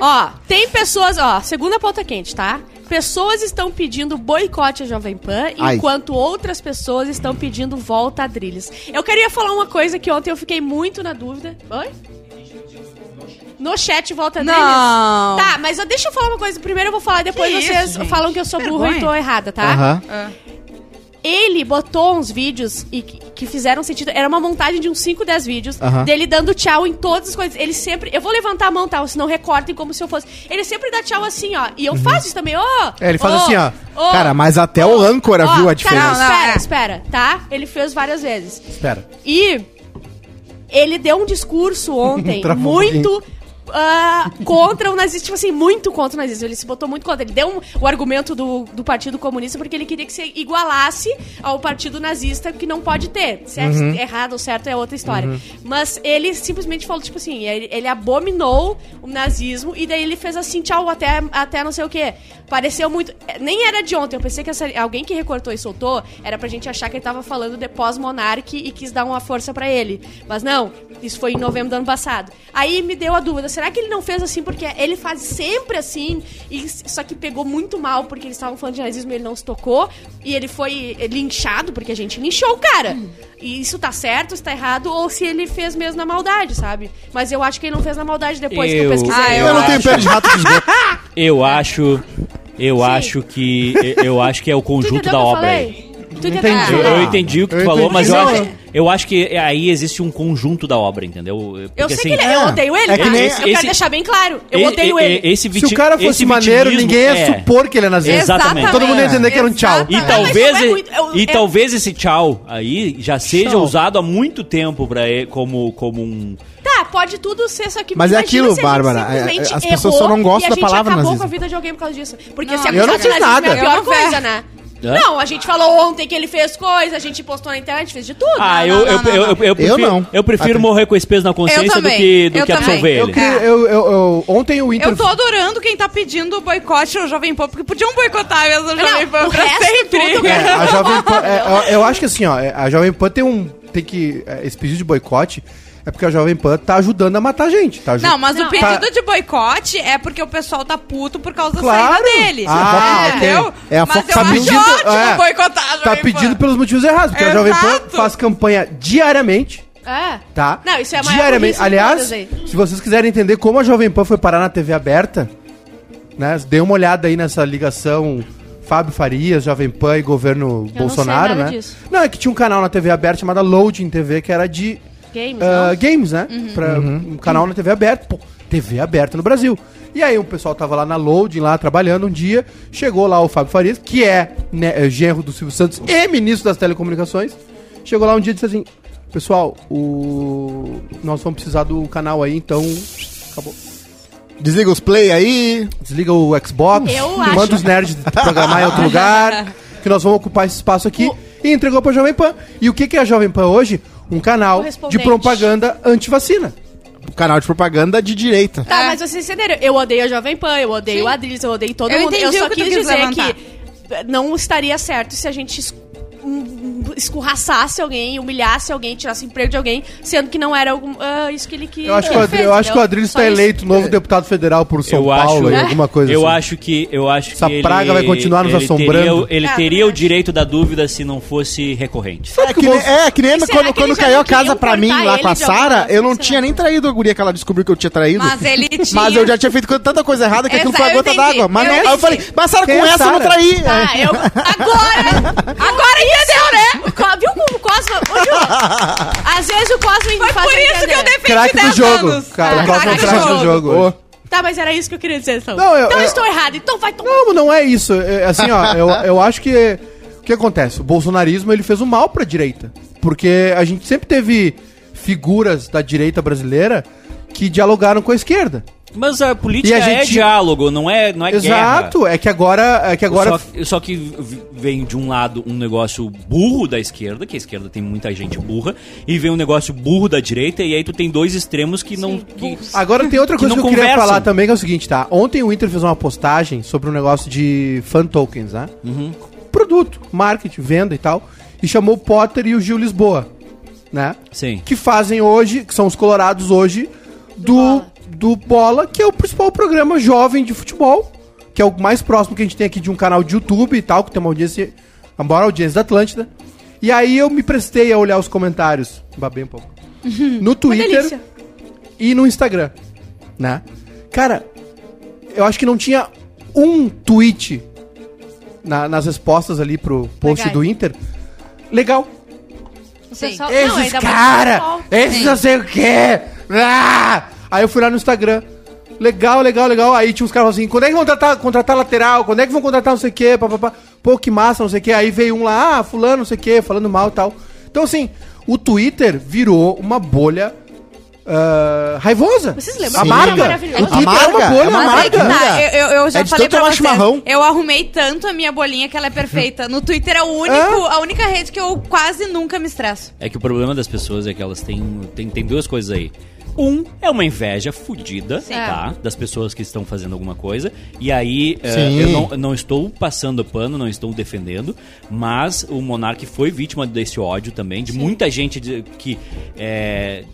[SPEAKER 3] Ó, tem pessoas, ó, segunda pauta quente, tá? Pessoas estão pedindo boicote à Jovem Pan,
[SPEAKER 1] Ai.
[SPEAKER 3] enquanto outras pessoas estão pedindo volta a Drilis. Eu queria falar uma coisa que ontem eu fiquei muito na dúvida. Oi? No chat volta a Drilis?
[SPEAKER 5] Não.
[SPEAKER 3] Tá, mas ó, deixa eu falar uma coisa. Primeiro eu vou falar, depois
[SPEAKER 5] Que
[SPEAKER 3] vocês
[SPEAKER 5] isso, gente?
[SPEAKER 3] falam que eu sou burra e
[SPEAKER 5] Vergonha.
[SPEAKER 3] tô errada, tá?
[SPEAKER 1] Aham.
[SPEAKER 3] ele botou uns vídeos e que, que fizeram sentido. Era uma montagem de uns 5, 10 vídeos
[SPEAKER 1] Aham.
[SPEAKER 3] dele dando tchau em todas as coisas. Ele sempre. Eu vou levantar a mão, tá? Senão recortem como se eu fosse. Ele sempre dá tchau assim, ó. E eu faço isso também, ó.
[SPEAKER 2] Uhum. É, ele faz
[SPEAKER 3] Então, ó,
[SPEAKER 2] assim, ó.
[SPEAKER 3] ó,
[SPEAKER 1] Cara, mas até o âncora
[SPEAKER 3] ó,
[SPEAKER 1] viu a
[SPEAKER 3] tá,
[SPEAKER 1] diferença.
[SPEAKER 3] não, espera,
[SPEAKER 5] é.
[SPEAKER 3] espera, tá? Ele fez várias vezes.
[SPEAKER 2] Espera.
[SPEAKER 3] E ele deu um discurso ontem
[SPEAKER 2] Travou um
[SPEAKER 3] muito ah, contra o nazismo, tipo assim, muito contra o nazismo. Ele se botou muito contra. Ele deu um- o argumento do, do Partido Comunista porque ele queria que se igualasse ao Partido Nazista, que não pode ter. Se é
[SPEAKER 1] Uhum.
[SPEAKER 3] errado ou certo é outra história. Mas ele simplesmente falou, tipo assim, ele, ele abominou o nazismo e daí ele fez assim, tchau, até, até não sei o quê. Pareceu muito. eh, Nem era de ontem, eu pensei que essa- alguém que recortou e soltou era pra gente achar que ele tava falando de pós-monarque e quis dar uma força pra ele. Mas não, isso foi em novembro do ano passado. Aí me deu a dúvida, será que ele não fez assim porque ele faz sempre assim, e s- só que pegou muito mal porque eles estavam falando de nazismo e ele não se tocou, e ele foi eh, linchado porque a gente linchou o cara. E isso tá certo, isso tá errado, ou se ele fez mesmo na maldade, sabe? Mas eu acho que ele não fez na maldade depois É, que eu
[SPEAKER 4] Eu-
[SPEAKER 3] pesquisei.
[SPEAKER 5] Ah,
[SPEAKER 1] Eu,
[SPEAKER 5] Eu
[SPEAKER 1] não tenho
[SPEAKER 4] acho-
[SPEAKER 1] pé de rato de esgoto.
[SPEAKER 4] Eu acho. Eu acho que. Eu acho que é o
[SPEAKER 3] Tu
[SPEAKER 4] conjunto
[SPEAKER 3] entendeu
[SPEAKER 4] da
[SPEAKER 3] o que eu
[SPEAKER 4] obra. aí.
[SPEAKER 3] falei? Tu entendeu?
[SPEAKER 2] Entendi.
[SPEAKER 4] Eu,
[SPEAKER 3] Ah.
[SPEAKER 4] eu entendi o que tu
[SPEAKER 2] Eu
[SPEAKER 4] falou,
[SPEAKER 2] entendi.
[SPEAKER 4] mas eu
[SPEAKER 2] Não,
[SPEAKER 4] acho,
[SPEAKER 2] é.
[SPEAKER 4] eu acho que aí existe um conjunto da obra, entendeu? Porque,
[SPEAKER 3] Eu sei
[SPEAKER 4] assim,
[SPEAKER 3] que ele, eu odeio ele,
[SPEAKER 1] É que
[SPEAKER 3] cara.
[SPEAKER 1] nem-
[SPEAKER 3] eu quero
[SPEAKER 4] esse-
[SPEAKER 3] deixar bem claro. Eu
[SPEAKER 4] e-
[SPEAKER 3] odeio
[SPEAKER 4] e-
[SPEAKER 3] ele.
[SPEAKER 4] e- Esse
[SPEAKER 2] Se
[SPEAKER 4] viti-
[SPEAKER 2] o cara
[SPEAKER 4] esse
[SPEAKER 2] fosse maneiro,
[SPEAKER 4] vitimismo
[SPEAKER 2] ninguém ia
[SPEAKER 4] é.
[SPEAKER 2] supor que ele é nazista.
[SPEAKER 4] Exatamente.
[SPEAKER 2] Todo mundo ia entender que era um tchau.
[SPEAKER 4] E
[SPEAKER 5] Exatamente.
[SPEAKER 4] talvez,
[SPEAKER 3] Ah, isso é muito- eu-
[SPEAKER 4] e
[SPEAKER 3] é-
[SPEAKER 4] talvez esse tchau aí já seja
[SPEAKER 1] Tchau.
[SPEAKER 4] usado há muito tempo pra ele, como, como um.
[SPEAKER 3] Tá, pode tudo ser, só que.
[SPEAKER 1] Mas é
[SPEAKER 3] imagina
[SPEAKER 1] aquilo,
[SPEAKER 3] se a gente
[SPEAKER 1] Bárbara,
[SPEAKER 3] simplesmente
[SPEAKER 1] é- as pessoas
[SPEAKER 3] errou
[SPEAKER 1] só não gostam da
[SPEAKER 3] e a gente
[SPEAKER 1] palavra
[SPEAKER 3] acabou
[SPEAKER 1] nazismo.
[SPEAKER 3] com a vida de alguém por causa disso. Porque
[SPEAKER 5] Não,
[SPEAKER 3] se a
[SPEAKER 2] eu não fiz nada.
[SPEAKER 3] é a pior
[SPEAKER 5] Eu não
[SPEAKER 3] coisa,
[SPEAKER 5] fiz.
[SPEAKER 3] né?
[SPEAKER 4] Hã?
[SPEAKER 3] Não, a gente falou ontem que ele fez coisa, a gente postou na internet, fez de tudo.
[SPEAKER 4] Ah,
[SPEAKER 5] não,
[SPEAKER 4] eu,
[SPEAKER 5] não,
[SPEAKER 4] eu,
[SPEAKER 5] não,
[SPEAKER 4] eu,
[SPEAKER 5] não.
[SPEAKER 4] eu, eu prefiro,
[SPEAKER 1] não.
[SPEAKER 4] eu prefiro morrer com esse peso na consciência do
[SPEAKER 5] também.
[SPEAKER 4] que, do
[SPEAKER 5] Eu
[SPEAKER 4] que
[SPEAKER 5] também.
[SPEAKER 4] absorver
[SPEAKER 5] Eu
[SPEAKER 4] ele.
[SPEAKER 2] Que Ah, tá. eu- eu- eu- ontem o Inter...
[SPEAKER 5] Eu tô adorando quem tá pedindo o boicote ao Jovem Pan, porque podiam boicotar mesmo o Jovem
[SPEAKER 3] Não,
[SPEAKER 5] Pan
[SPEAKER 3] o
[SPEAKER 5] pra
[SPEAKER 3] resto
[SPEAKER 5] sempre.
[SPEAKER 3] tudo,
[SPEAKER 2] É,
[SPEAKER 3] cara.
[SPEAKER 2] a Jovem Pan- é, eu- eu acho que assim, ó, é, a Jovem Pan tem um tem que. é, Esse pedido de boicote é porque a Jovem Pan tá ajudando a matar a gente. Tá aju-
[SPEAKER 5] Não, mas o
[SPEAKER 3] é-
[SPEAKER 2] tá-
[SPEAKER 5] pedido de boicote é porque o pessoal tá puto por causa da
[SPEAKER 2] Claro.
[SPEAKER 5] saída dele.
[SPEAKER 2] Ah,
[SPEAKER 5] entendeu?
[SPEAKER 1] ok. É, a
[SPEAKER 5] mas
[SPEAKER 1] Fox
[SPEAKER 5] eu
[SPEAKER 1] tá
[SPEAKER 5] acho
[SPEAKER 2] pedindo-
[SPEAKER 5] ótimo
[SPEAKER 2] é,
[SPEAKER 5] boicotar a
[SPEAKER 2] Tá
[SPEAKER 5] Jovem Pan.
[SPEAKER 2] pedindo pelos motivos errados, porque a Jovem Pan
[SPEAKER 5] Exato.
[SPEAKER 2] faz campanha diariamente.
[SPEAKER 3] É.
[SPEAKER 2] Tá?
[SPEAKER 3] Não, isso é a maior
[SPEAKER 2] Diariamente.
[SPEAKER 3] burrice de
[SPEAKER 2] Aliás,
[SPEAKER 3] todas aí.
[SPEAKER 2] se vocês quiserem entender como a Jovem Pan foi parar na TV aberta, né? Dê uma olhada aí nessa ligação Fábio Farias, Jovem Pan e governo
[SPEAKER 3] sei
[SPEAKER 2] Bolsonaro, né?
[SPEAKER 3] nada disso.
[SPEAKER 2] Não, é que tinha um canal na TV aberta chamado Loading TV, que era de
[SPEAKER 3] Games,
[SPEAKER 2] ah,
[SPEAKER 3] não? Uhum.
[SPEAKER 2] games, né? Pra um canal na TV aberta. Pô, TV aberta no Brasil. E aí o pessoal tava lá na Loading, lá trabalhando um dia. Chegou lá o Fábio Farias, que é, né, é genro do Silvio Santos e ministro das telecomunicações. Chegou lá um dia e disse assim: Pessoal, o... nós vamos precisar do canal aí, então. Acabou.
[SPEAKER 1] Desliga os play aí.
[SPEAKER 2] Desliga o Xbox,
[SPEAKER 3] Eu
[SPEAKER 2] manda
[SPEAKER 3] acho.
[SPEAKER 2] os nerds programar em outro lugar, que nós vamos ocupar esse espaço aqui. E entregou pra Jovem Pan. E o que, que é a Jovem Pan hoje? Um canal de
[SPEAKER 3] Correspondente.
[SPEAKER 2] propaganda antivacina.
[SPEAKER 1] um Canal de propaganda de direita.
[SPEAKER 3] Tá,
[SPEAKER 5] É.
[SPEAKER 3] mas vocês entenderam. Eu odeio a Jovem Pan, eu odeio
[SPEAKER 5] Sim.
[SPEAKER 3] o Adriles, eu odeio todo
[SPEAKER 5] Eu
[SPEAKER 3] mundo. Eu
[SPEAKER 5] entendi
[SPEAKER 3] só
[SPEAKER 5] o que tu
[SPEAKER 3] quis
[SPEAKER 5] quis
[SPEAKER 3] dizer
[SPEAKER 5] levantar.
[SPEAKER 3] que eh, não estaria certo se a gente es- um- um- escorraçasse alguém, humilhasse alguém, tirasse o emprego de alguém, sendo que não era algum, ah, isso que ele queria.
[SPEAKER 2] Eu acho que o, Adri, eu acho que o Adriles está eleito novo deputado federal por São
[SPEAKER 4] É. eu
[SPEAKER 2] Paulo
[SPEAKER 4] acho,
[SPEAKER 2] e alguma coisa
[SPEAKER 4] eu
[SPEAKER 2] assim.
[SPEAKER 4] acho que eu acho
[SPEAKER 2] Essa
[SPEAKER 4] que
[SPEAKER 2] praga vai continuar nos
[SPEAKER 4] ele teria
[SPEAKER 2] assombrando.
[SPEAKER 4] o- ele
[SPEAKER 3] É,
[SPEAKER 4] teria o
[SPEAKER 3] verdade.
[SPEAKER 4] direito da dúvida se não fosse recorrente.
[SPEAKER 1] É que, nem, é, que nem
[SPEAKER 3] Será que
[SPEAKER 1] quando,
[SPEAKER 3] ele
[SPEAKER 1] quando
[SPEAKER 3] já
[SPEAKER 1] caiu
[SPEAKER 3] não
[SPEAKER 1] a casa
[SPEAKER 3] queriam
[SPEAKER 1] pra mim
[SPEAKER 3] cortar
[SPEAKER 1] lá
[SPEAKER 3] ele
[SPEAKER 1] com a
[SPEAKER 3] de alguma
[SPEAKER 1] Sara, eu não
[SPEAKER 3] coisa?
[SPEAKER 1] tinha nem traído a guria que ela descobriu que eu tinha traído.
[SPEAKER 5] Mas ele tinha.
[SPEAKER 1] Mas eu já tinha feito tanta coisa errada que aquilo
[SPEAKER 5] Essa
[SPEAKER 1] foi a
[SPEAKER 5] eu
[SPEAKER 1] gota
[SPEAKER 5] entendi.
[SPEAKER 1] d'água. Mas
[SPEAKER 5] Eu
[SPEAKER 1] não, aí eu
[SPEAKER 5] entendi.
[SPEAKER 1] falei, mas Sara, com
[SPEAKER 2] Quem é
[SPEAKER 1] essa eu não
[SPEAKER 2] Sara?
[SPEAKER 1] traí.
[SPEAKER 3] Ah, eu... Agora! Agora entendeu, né? O Co- Viu como o Cosmo... Ô, Ju, às vezes o Cosmo me
[SPEAKER 5] Foi
[SPEAKER 3] faz
[SPEAKER 5] por isso que eu
[SPEAKER 3] entender.
[SPEAKER 5] defendi
[SPEAKER 2] Craque do
[SPEAKER 5] 10
[SPEAKER 2] jogo.
[SPEAKER 5] anos.
[SPEAKER 2] Cara,
[SPEAKER 5] É,
[SPEAKER 2] o Cosmo
[SPEAKER 5] craque do
[SPEAKER 2] craque do jogo. hoje.
[SPEAKER 3] Tá, mas era isso que eu queria dizer, então.
[SPEAKER 2] Não, eu-
[SPEAKER 3] então
[SPEAKER 2] eu-
[SPEAKER 3] estou errado, então vai tomar...
[SPEAKER 2] Não, não é isso. É, assim, ó, eu, eu acho que o que acontece? O bolsonarismo ele fez um mal pra direita, porque a gente sempre teve figuras da direita brasileira que dialogaram com a esquerda.
[SPEAKER 4] Mas a
[SPEAKER 2] E
[SPEAKER 4] política
[SPEAKER 2] a
[SPEAKER 4] é
[SPEAKER 2] gente-
[SPEAKER 4] diálogo, não é, não é guerra.
[SPEAKER 2] Exato. É que agora, é que agora
[SPEAKER 4] Só, só que v- vem de um lado um negócio burro da esquerda, que a esquerda tem muita gente burra, e vem um negócio burro da direita, e aí tu tem dois extremos que não. Que,
[SPEAKER 2] Agora tem outra
[SPEAKER 4] Que
[SPEAKER 2] coisa que,
[SPEAKER 4] não
[SPEAKER 2] eu queria
[SPEAKER 4] conversam.
[SPEAKER 2] falar também, que é o seguinte, tá? Ontem o Inter fez uma postagem sobre um negócio de fan tokens, né?
[SPEAKER 4] Uhum.
[SPEAKER 2] Produto, marketing, venda e tal. E chamou o Potter e o Gil Lisboa, né?
[SPEAKER 4] Sim.
[SPEAKER 2] Que fazem hoje, que são os colorados hoje, do, do Bola, que é o principal programa jovem de futebol. Que é o mais próximo que a gente tem aqui de um canal de YouTube e tal, que tem uma audiência, a maior audiência da Atlântida. E aí eu me prestei a olhar os comentários. Babei um pouco. No Twitter
[SPEAKER 3] delícia.
[SPEAKER 2] e no Instagram, né? Cara, eu acho que não tinha um tweet na- nas respostas ali pro post
[SPEAKER 3] Legais.
[SPEAKER 2] do Inter. Legal.
[SPEAKER 5] Sim.
[SPEAKER 3] Pessoal- não,
[SPEAKER 2] Esses
[SPEAKER 3] ainda mais
[SPEAKER 2] cara,
[SPEAKER 3] pessoal.
[SPEAKER 2] esses não sei o quê. Ah! Aí eu fui lá no Instagram. Legal, legal, legal. Aí tinha uns caras assim, quando é que vão contratar, contratar lateral? Quando é que vão contratar não sei o quê? Pá, pá, pá. Pô, que massa, não sei o quê. Aí veio um lá, ah, fulano, não sei o quê, falando mal e tal. Então, assim, o Twitter virou uma bolha ah, raivosa.
[SPEAKER 3] Vocês lembram
[SPEAKER 2] A
[SPEAKER 3] que era
[SPEAKER 2] marca.
[SPEAKER 3] maravilhoso?
[SPEAKER 2] O Twitter é uma
[SPEAKER 1] Amarga,
[SPEAKER 2] bolha
[SPEAKER 1] amarga.
[SPEAKER 5] Mas aí que
[SPEAKER 2] amarga.
[SPEAKER 5] tá, eu, eu, eu já
[SPEAKER 1] É de
[SPEAKER 5] falei
[SPEAKER 1] tanto
[SPEAKER 5] pra
[SPEAKER 1] tomar
[SPEAKER 5] vocês,
[SPEAKER 1] chimarrão.
[SPEAKER 5] eu arrumei tanto a minha bolinha que ela é perfeita. No Twitter é o único, a única rede que eu quase nunca me estresso.
[SPEAKER 4] É que o problema das pessoas é que elas têm, têm, têm duas coisas aí. Um é uma inveja fodida,
[SPEAKER 3] É.
[SPEAKER 4] tá? Das pessoas que estão fazendo alguma coisa. E aí, eh,
[SPEAKER 1] Sim.
[SPEAKER 4] eu não, não estou passando pano, não estou defendendo, mas o Monark foi vítima desse ódio também, de muita gente de- que eh,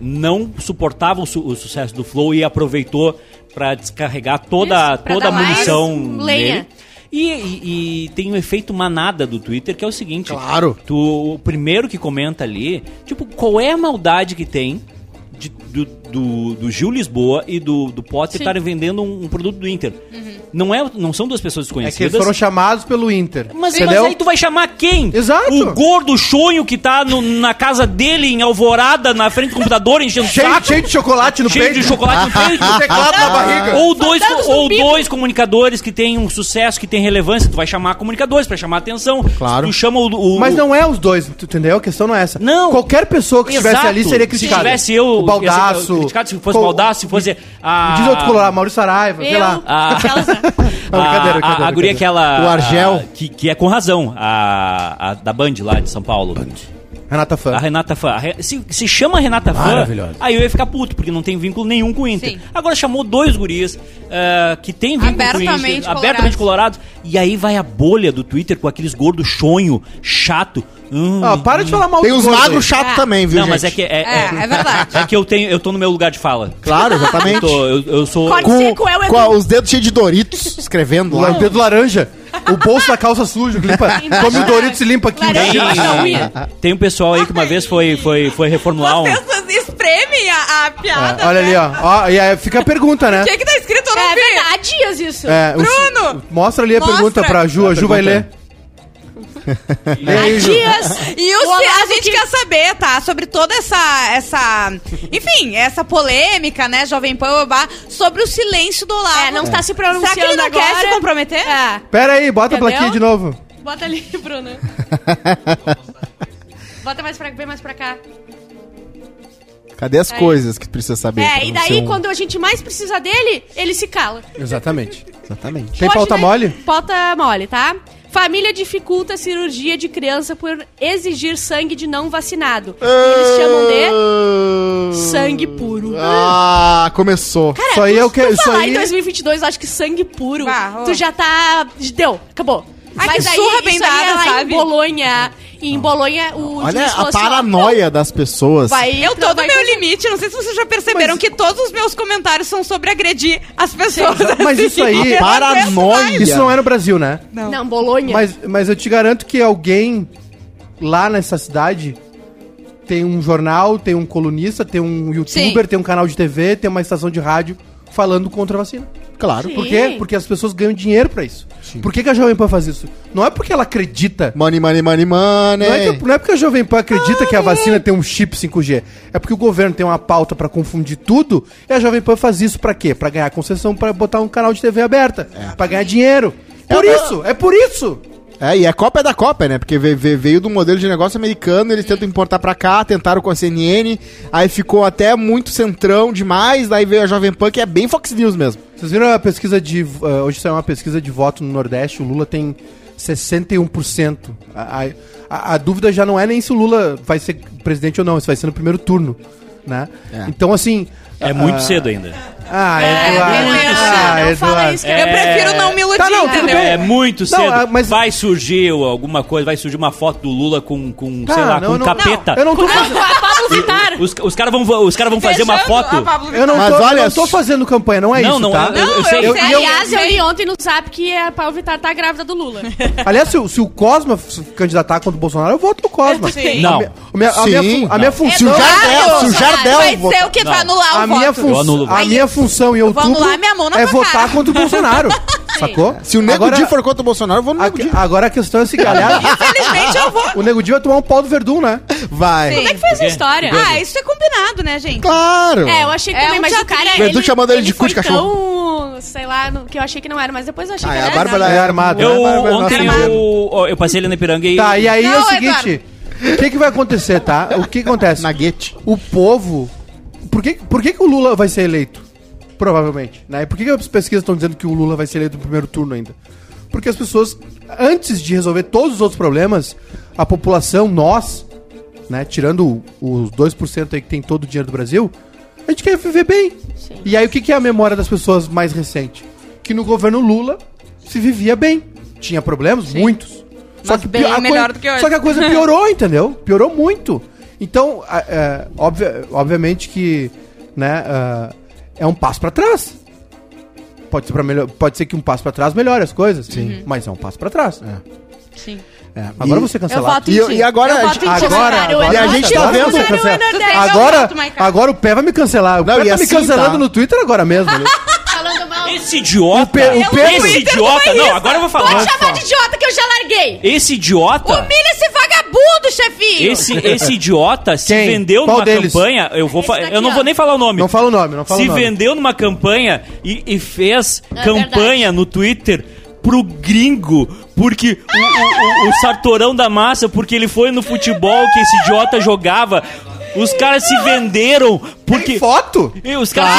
[SPEAKER 4] não suportava o, su- o sucesso do Flow e aproveitou pra descarregar toda,
[SPEAKER 3] Isso, pra
[SPEAKER 4] toda a
[SPEAKER 3] dar mais
[SPEAKER 4] munição
[SPEAKER 3] lenha.
[SPEAKER 4] nele. E, e- e tem um efeito manada do Twitter, que é o seguinte.
[SPEAKER 1] Claro.
[SPEAKER 4] Tu, o primeiro que comenta ali, tipo, qual é a maldade que tem de- do, do, do Gil Lisboa e do, do Potter estarem vendendo um, um produto do Inter? Não, é, não são duas pessoas
[SPEAKER 2] É que eles
[SPEAKER 4] desconhecidas.
[SPEAKER 2] foram chamados pelo Inter.
[SPEAKER 4] mas, mas aí tu vai chamar quem?
[SPEAKER 2] Exato.
[SPEAKER 4] O gordo chonho que tá no- na casa dele, em Alvorada, na frente do computador, enchendo o
[SPEAKER 2] Cheio,
[SPEAKER 4] saco.
[SPEAKER 2] cheio de chocolate no
[SPEAKER 4] Cheio
[SPEAKER 2] peito.
[SPEAKER 4] de chocolate no peito.
[SPEAKER 2] Com teclado na barriga.
[SPEAKER 4] Ou dois,
[SPEAKER 3] Fantasmas
[SPEAKER 4] ou
[SPEAKER 3] no bico.
[SPEAKER 4] dois comunicadores que têm um sucesso, que tem relevância, tu vai chamar comunicadores pra chamar atenção.
[SPEAKER 1] Claro.
[SPEAKER 4] Tu chama o, o-
[SPEAKER 2] Mas não é os dois, tu entendeu? A questão não é essa.
[SPEAKER 4] Não.
[SPEAKER 2] Qualquer pessoa que estivesse
[SPEAKER 4] Exato.
[SPEAKER 2] ali seria criticada.
[SPEAKER 4] Se tivesse eu,
[SPEAKER 2] O Baldaço.
[SPEAKER 4] ia ser criticado, se fosse
[SPEAKER 2] Co-
[SPEAKER 4] Baldaço, ah, se fosse a-
[SPEAKER 2] Me Diz outro colorado, Maurício Saraiva, sei
[SPEAKER 3] Eu-
[SPEAKER 2] lá.
[SPEAKER 4] a-
[SPEAKER 3] Aquelas-
[SPEAKER 4] A,
[SPEAKER 2] Não, brincadeira,
[SPEAKER 4] a, a,
[SPEAKER 2] brincadeira,
[SPEAKER 4] guria que ela.
[SPEAKER 1] O Argel.
[SPEAKER 4] a- que, que é com razão, a, a da Band lá de São Paulo. Band.
[SPEAKER 2] Renata Fã.
[SPEAKER 4] A Renata Fã. A Re- Se, se chama Renata Fã,
[SPEAKER 2] Maravilhosa.
[SPEAKER 4] aí eu ia ficar puto, porque não tem vínculo nenhum com o Inter.
[SPEAKER 5] Sim.
[SPEAKER 4] Agora chamou dois guris ah, que tem vínculo com o
[SPEAKER 5] Abertamente
[SPEAKER 4] Inter, abertamente colorados, e aí vai a bolha do Twitter com aqueles gordos chonho, chato. Hum,
[SPEAKER 2] Ah, para de falar mal
[SPEAKER 1] Tem uns
[SPEAKER 2] dos
[SPEAKER 3] Tá.
[SPEAKER 2] gordos aí.
[SPEAKER 1] magros chatos
[SPEAKER 5] Ah.
[SPEAKER 1] também, viu,
[SPEAKER 4] Não,
[SPEAKER 1] gente?
[SPEAKER 4] mas é que. É,
[SPEAKER 5] É, é verdade.
[SPEAKER 4] é que eu, tenho, eu tô no meu lugar de fala.
[SPEAKER 1] Claro,
[SPEAKER 4] Eu,
[SPEAKER 1] exatamente.
[SPEAKER 4] tô- eu- eu sou.
[SPEAKER 3] Corta.
[SPEAKER 1] com,
[SPEAKER 3] Seco é o
[SPEAKER 1] com a-
[SPEAKER 3] Edu.
[SPEAKER 1] os dedos cheios de Doritos, escrevendo
[SPEAKER 2] La-
[SPEAKER 1] lá.
[SPEAKER 2] O dedo laranja. O bolso da calça sujo, que limpa. Come o Doritos e limpa aqui.
[SPEAKER 3] Laranja.
[SPEAKER 4] Tem, tem um pessoal aí que uma vez foi, foi, foi reformular um.
[SPEAKER 5] Vocês espremem a, a piada.
[SPEAKER 2] É, Olha
[SPEAKER 5] né?
[SPEAKER 2] ali, ó. ó e aí fica a pergunta, né?
[SPEAKER 5] O que, que tá escrito? Eu não
[SPEAKER 3] É
[SPEAKER 5] vi.
[SPEAKER 3] verdade, há dias isso.
[SPEAKER 2] É, o-
[SPEAKER 5] Bruno!
[SPEAKER 2] mostra ali a
[SPEAKER 5] Mostra.
[SPEAKER 2] pergunta pra Ju. A Ju vai ler. Lê
[SPEAKER 3] Há
[SPEAKER 2] aí, Ju.
[SPEAKER 3] dias.
[SPEAKER 5] E o
[SPEAKER 3] O
[SPEAKER 5] Ce- a
[SPEAKER 3] Olavo
[SPEAKER 5] gente
[SPEAKER 3] que-
[SPEAKER 5] quer saber, tá? Sobre toda essa, essa. Enfim, essa polêmica, né, Jovem Pan, babá, sobre o silêncio do Olavo.
[SPEAKER 3] É, não está se pronunciando
[SPEAKER 5] Será que ele não quer
[SPEAKER 3] agora?
[SPEAKER 5] se comprometer?
[SPEAKER 3] É.
[SPEAKER 2] Pera aí, bota
[SPEAKER 3] Entendeu?
[SPEAKER 2] a plaquinha de novo.
[SPEAKER 3] Bota ali, Bruno. Bota mais pra, bem mais pra cá.
[SPEAKER 1] Cadê as
[SPEAKER 3] Aí.
[SPEAKER 1] coisas que precisa saber? pra
[SPEAKER 3] É, e
[SPEAKER 1] não ser
[SPEAKER 3] daí
[SPEAKER 1] um-
[SPEAKER 3] quando a gente mais precisa dele, ele se cala.
[SPEAKER 2] Exatamente.
[SPEAKER 1] Exatamente.
[SPEAKER 2] Tem
[SPEAKER 3] Hoje,
[SPEAKER 2] pauta
[SPEAKER 3] né,
[SPEAKER 2] mole?
[SPEAKER 3] Pauta mole, tá? Família dificulta a cirurgia de criança por exigir sangue de não vacinado. Eles chamam de sangue puro.
[SPEAKER 1] Ah, começou.
[SPEAKER 2] isso aí é o que. Isso
[SPEAKER 3] Falar em
[SPEAKER 2] aí.
[SPEAKER 3] 2022, eu acho que sangue puro.
[SPEAKER 5] Bah, ó.
[SPEAKER 3] Tu já tá. Deu, acabou.
[SPEAKER 5] Ai, que surra bem
[SPEAKER 3] isso aí é
[SPEAKER 5] dada,
[SPEAKER 3] lá
[SPEAKER 5] sabe?
[SPEAKER 3] Em Bolonha. E em Bolonha, o.
[SPEAKER 1] Olha
[SPEAKER 3] juiz falou
[SPEAKER 1] a
[SPEAKER 3] assim, ó,
[SPEAKER 1] paranoia das pessoas.
[SPEAKER 3] Vai,
[SPEAKER 5] Eu tô
[SPEAKER 3] não
[SPEAKER 5] no
[SPEAKER 3] vai
[SPEAKER 5] meu
[SPEAKER 2] é-
[SPEAKER 3] fazer.
[SPEAKER 5] limite, não sei se vocês já perceberam que todos os meus comentários são sobre agredir as pessoas.
[SPEAKER 2] Mas isso aí-
[SPEAKER 5] Eu não aguento mais.
[SPEAKER 1] Paranoia.
[SPEAKER 2] Isso não é no Brasil, né?
[SPEAKER 5] Não.
[SPEAKER 3] Não, Bolonha.
[SPEAKER 2] Mas, mas eu te garanto que alguém lá nessa cidade tem um jornal, tem um colunista, tem um youtuber,
[SPEAKER 5] Sim.
[SPEAKER 2] tem um canal de TV, tem uma estação de rádio falando contra a vacina.
[SPEAKER 1] Claro.
[SPEAKER 3] Sim.
[SPEAKER 2] Por quê? Porque as pessoas ganham dinheiro pra isso. Por que, que a Jovem Pan faz isso? Não é porque ela acredita.
[SPEAKER 1] Money, money, money, money.
[SPEAKER 2] Não é, que, não é porque a Jovem Pan acredita que a vacina tem um chip 5G. É porque o governo tem uma pauta pra confundir tudo e a Jovem Pan faz isso pra quê? Pra ganhar concessão, pra botar um canal de TV aberta, pra ganhar dinheiro. Por
[SPEAKER 1] É,
[SPEAKER 2] isso, é por isso.
[SPEAKER 1] É, e a Copa é da Copa, né? Porque ve- ve- veio do modelo de negócio americano, eles tentam importar pra cá, tentaram com a CNN, aí ficou até muito centrão demais, daí veio a Jovem Pan, que é bem Fox News mesmo.
[SPEAKER 2] Vocês viram a pesquisa de. eh, hoje saiu uma pesquisa de voto no Nordeste, o Lula tem 61%. A, a- a, a dúvida já não é nem se o Lula vai ser presidente ou não, isso vai ser no primeiro turno. Né?
[SPEAKER 1] É.
[SPEAKER 2] Então, assim.
[SPEAKER 4] É muito cedo ainda.
[SPEAKER 2] Ah,
[SPEAKER 3] É,
[SPEAKER 2] Eduardo.
[SPEAKER 3] não,
[SPEAKER 2] ah,
[SPEAKER 3] não, não fala
[SPEAKER 2] Eduardo.
[SPEAKER 3] isso que
[SPEAKER 5] Eu prefiro não me iludir,
[SPEAKER 2] Tá, não, tudo
[SPEAKER 5] entendeu?
[SPEAKER 2] bem.
[SPEAKER 4] É muito cedo.
[SPEAKER 2] ah, mas-
[SPEAKER 4] Vai surgir alguma coisa, vai surgir uma foto do Lula com, com
[SPEAKER 2] Tá,
[SPEAKER 4] sei lá,
[SPEAKER 2] não,
[SPEAKER 4] com
[SPEAKER 2] não-
[SPEAKER 4] capeta.
[SPEAKER 2] Eu não tô fazendo.
[SPEAKER 3] Ah, Pablo Vittar.
[SPEAKER 4] Os, os caras vão, os cara vão fazer uma
[SPEAKER 5] Beijando a
[SPEAKER 4] foto.
[SPEAKER 5] Pablo
[SPEAKER 2] Eu não,
[SPEAKER 1] Mas
[SPEAKER 2] tô,
[SPEAKER 1] olha,
[SPEAKER 2] não tô fazendo campanha, não é
[SPEAKER 4] Não,
[SPEAKER 2] isso,
[SPEAKER 4] não,
[SPEAKER 2] tá?
[SPEAKER 4] eu- eu-
[SPEAKER 5] Vittar.
[SPEAKER 4] sei.
[SPEAKER 5] eu,
[SPEAKER 4] Eu-
[SPEAKER 5] sei,
[SPEAKER 3] Aliás, eu
[SPEAKER 5] sei.
[SPEAKER 3] li ontem no zap que a Pablo Vittar tá grávida do Lula.
[SPEAKER 2] Aliás, se, o- se o Cosma se candidatar contra o Bolsonaro, eu voto no Cosma.
[SPEAKER 5] Sim.
[SPEAKER 2] A
[SPEAKER 4] Não.
[SPEAKER 2] minha, a minha, a
[SPEAKER 1] Sim,
[SPEAKER 2] minha, fun- a minha
[SPEAKER 4] não.
[SPEAKER 1] Se
[SPEAKER 2] função. é
[SPEAKER 1] o Jardel, se o
[SPEAKER 5] Eduardo,
[SPEAKER 1] Jardel
[SPEAKER 5] Vai ser
[SPEAKER 1] votar-
[SPEAKER 5] o que
[SPEAKER 4] Não.
[SPEAKER 5] vai anular
[SPEAKER 2] a
[SPEAKER 5] o voto.
[SPEAKER 2] minha,
[SPEAKER 4] Eu anulo o
[SPEAKER 2] fun a
[SPEAKER 4] voto.
[SPEAKER 2] minha função em
[SPEAKER 5] vou
[SPEAKER 2] outubro
[SPEAKER 5] anular minha mão na
[SPEAKER 2] é
[SPEAKER 5] tua
[SPEAKER 2] votar
[SPEAKER 5] cara.
[SPEAKER 2] contra o Bolsonaro. Sacou?
[SPEAKER 1] Se o Nego
[SPEAKER 2] agora,
[SPEAKER 1] Di for contra o Bolsonaro, eu vou no
[SPEAKER 2] a,
[SPEAKER 1] Nego Di.
[SPEAKER 2] agora a questão é a seguinte, aliás,
[SPEAKER 5] Infelizmente eu vou.
[SPEAKER 2] o Nego Di vai tomar um pau do Verdun, né?
[SPEAKER 1] Vai.
[SPEAKER 5] Sim.
[SPEAKER 3] Como é que foi essa
[SPEAKER 4] quê?
[SPEAKER 3] história?
[SPEAKER 4] Por quê?
[SPEAKER 5] Ah, isso é combinado, né, gente?
[SPEAKER 1] Claro.
[SPEAKER 3] É, eu achei que
[SPEAKER 5] É
[SPEAKER 3] também,
[SPEAKER 5] um
[SPEAKER 3] mas o
[SPEAKER 5] teatrinho.
[SPEAKER 3] cara.
[SPEAKER 1] Verdu chamando ele de cu
[SPEAKER 3] foi
[SPEAKER 1] de cachorro.
[SPEAKER 3] Tão, sei lá, no- que eu achei que não era, mas depois eu achei
[SPEAKER 1] Ah,
[SPEAKER 3] que
[SPEAKER 1] é, a
[SPEAKER 3] era.
[SPEAKER 1] Bárbara
[SPEAKER 2] Ela
[SPEAKER 1] é
[SPEAKER 2] é
[SPEAKER 1] armada.
[SPEAKER 2] armada.
[SPEAKER 4] Eu,
[SPEAKER 1] Vai, vai,
[SPEAKER 4] ontem
[SPEAKER 1] nossa,
[SPEAKER 4] eu, eu passei ali na Piranga e.
[SPEAKER 2] Tá, e aí é o
[SPEAKER 5] Não,
[SPEAKER 2] seguinte, o que, que vai acontecer, tá? O que que acontece?
[SPEAKER 1] Naguete.
[SPEAKER 2] O povo... Por que, por que que o Lula vai ser eleito? Provavelmente, né? E por que, que as pesquisas estão dizendo que o Lula vai ser eleito no primeiro turno ainda? Porque as pessoas, antes de resolver todos os outros problemas, a população, nós, né, tirando o- os 2% aí que tem todo o dinheiro do Brasil, a gente quer viver bem.
[SPEAKER 3] Sim.
[SPEAKER 2] E aí o que, que é a memória das pessoas mais recente? Que no governo Lula se vivia bem. Tinha problemas? Muitos. Só
[SPEAKER 5] Mas bem
[SPEAKER 2] pior- a
[SPEAKER 5] melhor
[SPEAKER 2] coisa-
[SPEAKER 5] do que hoje.
[SPEAKER 2] Só que a coisa piorou, entendeu? Piorou muito. Então, a- é, obvia- obviamente que né, ah, é um passo pra trás. Pode ser, pra melhor, pode ser que um passo pra trás melhore as coisas. Sim. Mas é um passo pra trás. É,
[SPEAKER 5] Sim.
[SPEAKER 2] Agora
[SPEAKER 1] E-
[SPEAKER 2] você
[SPEAKER 3] Eu
[SPEAKER 2] cancelar.
[SPEAKER 3] voto em
[SPEAKER 1] E eu-
[SPEAKER 3] ti.
[SPEAKER 1] e agora é-
[SPEAKER 3] eu
[SPEAKER 1] a
[SPEAKER 3] voto
[SPEAKER 1] gente-
[SPEAKER 3] em ti,
[SPEAKER 2] Agora,
[SPEAKER 3] Bolsonaro.
[SPEAKER 2] agora
[SPEAKER 3] Eu é
[SPEAKER 1] a
[SPEAKER 3] voto
[SPEAKER 1] gente
[SPEAKER 3] em
[SPEAKER 1] tá
[SPEAKER 3] ti,
[SPEAKER 1] vendo,
[SPEAKER 3] Bolsonaro,
[SPEAKER 2] cancela.
[SPEAKER 3] eu não-
[SPEAKER 2] Agora,
[SPEAKER 5] voto, Maica.
[SPEAKER 2] agora o pé vai me cancelar.
[SPEAKER 1] Não,
[SPEAKER 2] O pé
[SPEAKER 1] e
[SPEAKER 2] tá me
[SPEAKER 1] assim,
[SPEAKER 2] cancelando
[SPEAKER 1] tá?
[SPEAKER 2] no Twitter agora mesmo. né?
[SPEAKER 3] Falando mal.
[SPEAKER 4] Esse idiota.
[SPEAKER 2] pe- o pe- o
[SPEAKER 4] esse
[SPEAKER 2] Twitter
[SPEAKER 4] idiota. Não, agora eu vou falar.
[SPEAKER 3] Pode chamar de idiota que eu já larguei.
[SPEAKER 4] Esse idiota.
[SPEAKER 5] Humilha esse vagabundo, chefinho!
[SPEAKER 4] Esse, esse idiota se
[SPEAKER 2] Quem?
[SPEAKER 4] vendeu
[SPEAKER 2] Qual
[SPEAKER 4] numa
[SPEAKER 2] deles?
[SPEAKER 4] campanha. Eu, vou
[SPEAKER 3] Esse
[SPEAKER 4] fa-
[SPEAKER 3] daqui,
[SPEAKER 4] eu não
[SPEAKER 3] ó.
[SPEAKER 4] vou nem falar o nome.
[SPEAKER 2] não fala o nome, não fala
[SPEAKER 4] se
[SPEAKER 2] o nome.
[SPEAKER 4] vendeu numa campanha e, e fez
[SPEAKER 3] É
[SPEAKER 4] campanha no Twitter pro gringo, porque o, o- o- o Sartorão da Massa, porque ele foi no futebol que esse idiota jogava. Os caras se venderam porque.
[SPEAKER 2] Tem foto? Ah,
[SPEAKER 4] E os caras.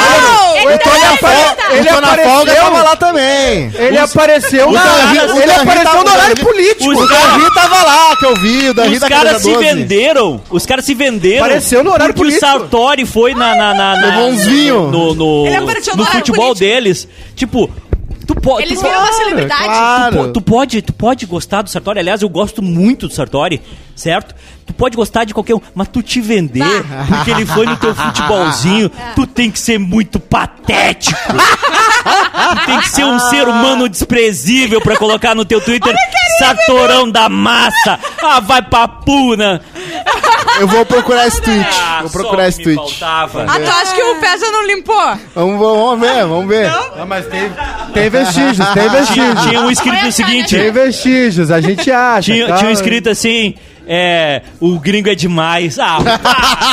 [SPEAKER 2] Eu tô na
[SPEAKER 1] Ó,
[SPEAKER 2] folga, ele
[SPEAKER 1] o Tona tá Folga
[SPEAKER 2] apareceu,
[SPEAKER 1] tava lá também.
[SPEAKER 2] ele apareceu,
[SPEAKER 1] O
[SPEAKER 2] na-
[SPEAKER 1] Davi- o
[SPEAKER 2] ele
[SPEAKER 1] Davi tava-
[SPEAKER 2] apareceu no horário político.
[SPEAKER 4] Os
[SPEAKER 1] O Davi tava lá, que eu vi. O Davi
[SPEAKER 4] Os
[SPEAKER 1] da
[SPEAKER 4] caras se
[SPEAKER 1] 12.
[SPEAKER 4] venderam. Os caras se venderam.
[SPEAKER 2] Apareceu no horário
[SPEAKER 4] porque
[SPEAKER 2] político.
[SPEAKER 4] o Sartori foi na. na, na, na-
[SPEAKER 1] Levou uns vinho.
[SPEAKER 4] No, no,
[SPEAKER 5] Ele apareceu
[SPEAKER 4] no
[SPEAKER 5] no horário
[SPEAKER 4] futebol
[SPEAKER 5] político.
[SPEAKER 4] deles. Tipo, tu pode.
[SPEAKER 3] Eles
[SPEAKER 4] tu
[SPEAKER 3] viram uma
[SPEAKER 4] po-
[SPEAKER 3] celebridade.
[SPEAKER 1] Claro.
[SPEAKER 4] Pô, tu pode, tu pode gostar do Sartori. Aliás, eu gosto muito do Sartori, certo? Tu pode gostar de qualquer um, mas tu te vender porque ele foi no teu futebolzinho, tu tem que ser muito patético. tu tem que ser um ser humano desprezível pra colocar no teu Twitter Satorão da massa. Ah, vai pra puna.
[SPEAKER 1] Eu vou procurar esse tweet.
[SPEAKER 4] Ah,
[SPEAKER 1] Vou
[SPEAKER 4] só o
[SPEAKER 1] procurar esse
[SPEAKER 4] que me
[SPEAKER 1] tweet.
[SPEAKER 4] faltava.
[SPEAKER 5] Ah, tu acha que o Pé já não limpou?
[SPEAKER 1] Vamos, vamos ver, vamos ver.
[SPEAKER 2] Ah, mas tem, tem vestígios, tem
[SPEAKER 4] Tinha, tinha
[SPEAKER 2] vestígios.
[SPEAKER 4] um escrito o seguinte.
[SPEAKER 2] Tem vestígios, a gente acha.
[SPEAKER 4] Tinha,
[SPEAKER 2] tá?
[SPEAKER 4] tinha um escrito assim, é, o gringo é demais.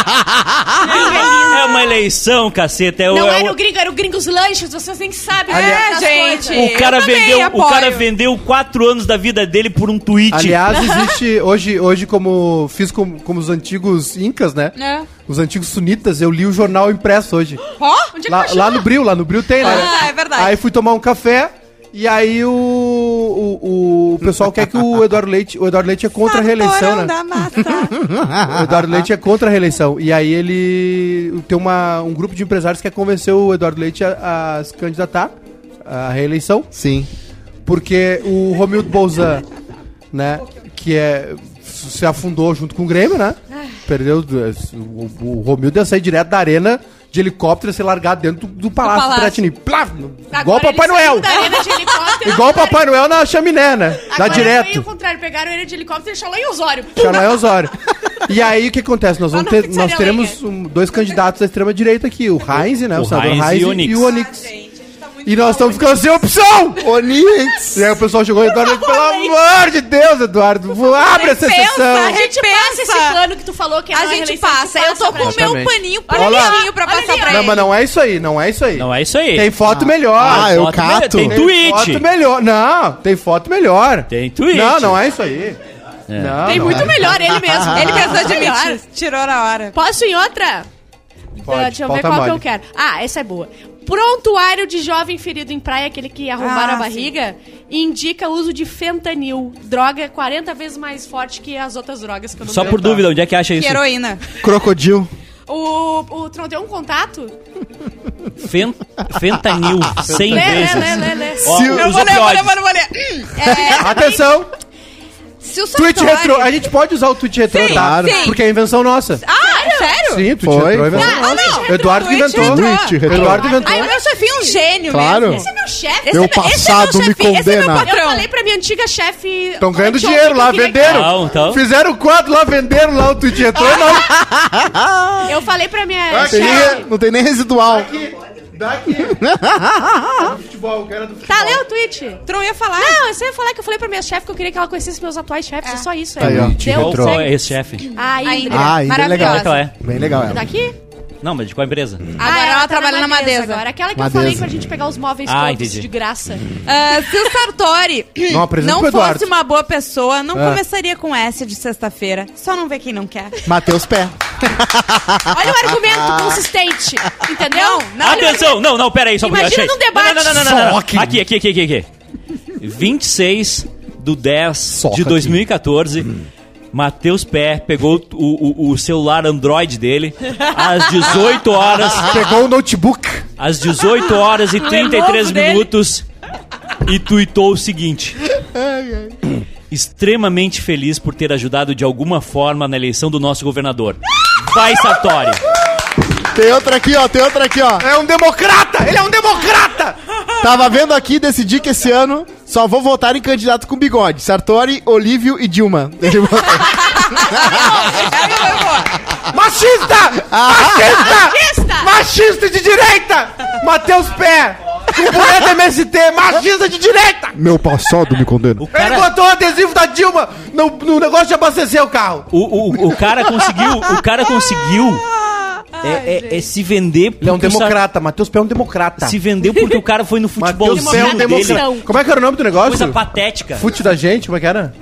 [SPEAKER 4] Ah, pá. é uma eleição, caceta. É, o-
[SPEAKER 3] Não
[SPEAKER 4] é
[SPEAKER 3] era
[SPEAKER 4] o-
[SPEAKER 3] o gringo, era o gringos lanches, vocês nem sabem. né,
[SPEAKER 5] É,
[SPEAKER 3] das
[SPEAKER 5] gente.
[SPEAKER 3] coisas.
[SPEAKER 4] o cara
[SPEAKER 5] Eu também
[SPEAKER 4] vendeu, o
[SPEAKER 5] apoio.
[SPEAKER 4] cara vendeu quatro anos da vida dele por um tweet.
[SPEAKER 2] Aliás, existe hoje, hoje como fiz com, como os antigos incas, né?
[SPEAKER 5] É.
[SPEAKER 2] Os antigos sunitas, eu li o jornal impresso hoje.
[SPEAKER 5] Ó,
[SPEAKER 3] Onde é que
[SPEAKER 2] Lá,
[SPEAKER 3] tu
[SPEAKER 5] tá
[SPEAKER 3] achou?
[SPEAKER 2] lá no Bril, lá no Bril tem, né?
[SPEAKER 5] Ah, é verdade.
[SPEAKER 2] Aí fui tomar um café e aí o, o, o pessoal quer que o Eduardo Leite, o Eduardo Leite é contra a reeleição,
[SPEAKER 5] Satorão
[SPEAKER 2] né?
[SPEAKER 5] da massa.
[SPEAKER 2] O Eduardo Leite é contra a reeleição. E aí ele tem uma, um grupo de empresários que quer convencer o Eduardo Leite a, a se candidatar à reeleição.
[SPEAKER 1] Sim.
[SPEAKER 2] Porque o Romildo Bolzan, né, que é se afundou junto com o Grêmio, né? Perdeu o, o Romildo ia sair direto da arena de helicóptero e ser largado dentro do, do palácio do
[SPEAKER 5] palácio.
[SPEAKER 2] Piratini. Plá! Igual
[SPEAKER 3] Agora
[SPEAKER 2] o Papai
[SPEAKER 3] ele saiu
[SPEAKER 2] Noel.
[SPEAKER 3] da arena de helicóptero.
[SPEAKER 2] Igual o Papai Noel na chaminé, né? Lá
[SPEAKER 3] Agora foi o
[SPEAKER 2] direto.
[SPEAKER 3] contrário, pegaram ele de helicóptero e deixaram lá em Osório.
[SPEAKER 2] Xanael é Osório. E aí o que acontece? Nós, vamos
[SPEAKER 3] Lá na
[SPEAKER 2] ter-
[SPEAKER 3] pizzaria
[SPEAKER 2] nós teremos um- dois candidatos da extrema direita aqui, o Heinz, né? O,
[SPEAKER 4] O
[SPEAKER 2] senador
[SPEAKER 4] Heinz
[SPEAKER 2] Heinz,
[SPEAKER 4] e
[SPEAKER 2] e
[SPEAKER 4] o Onix.
[SPEAKER 2] o Onix.
[SPEAKER 5] Gente, a gente tá muito
[SPEAKER 2] E nós estamos ficando sem opção!
[SPEAKER 1] Onix.
[SPEAKER 2] E aí o pessoal chegou e Eduardo, pelo amor de Deus, Eduardo, vou- abre essa
[SPEAKER 5] pensa,
[SPEAKER 3] A
[SPEAKER 2] sessão.
[SPEAKER 5] gente
[SPEAKER 3] gente
[SPEAKER 5] Repensa.
[SPEAKER 3] passa é esse plano que tu falou que é
[SPEAKER 5] A
[SPEAKER 3] uma
[SPEAKER 5] gente
[SPEAKER 3] reeleição,
[SPEAKER 5] passa.
[SPEAKER 3] tu
[SPEAKER 5] Eu tô
[SPEAKER 3] pra
[SPEAKER 5] com o
[SPEAKER 3] ele.
[SPEAKER 5] meu
[SPEAKER 2] Exatamente.
[SPEAKER 5] paninho
[SPEAKER 2] Olha lá.
[SPEAKER 5] bonitinho pra
[SPEAKER 3] Olha
[SPEAKER 5] passar
[SPEAKER 3] ali,
[SPEAKER 5] pra
[SPEAKER 3] ó.
[SPEAKER 2] Não,
[SPEAKER 5] ele.
[SPEAKER 2] mas não é isso aí, não é isso aí.
[SPEAKER 4] Não é isso aí.
[SPEAKER 2] Tem foto melhor.
[SPEAKER 1] Ah, eu
[SPEAKER 4] Foto melhor.
[SPEAKER 1] cato.
[SPEAKER 4] Tem
[SPEAKER 2] tem foto
[SPEAKER 4] tweet.
[SPEAKER 2] melhor. Não, tem foto melhor.
[SPEAKER 4] Tem tweet.
[SPEAKER 2] Não, não é isso aí. Não,
[SPEAKER 3] Tem
[SPEAKER 2] não
[SPEAKER 3] muito
[SPEAKER 2] é.
[SPEAKER 3] melhor ele mesmo.
[SPEAKER 2] Ah.
[SPEAKER 5] Ele precisou de
[SPEAKER 3] Melhor.
[SPEAKER 5] mim. Tirou na hora.
[SPEAKER 3] Posso em outra?
[SPEAKER 2] Pode,
[SPEAKER 3] Ah, Deixa eu ver
[SPEAKER 2] pauta
[SPEAKER 3] qual que eu
[SPEAKER 2] mole.
[SPEAKER 3] quero. Ah, essa é boa. Prontuário de jovem ferido em praia, aquele que arrombaram
[SPEAKER 5] Ah,
[SPEAKER 3] a barriga, indica uso de fentanil. Droga 40 vezes mais forte que as outras drogas que eu não
[SPEAKER 4] Só
[SPEAKER 3] sei.
[SPEAKER 4] por dúvida, onde é que acha
[SPEAKER 5] Que
[SPEAKER 4] isso?
[SPEAKER 5] heroína.
[SPEAKER 1] Crocodil.
[SPEAKER 3] O, o Tron deu um contato?
[SPEAKER 4] Fen- fentanil, 100
[SPEAKER 3] Lê, lê,
[SPEAKER 4] vezes.
[SPEAKER 3] lê, lê, lê.
[SPEAKER 4] Ó,
[SPEAKER 1] Se-
[SPEAKER 4] os
[SPEAKER 5] Eu vou ler, eu vou ler, eu
[SPEAKER 4] opioides.
[SPEAKER 5] vou ler. Hum, é,
[SPEAKER 2] Atenção,
[SPEAKER 5] se o
[SPEAKER 2] Ah. tweet
[SPEAKER 5] Sartori-
[SPEAKER 2] retrô. A gente pode usar o tweet retrô,
[SPEAKER 5] Sim,
[SPEAKER 2] tá?
[SPEAKER 5] sim.
[SPEAKER 2] Porque é invenção nossa. Sim,
[SPEAKER 5] Ah, sério?
[SPEAKER 2] o tweet
[SPEAKER 1] Foi,
[SPEAKER 2] retrô é
[SPEAKER 1] foi.
[SPEAKER 2] invenção
[SPEAKER 5] Ah,
[SPEAKER 2] nossa.
[SPEAKER 5] não,
[SPEAKER 2] Eduardo que
[SPEAKER 5] tweet
[SPEAKER 2] inventou.
[SPEAKER 5] retrô.
[SPEAKER 1] Tweet retrô.
[SPEAKER 2] Eduardo
[SPEAKER 5] Ai, o
[SPEAKER 2] inventou.
[SPEAKER 5] meu chefinho é um gênio
[SPEAKER 1] Claro.
[SPEAKER 5] mesmo.
[SPEAKER 3] Esse é meu chefe.
[SPEAKER 5] Esse
[SPEAKER 1] Meu
[SPEAKER 5] é meu- esse é meu
[SPEAKER 1] passado me
[SPEAKER 5] chefe, esse é meu
[SPEAKER 1] condena.
[SPEAKER 5] patrão.
[SPEAKER 3] Eu falei pra minha antiga chefe.
[SPEAKER 2] Estão Ah. ganhando
[SPEAKER 3] ontem,
[SPEAKER 2] dinheiro lá,
[SPEAKER 3] que eu queria-
[SPEAKER 2] venderam.
[SPEAKER 4] Não, então.
[SPEAKER 2] Fizeram o quadro lá, venderam lá o tweet retrô. Não,
[SPEAKER 3] Eu falei pra minha
[SPEAKER 2] Ah,
[SPEAKER 1] Tem nem- é- não tem nem residual.
[SPEAKER 2] Daqui. futebol, cara do futebol.
[SPEAKER 3] Tá, lê o tweet.
[SPEAKER 5] Tron ia falar.
[SPEAKER 3] Não, eu só ia falar que eu falei pra minha chefe que eu queria que ela conhecesse meus atuais chefes. É só isso.
[SPEAKER 1] Tá aí,
[SPEAKER 3] eu-
[SPEAKER 1] ó.
[SPEAKER 3] Deu
[SPEAKER 4] Qual
[SPEAKER 3] sangue.
[SPEAKER 4] é esse chefe?
[SPEAKER 3] A Indra.
[SPEAKER 1] Ah, ainda é
[SPEAKER 5] Maravilhosa.
[SPEAKER 1] legal.
[SPEAKER 4] Qual é que ela é?
[SPEAKER 1] Bem legal ela.
[SPEAKER 3] Daqui?
[SPEAKER 4] Não, mas de qual empresa?
[SPEAKER 5] Agora "Ah, ela, trabalha na Madeza.
[SPEAKER 3] Agora. Aquela que
[SPEAKER 1] Madeza.
[SPEAKER 3] eu falei pra gente pegar os móveis
[SPEAKER 4] Ah,
[SPEAKER 3] todos
[SPEAKER 4] entendi.
[SPEAKER 3] de graça.
[SPEAKER 5] Ah, se o Sartori
[SPEAKER 2] Não apresenta
[SPEAKER 5] não
[SPEAKER 2] pro Eduardo. É.
[SPEAKER 5] fosse uma boa pessoa, não começaria com S de sexta-feira. Só não vê quem não quer.
[SPEAKER 1] Matei os pés.
[SPEAKER 3] Olha o argumento consistente, entendeu?
[SPEAKER 5] Não, não.
[SPEAKER 3] Olha o-
[SPEAKER 4] Atenção! Não, não, pera aí, só um
[SPEAKER 3] Imagina
[SPEAKER 4] achei.
[SPEAKER 3] num debate.
[SPEAKER 4] Não, não, não, não, não, não.
[SPEAKER 2] Só aqui.
[SPEAKER 4] Aqui, aqui, aqui, aqui, aqui. 26 do 10 de
[SPEAKER 1] aqui.
[SPEAKER 4] 2014.
[SPEAKER 2] Hum.
[SPEAKER 4] Matheus Pé pegou o, o- o celular Android dele às 18 horas,
[SPEAKER 2] Pegou o notebook.
[SPEAKER 4] às 18 horas e 33
[SPEAKER 5] dele.
[SPEAKER 4] minutos e tuitou o seguinte: Extremamente feliz por ter ajudado de alguma forma na eleição do nosso governador. Vai, Satori!
[SPEAKER 1] Tem outra aqui, ó. Tem outra aqui, ó.
[SPEAKER 2] É um democrata! Ele é um democrata!
[SPEAKER 1] Tava vendo aqui, decidi que esse ano só vou votar em candidato com bigode. Sartori, Olívio e Dilma. Ele botou-
[SPEAKER 2] Machista! Machista! Machista de direita! Matheus Pé! O boleto MST, machista de direita!
[SPEAKER 1] Meu passado me condena.
[SPEAKER 2] Ele botou o adesivo da Dilma no, no negócio de abastecer o carro.
[SPEAKER 4] O, o, o cara conseguiu. O cara conseguiu. é, é- é se vender porque
[SPEAKER 2] Ele é um
[SPEAKER 4] o Sar-
[SPEAKER 2] democrata, Matheus Pé é um democrata.
[SPEAKER 4] Se vendeu porque o cara foi no
[SPEAKER 2] Matheus Pé é um
[SPEAKER 4] futebolzinho dele.
[SPEAKER 2] democrata. Como é que era o nome do negócio?
[SPEAKER 4] Coisa patética.
[SPEAKER 2] Fute da gente, como é que era?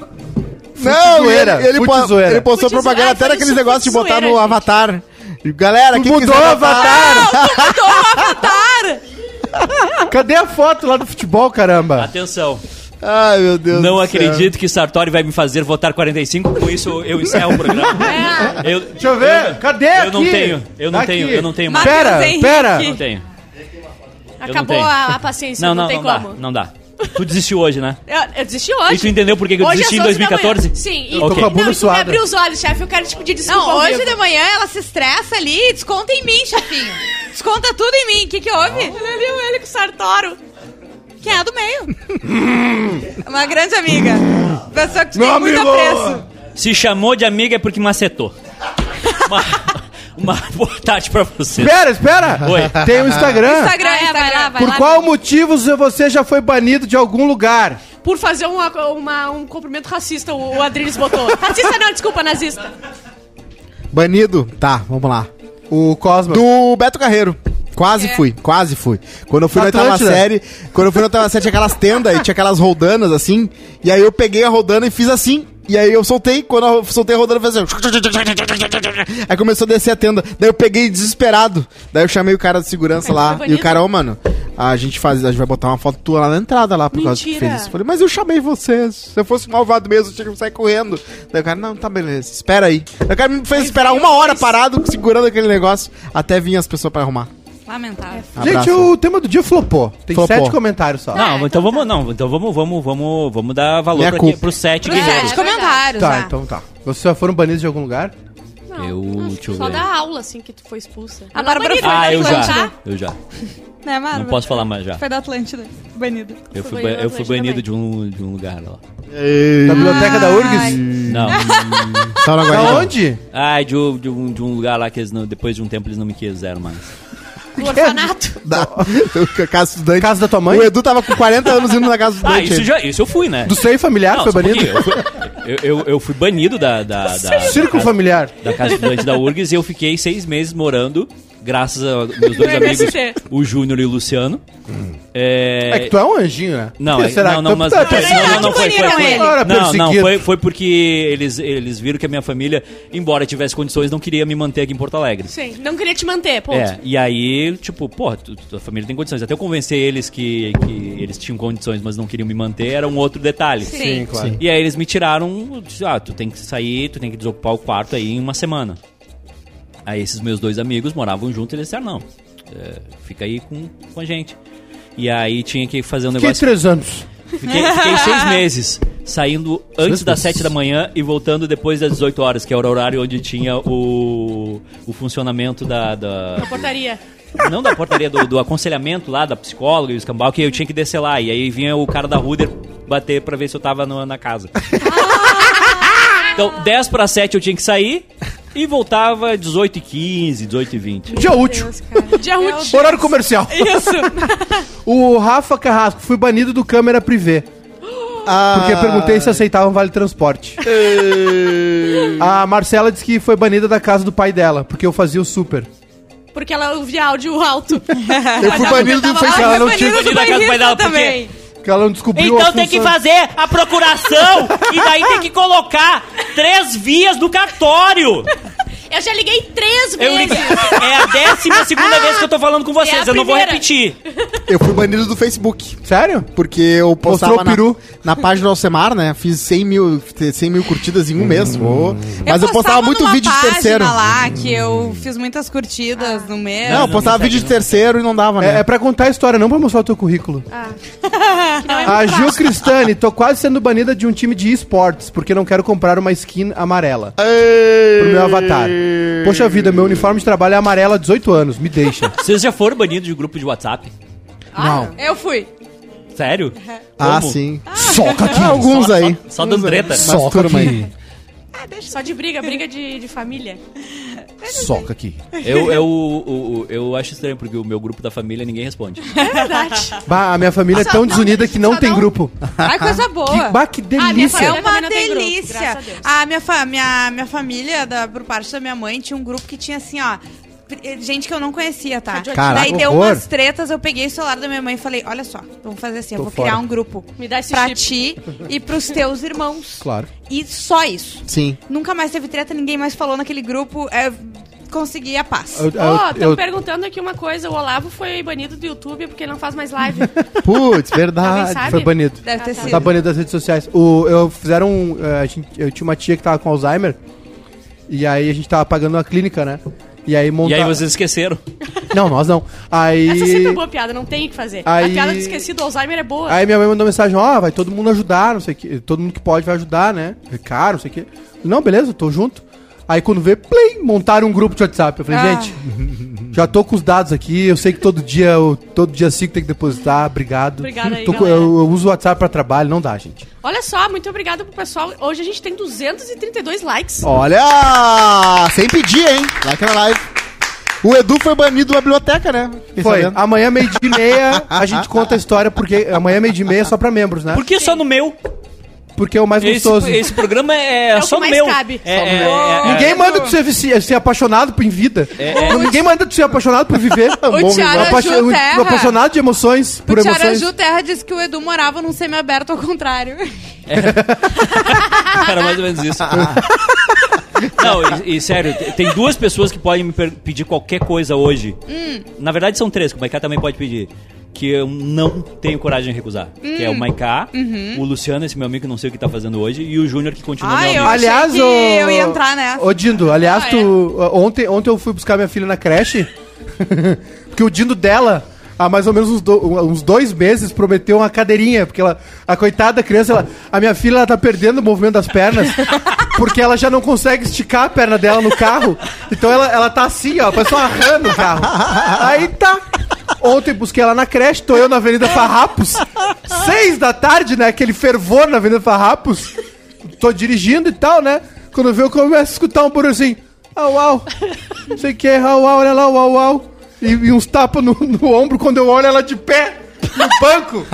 [SPEAKER 1] Não,
[SPEAKER 2] zoeira,
[SPEAKER 1] ele, ele,
[SPEAKER 2] fute
[SPEAKER 1] po-
[SPEAKER 2] zoeira.
[SPEAKER 1] ele postou
[SPEAKER 3] Fute zoeira.
[SPEAKER 1] propaganda
[SPEAKER 3] Ah,
[SPEAKER 1] até
[SPEAKER 3] foi
[SPEAKER 1] daqueles
[SPEAKER 3] isso,
[SPEAKER 1] negócios de
[SPEAKER 3] fute
[SPEAKER 1] botar
[SPEAKER 3] zoeira,
[SPEAKER 1] no
[SPEAKER 3] gente.
[SPEAKER 1] avatar. Galera, quem
[SPEAKER 2] Mudou o
[SPEAKER 1] quiser
[SPEAKER 2] avatar!
[SPEAKER 5] Mudou o avatar!
[SPEAKER 2] Cadê a foto lá do futebol, caramba?
[SPEAKER 4] Atenção,
[SPEAKER 1] Ai, meu Deus do
[SPEAKER 4] não
[SPEAKER 1] céu.
[SPEAKER 4] acredito que Sartori vai me fazer votar 45, com isso eu encerro o programa.
[SPEAKER 3] É.
[SPEAKER 4] Eu,
[SPEAKER 2] Deixa eu ver, cadê
[SPEAKER 4] eu
[SPEAKER 2] aqui? Tá
[SPEAKER 4] não tenho, eu não
[SPEAKER 2] Aqui.
[SPEAKER 4] tenho, eu não tenho mais.
[SPEAKER 5] Matheus
[SPEAKER 2] Pera,
[SPEAKER 5] Henrique.
[SPEAKER 2] pera.
[SPEAKER 4] Não tenho.
[SPEAKER 3] Acabou
[SPEAKER 4] tenho.
[SPEAKER 3] a, a paciência,
[SPEAKER 4] Não,
[SPEAKER 3] não,
[SPEAKER 4] não,
[SPEAKER 3] tem
[SPEAKER 4] não dá,
[SPEAKER 3] como.
[SPEAKER 4] não dá. Tu desistiu hoje, né?
[SPEAKER 3] Eu, eu desisti hoje.
[SPEAKER 4] E tu entendeu por que que eu
[SPEAKER 3] Hoje
[SPEAKER 4] desisti
[SPEAKER 3] às
[SPEAKER 4] em
[SPEAKER 3] 11 da
[SPEAKER 4] 2014?
[SPEAKER 3] manhã. Sim.
[SPEAKER 4] Eu tô com a
[SPEAKER 2] bunda
[SPEAKER 3] não,
[SPEAKER 2] suada.
[SPEAKER 3] E tu me abriu os olhos, chefe. Eu quero te pedir desculpa.
[SPEAKER 5] Não,
[SPEAKER 3] ao
[SPEAKER 5] hoje
[SPEAKER 3] vivo.
[SPEAKER 5] de manhã ela se estressa ali, desconta em mim, chefinho. Desconta tudo em mim. O que, que houve?
[SPEAKER 3] Olha ali ele com o Sartoro.
[SPEAKER 5] Quem é do meio. Uma grande amiga. Pessoa que te
[SPEAKER 2] Meu
[SPEAKER 5] tem muito
[SPEAKER 2] amigo!
[SPEAKER 5] apreço.
[SPEAKER 4] Se chamou de amiga é porque macetou. Uma, uma boa tarde pra você.
[SPEAKER 2] Espera, espera!
[SPEAKER 4] Oi.
[SPEAKER 2] Tem o Instagram.
[SPEAKER 5] Instagram,
[SPEAKER 3] Ah, é,
[SPEAKER 5] Instagram.
[SPEAKER 3] vai lá, vai
[SPEAKER 2] Por qual motivo você já foi banido de algum lugar?
[SPEAKER 3] Por fazer uma, uma- um cumprimento racista, o, o Adriles botou. Racista não, desculpa, nazista.
[SPEAKER 1] Banido? Tá, vamos lá.
[SPEAKER 2] O Cosma.
[SPEAKER 1] Do Beto Carreiro.
[SPEAKER 3] É.
[SPEAKER 1] Quase fui, quase fui. Quando eu fui
[SPEAKER 2] Da
[SPEAKER 1] na oitava
[SPEAKER 2] Atlântida.
[SPEAKER 1] série, quando eu fui na oitava série, tinha aquelas tendas e tinha aquelas roldanas assim. E aí eu peguei a roldana e fiz assim. E aí eu soltei, quando eu soltei a roldana, eu fiz assim. Aí começou a descer a tenda. Daí eu peguei desesperado. Daí eu chamei o cara de segurança
[SPEAKER 3] Mas
[SPEAKER 1] lá.
[SPEAKER 3] foi
[SPEAKER 1] E o
[SPEAKER 3] bonito.
[SPEAKER 1] cara, ô, mano, a gente faz. A gente vai botar uma foto tua lá na entrada lá, por causa que
[SPEAKER 3] Mentira.
[SPEAKER 1] fez isso. Eu falei, mas eu chamei vocês. Se eu fosse um malvado mesmo, eu tinha que sair correndo. Daí o cara, não, tá beleza, espera aí. Daí o cara me fez esperar uma hora parado, segurando aquele negócio, até vir as pessoas pra arrumar.
[SPEAKER 5] Lamentável.
[SPEAKER 1] Abraço.
[SPEAKER 2] Gente, o tema do dia flopou. Tem
[SPEAKER 1] Flopou.
[SPEAKER 2] sete comentários só.
[SPEAKER 4] Não, então vamos, não, então vamos, vamos, vamos, vamos dar valor
[SPEAKER 1] Minha
[SPEAKER 4] pra
[SPEAKER 1] culpa.
[SPEAKER 4] que- pro sete
[SPEAKER 5] Pro site
[SPEAKER 4] guerreiros.
[SPEAKER 5] de comentários. né?
[SPEAKER 2] Tá,
[SPEAKER 5] já.
[SPEAKER 2] então tá. Vocês já foram banidos de algum lugar?
[SPEAKER 3] Não,
[SPEAKER 4] Eu-
[SPEAKER 3] acho que
[SPEAKER 4] Hum, deixa eu
[SPEAKER 3] só
[SPEAKER 4] ver.
[SPEAKER 3] da aula, assim, que tu foi expulsa.
[SPEAKER 5] A Bárbara
[SPEAKER 3] Não,
[SPEAKER 5] foi
[SPEAKER 3] mas
[SPEAKER 4] Ah,
[SPEAKER 5] da
[SPEAKER 4] eu já,
[SPEAKER 5] Atlântida.
[SPEAKER 4] eu já.
[SPEAKER 5] Né, Bárbara?
[SPEAKER 4] Não posso falar mais já.
[SPEAKER 5] Foi da Atlântida. Banido.
[SPEAKER 4] Eu fui,
[SPEAKER 3] Foi
[SPEAKER 4] ba- eu fui
[SPEAKER 3] banido
[SPEAKER 4] banido
[SPEAKER 3] também.
[SPEAKER 4] de um, de um lugar lá.
[SPEAKER 2] Da biblioteca da URGS?
[SPEAKER 4] Não.
[SPEAKER 2] Da onde?
[SPEAKER 4] Ai, de, um- de um, de um lugar lá que eles não, depois de um tempo eles não me quiseram mais.
[SPEAKER 3] Do orfanato.
[SPEAKER 1] Da, da casa estudante.
[SPEAKER 2] Casa da tua mãe?
[SPEAKER 1] O Edu tava com 40 anos indo na casa
[SPEAKER 4] Ah,
[SPEAKER 1] estudante.
[SPEAKER 4] isso, já, isso eu fui, né?
[SPEAKER 2] Do seio familiar
[SPEAKER 4] Não,
[SPEAKER 2] foi
[SPEAKER 4] só um
[SPEAKER 2] banido?
[SPEAKER 4] pouquinho. Eu fui, eu, eu- eu fui banido da, da, da, da,
[SPEAKER 2] Círculo familiar.
[SPEAKER 4] da casa estudante da URGS e eu fiquei seis meses morando, graças a meus
[SPEAKER 5] No
[SPEAKER 4] dois amigos,
[SPEAKER 5] MST.
[SPEAKER 4] o Júnior e o Luciano.
[SPEAKER 2] É que tu é um anjinho, né?
[SPEAKER 4] Não,
[SPEAKER 2] Por que
[SPEAKER 4] é- não, não,
[SPEAKER 2] Tu-
[SPEAKER 4] mas
[SPEAKER 2] tu é
[SPEAKER 4] não, foi-
[SPEAKER 2] perseguido?
[SPEAKER 4] não, não, não, foi, foi,
[SPEAKER 5] baniram
[SPEAKER 4] foi-
[SPEAKER 5] ele.
[SPEAKER 2] Ora,
[SPEAKER 4] não, não,
[SPEAKER 2] perseguido.
[SPEAKER 4] foi, foi porque eles, eles viram que a minha família, embora tivesse condições, não queria me manter aqui em Porto Alegre.
[SPEAKER 3] Sim, não queria te manter, ponto.
[SPEAKER 4] É, e aí, tipo, porra, tu, tua família tem condições. Até eu convencer eles que, que eles tinham condições, mas não queriam me manter, era um outro detalhe.
[SPEAKER 5] Sim,
[SPEAKER 2] claro.
[SPEAKER 4] E aí eles me tiraram, disse, ah, tu tem que sair, tu tem que desocupar o quarto aí em uma semana. Aí esses meus dois amigos moravam juntos e eles disseram, não, é, fica aí com, com a gente. E aí tinha que fazer um
[SPEAKER 2] Fiquei
[SPEAKER 4] negócio...
[SPEAKER 2] três anos.
[SPEAKER 4] Fiquei, fiquei seis meses, saindo antes das sete da manhã e voltando depois das 18 horas, que era o horário onde tinha o, o funcionamento da- da,
[SPEAKER 3] Na portaria.
[SPEAKER 4] não da portaria, do, do aconselhamento lá, da psicóloga e o escambau, que eu tinha que descer lá. E aí vinha o cara da Ruder bater pra ver se eu tava no- na casa.
[SPEAKER 5] Ah!
[SPEAKER 4] então, 10 pra 7 eu tinha que sair e voltava 18 e 15, 18 e 20.
[SPEAKER 2] Dia útil.
[SPEAKER 3] Dia útil.
[SPEAKER 2] Horário comercial.
[SPEAKER 3] Isso.
[SPEAKER 2] O Rafa Carrasco, fui banido do câmera privê.
[SPEAKER 1] Ah.
[SPEAKER 2] Porque perguntei se aceitavam vale transporte. A Marcela disse que foi banida da casa do pai dela, porque eu fazia o super.
[SPEAKER 3] Porque ela ouvia áudio alto.
[SPEAKER 1] Eu fui banido do
[SPEAKER 5] Ela
[SPEAKER 1] Facebook.
[SPEAKER 5] foi
[SPEAKER 2] não
[SPEAKER 5] banida
[SPEAKER 2] tinha-
[SPEAKER 4] Banida
[SPEAKER 5] do
[SPEAKER 4] da casa do pai dela, por quê?
[SPEAKER 5] também.
[SPEAKER 2] Que ela não descobriu a
[SPEAKER 4] Então tem que
[SPEAKER 2] função-
[SPEAKER 4] fazer a procuração e daí tem que colocar três vias do cartório.
[SPEAKER 3] Eu já liguei três
[SPEAKER 4] Eu
[SPEAKER 3] vezes.
[SPEAKER 4] É a décima segunda vez que eu tô falando com vocês,
[SPEAKER 3] É a
[SPEAKER 4] eu não vou
[SPEAKER 3] primeira.
[SPEAKER 4] repetir.
[SPEAKER 1] Eu fui banido do Facebook.
[SPEAKER 2] Sério?
[SPEAKER 1] Porque eu postava
[SPEAKER 2] Mostrou o peru.
[SPEAKER 1] Na, na página do Alcemar, né? Fiz 100 mil, 100 mil curtidas em um mês. ô. Mas eu postava, muito
[SPEAKER 5] numa
[SPEAKER 1] vídeo de
[SPEAKER 5] página
[SPEAKER 1] terceiro.
[SPEAKER 5] lá que eu fiz muitas
[SPEAKER 4] Ah.
[SPEAKER 5] curtidas no mês.
[SPEAKER 1] Não, eu postava
[SPEAKER 4] me
[SPEAKER 1] vídeo de
[SPEAKER 4] segue,
[SPEAKER 1] terceiro e não dava, né?
[SPEAKER 2] É, é pra contar a história, não pra mostrar o teu currículo.
[SPEAKER 3] Ah. é
[SPEAKER 2] a Gil Cristani, tô quase sendo banida de um time de esportes, porque não quero comprar uma skin amarela pro meu avatar. Poxa vida, meu uniforme de trabalho é amarelo há 18 anos, me deixa.
[SPEAKER 4] Vocês já foram banidos de grupo de WhatsApp?
[SPEAKER 1] Não.
[SPEAKER 5] Eu fui.
[SPEAKER 4] Sério?
[SPEAKER 1] Ah,
[SPEAKER 4] Como?
[SPEAKER 1] sim. Soca aqui. alguns
[SPEAKER 4] Só-
[SPEAKER 1] aí.
[SPEAKER 4] só- só dando treta.
[SPEAKER 1] Mas turma aí.
[SPEAKER 3] Só de briga, briga de, de família.
[SPEAKER 2] Soca aqui.
[SPEAKER 4] Eu, eu, o- o- eu acho estranho, porque o meu grupo da família ninguém responde.
[SPEAKER 3] É verdade.
[SPEAKER 2] Bah, a minha família é
[SPEAKER 3] Só
[SPEAKER 2] tão
[SPEAKER 3] não-
[SPEAKER 2] desunida que não
[SPEAKER 3] só
[SPEAKER 2] tem
[SPEAKER 3] não- Ah,
[SPEAKER 2] grupo.
[SPEAKER 1] Ah,
[SPEAKER 5] Ai, coisa
[SPEAKER 2] Que,
[SPEAKER 5] boa.
[SPEAKER 2] bah, que
[SPEAKER 3] minha
[SPEAKER 5] É
[SPEAKER 2] delícia.
[SPEAKER 3] família-
[SPEAKER 5] uma
[SPEAKER 3] Também não tem grupo,
[SPEAKER 5] delícia.
[SPEAKER 3] graças a Deus.
[SPEAKER 5] a minha, fa minha, minha família, da, por parte da minha mãe, tinha um grupo que tinha assim, ó. pr- Gente que eu não conhecia, tá?
[SPEAKER 1] Caraca,
[SPEAKER 5] Daí deu
[SPEAKER 2] horror.
[SPEAKER 5] umas tretas, eu peguei o celular da minha mãe e falei: Olha só, vamos fazer assim, eu
[SPEAKER 2] Tô
[SPEAKER 5] vou
[SPEAKER 2] fora.
[SPEAKER 5] criar um grupo
[SPEAKER 3] Me dá esse
[SPEAKER 5] pra
[SPEAKER 3] chip.
[SPEAKER 5] ti e pros teus irmãos.
[SPEAKER 2] Claro.
[SPEAKER 5] E só isso.
[SPEAKER 1] Sim.
[SPEAKER 5] Nunca mais teve treta, ninguém mais falou naquele grupo. É, conseguir a paz.
[SPEAKER 2] Eu- eu-
[SPEAKER 3] Ó, estão
[SPEAKER 2] eu-
[SPEAKER 3] perguntando aqui uma coisa. O Olavo foi banido do YouTube porque ele não faz mais live.
[SPEAKER 2] Putz,
[SPEAKER 3] Alguém
[SPEAKER 2] verdade.
[SPEAKER 3] sabe?
[SPEAKER 2] Foi banido.
[SPEAKER 5] Deve ter
[SPEAKER 3] tá.
[SPEAKER 5] sido.
[SPEAKER 2] Tá banido das redes sociais. O, eu fizeram um. eh, a gente- eu tinha uma tia que tava com Alzheimer. E aí a gente tava pagando uma clínica, né? E aí
[SPEAKER 4] E
[SPEAKER 2] montaram.
[SPEAKER 4] aí vocês esqueceram.
[SPEAKER 2] Não, nós não.
[SPEAKER 3] Essa sempre é
[SPEAKER 2] Aí.
[SPEAKER 3] boa piada, não tem o que fazer.
[SPEAKER 2] Aí-
[SPEAKER 3] A piada do esquecido Alzheimer é boa.
[SPEAKER 2] Aí minha mãe mandou mensagem, ó, vai todo mundo ajudar, não sei o que. Todo mundo que pode vai ajudar, né? É caro, não sei o que. Não, beleza, tô junto. Aí quando vê, play, montaram um grupo de WhatsApp. Eu falei,
[SPEAKER 5] Ah.
[SPEAKER 2] gente, já tô com os dados aqui, eu sei que todo dia, eu, todo dia 5 tem que depositar, obrigado.
[SPEAKER 3] Obrigada aí,
[SPEAKER 2] Tô com- eu,
[SPEAKER 3] galera.
[SPEAKER 2] eu uso o WhatsApp pra trabalho, não dá, gente.
[SPEAKER 3] Olha só, muito obrigada pro pessoal. Hoje a gente tem 232 likes.
[SPEAKER 1] Olha! Sem pedir, hein? Like na live. O Edu foi banido da biblioteca, né? Fiquei
[SPEAKER 2] Foi, Ah,
[SPEAKER 1] sabendo.
[SPEAKER 2] amanhã meio-dia e meia a gente conta a história, porque amanhã meio-dia e meia é só pra membros, né?
[SPEAKER 4] Por que só no meu?
[SPEAKER 2] Porque é o mais
[SPEAKER 4] Esse,
[SPEAKER 2] gostoso.
[SPEAKER 4] esse programa é,
[SPEAKER 3] o que
[SPEAKER 4] só no
[SPEAKER 3] mais
[SPEAKER 4] meu.
[SPEAKER 3] cabe.
[SPEAKER 4] É,
[SPEAKER 3] Só no
[SPEAKER 4] é,
[SPEAKER 3] meu.
[SPEAKER 4] é, é,
[SPEAKER 2] Ninguém manda tu ser, vici- ser apaixonado por em vida.
[SPEAKER 4] É, é.
[SPEAKER 2] Ninguém manda tu ser apaixonado por viver.
[SPEAKER 5] O Tiara
[SPEAKER 2] Apa-
[SPEAKER 5] Ju Terra.
[SPEAKER 2] apaixonado de emoções, por
[SPEAKER 5] o Tiara
[SPEAKER 2] emoções.
[SPEAKER 5] Ju Terra disse que o Edu morava num semi-aberto ao contrário.
[SPEAKER 4] Era mais ou menos isso. Não, e, e sério, te- tem duas pessoas que podem me per- pedir qualquer coisa hoje. Na verdade, são três, que o Maiká também pode pedir. Que eu não tenho coragem de recusar. Que é o Maiká, o Luciano, esse meu amigo que não sei o que tá fazendo hoje, e o Júnior que continua
[SPEAKER 5] Ai,
[SPEAKER 4] meu
[SPEAKER 5] eu
[SPEAKER 4] amigo.
[SPEAKER 5] achei que eu ia entrar nessa.
[SPEAKER 2] Ô, Dindo, aliás,
[SPEAKER 5] Ah, é?
[SPEAKER 2] tu, ontem, ontem eu fui buscar minha filha na creche, porque o Dindo dela... Há mais ou menos uns, do- uns dois meses prometeu uma cadeirinha, porque ela, a coitada da criança, ela, a minha filha, ela tá perdendo o movimento das pernas, porque ela já não consegue esticar a perna dela no carro. Então ela, ela tá assim, ó, parece uma rã no carro. Aí tá. Ontem busquei ela na creche, tô eu na Avenida Farrapos, seis da tarde, né? Aquele fervor na Avenida Farrapos tô dirigindo e tal, né? Quando vê, eu começo a escutar um barulho assim, au au, não sei o que, au au, olha lá, au au, e, e uns tapas no, no ombro quando eu olho ela de pé, no banco,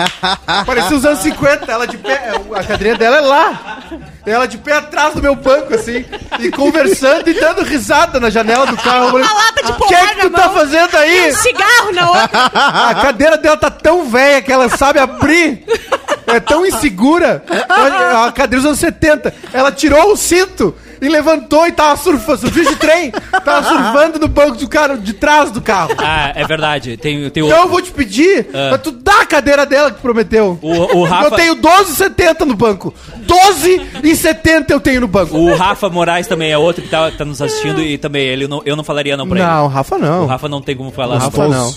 [SPEAKER 2] parecia os anos 50, ela de pé, a cadeirinha dela é lá, É ela de pé atrás do meu banco, assim, e conversando e dando risada na janela do carro, eu
[SPEAKER 5] lata
[SPEAKER 2] falei,
[SPEAKER 5] de
[SPEAKER 2] o que
[SPEAKER 5] pomar
[SPEAKER 2] é que
[SPEAKER 5] na
[SPEAKER 2] tu tá fazendo aí?
[SPEAKER 3] Um Cigarro na outra.
[SPEAKER 2] A cadeira dela tá tão velha que ela sabe abrir. É tão insegura. A- A cadeira dos anos 70. Ela tirou o cinto e levantou e tava surfando. Surfista de trem. Tava surfando no banco do cara, de trás do carro.
[SPEAKER 4] Ah, é verdade. Tem, tem
[SPEAKER 2] Então eu
[SPEAKER 4] o,
[SPEAKER 2] vou te pedir
[SPEAKER 4] Ah.
[SPEAKER 2] pra tu dar a cadeira dela que prometeu.
[SPEAKER 4] o, o Rafa.
[SPEAKER 2] Eu tenho 12,70 no banco. 12,70 eu tenho no banco.
[SPEAKER 4] O Rafa Moraes também é outro que tá, tá nos assistindo e também ele não, eu não falaria não pra
[SPEAKER 2] Não, Rafa não.
[SPEAKER 4] ele. O Rafa não tem como falar.
[SPEAKER 2] O
[SPEAKER 4] não.
[SPEAKER 2] Rafa não.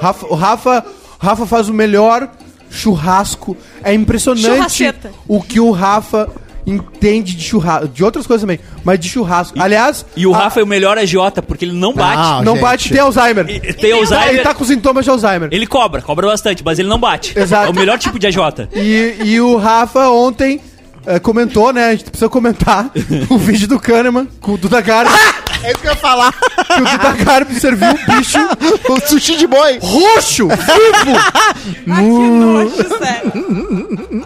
[SPEAKER 2] Rafa, o Rafa, Rafa faz o melhor churrasco. É impressionante
[SPEAKER 3] Churrasceta.
[SPEAKER 2] o que o Rafa entende de churrasco, de outras coisas também, mas de churrasco. Aliás,
[SPEAKER 4] E o
[SPEAKER 2] a-
[SPEAKER 4] Rafa é o melhor agiota, porque ele não bate.
[SPEAKER 1] Ah,
[SPEAKER 2] não
[SPEAKER 1] gente.
[SPEAKER 2] bate tem Alzheimer.
[SPEAKER 4] E-
[SPEAKER 2] Ele
[SPEAKER 4] Tem
[SPEAKER 2] tá- Ele
[SPEAKER 4] Alzheimer.
[SPEAKER 2] tá com sintomas de Alzheimer.
[SPEAKER 4] Ele cobra, cobra bastante, mas ele não bate.
[SPEAKER 2] Exato.
[SPEAKER 4] É o melhor tipo de agiota.
[SPEAKER 2] E, e o Rafa ontem eh, comentou, né? A gente precisa comentar o vídeo do Kahneman com o Duda Garbi.
[SPEAKER 1] É isso que eu ia falar.
[SPEAKER 2] que o Duda Garbi serviu um bicho
[SPEAKER 1] o sushi de boi.
[SPEAKER 2] roxo, vivo.
[SPEAKER 5] Ai, que
[SPEAKER 2] Uh!
[SPEAKER 5] nojo, sério.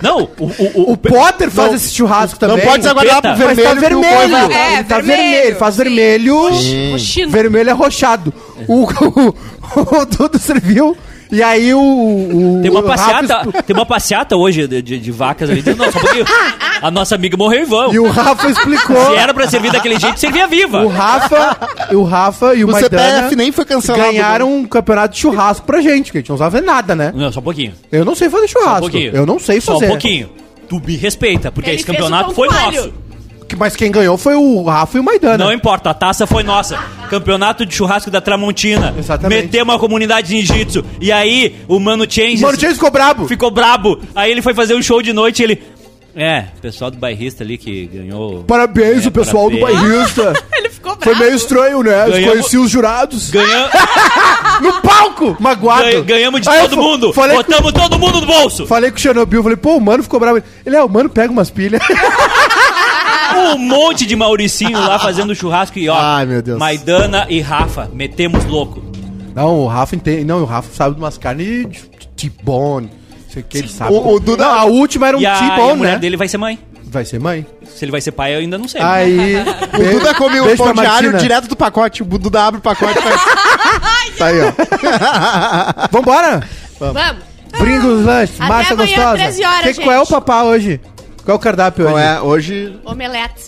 [SPEAKER 4] Não, o, o, o,
[SPEAKER 2] O Potter faz
[SPEAKER 1] Não-
[SPEAKER 2] esse churrasco também.
[SPEAKER 1] Não pode se aguardar pro
[SPEAKER 4] Mas
[SPEAKER 2] Mas
[SPEAKER 1] vermelho.
[SPEAKER 2] tá
[SPEAKER 1] que o boi vai-
[SPEAKER 2] vermelho.
[SPEAKER 5] É,
[SPEAKER 2] Ele tá
[SPEAKER 5] vermelho,
[SPEAKER 2] vermelho. Ele faz
[SPEAKER 5] sim.
[SPEAKER 2] vermelho.
[SPEAKER 3] Oxi,
[SPEAKER 2] Vermelho arrochado. O, o, o, Dudu serviu. E aí o. o
[SPEAKER 4] Tem uma
[SPEAKER 2] o Rafa
[SPEAKER 4] passeata,
[SPEAKER 2] espo-
[SPEAKER 4] tem uma passeata hoje de, de- de vacas ali. Não, só porque a nossa amiga morreu em vão.
[SPEAKER 2] E o Rafa explicou.
[SPEAKER 4] Se era pra servir daquele jeito, servia viva.
[SPEAKER 2] O Rafa, o Rafa e o,
[SPEAKER 1] O
[SPEAKER 2] Maidana
[SPEAKER 1] CPF nem foi cancelado.
[SPEAKER 2] ganharam um campeonato de churrasco pra gente, que a gente não sabe nada, né?
[SPEAKER 4] Não, só um pouquinho.
[SPEAKER 2] Eu não sei fazer
[SPEAKER 4] Só um
[SPEAKER 2] churrasco.
[SPEAKER 4] pouquinho.
[SPEAKER 2] eu não sei
[SPEAKER 4] Só
[SPEAKER 2] fazer.
[SPEAKER 4] um pouquinho. Tu me respeita, porque
[SPEAKER 3] Ele
[SPEAKER 4] esse
[SPEAKER 3] fez o
[SPEAKER 4] campeonato
[SPEAKER 3] pão
[SPEAKER 4] foi
[SPEAKER 3] com alho.
[SPEAKER 4] nosso.
[SPEAKER 2] Mas quem ganhou foi o Rafa e o Maidana.
[SPEAKER 4] Não é importa, a taça foi nossa. Campeonato de churrasco da Tramontina.
[SPEAKER 2] Exatamente.
[SPEAKER 4] Meteu uma comunidade de ninjitsu. E aí, o Mano Changes
[SPEAKER 2] Mano, o James ficou brabo.
[SPEAKER 4] ficou brabo. Aí ele foi fazer um show de noite e ele... É, o pessoal do bairrista ali que ganhou...
[SPEAKER 2] Parabéns,
[SPEAKER 4] É,
[SPEAKER 2] o pessoal
[SPEAKER 4] parabéns.
[SPEAKER 2] do bairrista.
[SPEAKER 5] Ele ficou bravo.
[SPEAKER 2] Foi meio estranho, né?
[SPEAKER 4] Ganhamos-
[SPEAKER 2] Conheci os jurados.
[SPEAKER 4] Ganham-
[SPEAKER 2] No palco! Magoado.
[SPEAKER 4] ganha- ganhamos de
[SPEAKER 2] Aí eu
[SPEAKER 4] todo
[SPEAKER 2] fa-
[SPEAKER 4] mundo.
[SPEAKER 2] Falei, com,
[SPEAKER 4] Botamos todo mundo no bolso.
[SPEAKER 2] falei com o Chernobyl, falei, pô, o mano ficou bravo. Ele é, o mano pega umas pilhas.
[SPEAKER 4] Um monte de Mauricinho lá fazendo churrasco e ó.
[SPEAKER 1] Ai, meu Deus.
[SPEAKER 4] Maidana e Rafa, metemos louco.
[SPEAKER 2] Não, o Rafa entende. Não, o Rafa sabe de umas carnes de- de T-bone. Não sei o que ele sabe.
[SPEAKER 1] O- o Duda-
[SPEAKER 2] Não, a última era um
[SPEAKER 4] e a, e a
[SPEAKER 2] T-bone,
[SPEAKER 4] mulher
[SPEAKER 2] né?
[SPEAKER 4] dele É. vai ser mãe.
[SPEAKER 2] Vai ser mãe.
[SPEAKER 4] Se ele vai ser pai, eu ainda não sei. né?
[SPEAKER 2] Aí.
[SPEAKER 1] O Duda comeu o
[SPEAKER 2] Beijo
[SPEAKER 1] pão
[SPEAKER 2] pra
[SPEAKER 1] diário
[SPEAKER 2] Martina.
[SPEAKER 1] direto do pacote. O Duda abre o pacote. Tá, tá aí, ó.
[SPEAKER 2] Vambora!
[SPEAKER 3] Vamos.
[SPEAKER 2] Brinca os lanches,
[SPEAKER 3] Até
[SPEAKER 2] massa
[SPEAKER 3] amanhã,
[SPEAKER 2] gostosa.
[SPEAKER 3] 13 horas,
[SPEAKER 2] que, Qual é o
[SPEAKER 1] Então
[SPEAKER 3] gente.
[SPEAKER 2] papá hoje? Qual é o cardápio
[SPEAKER 1] Não
[SPEAKER 2] hoje?
[SPEAKER 1] é, hoje...
[SPEAKER 3] Omelete.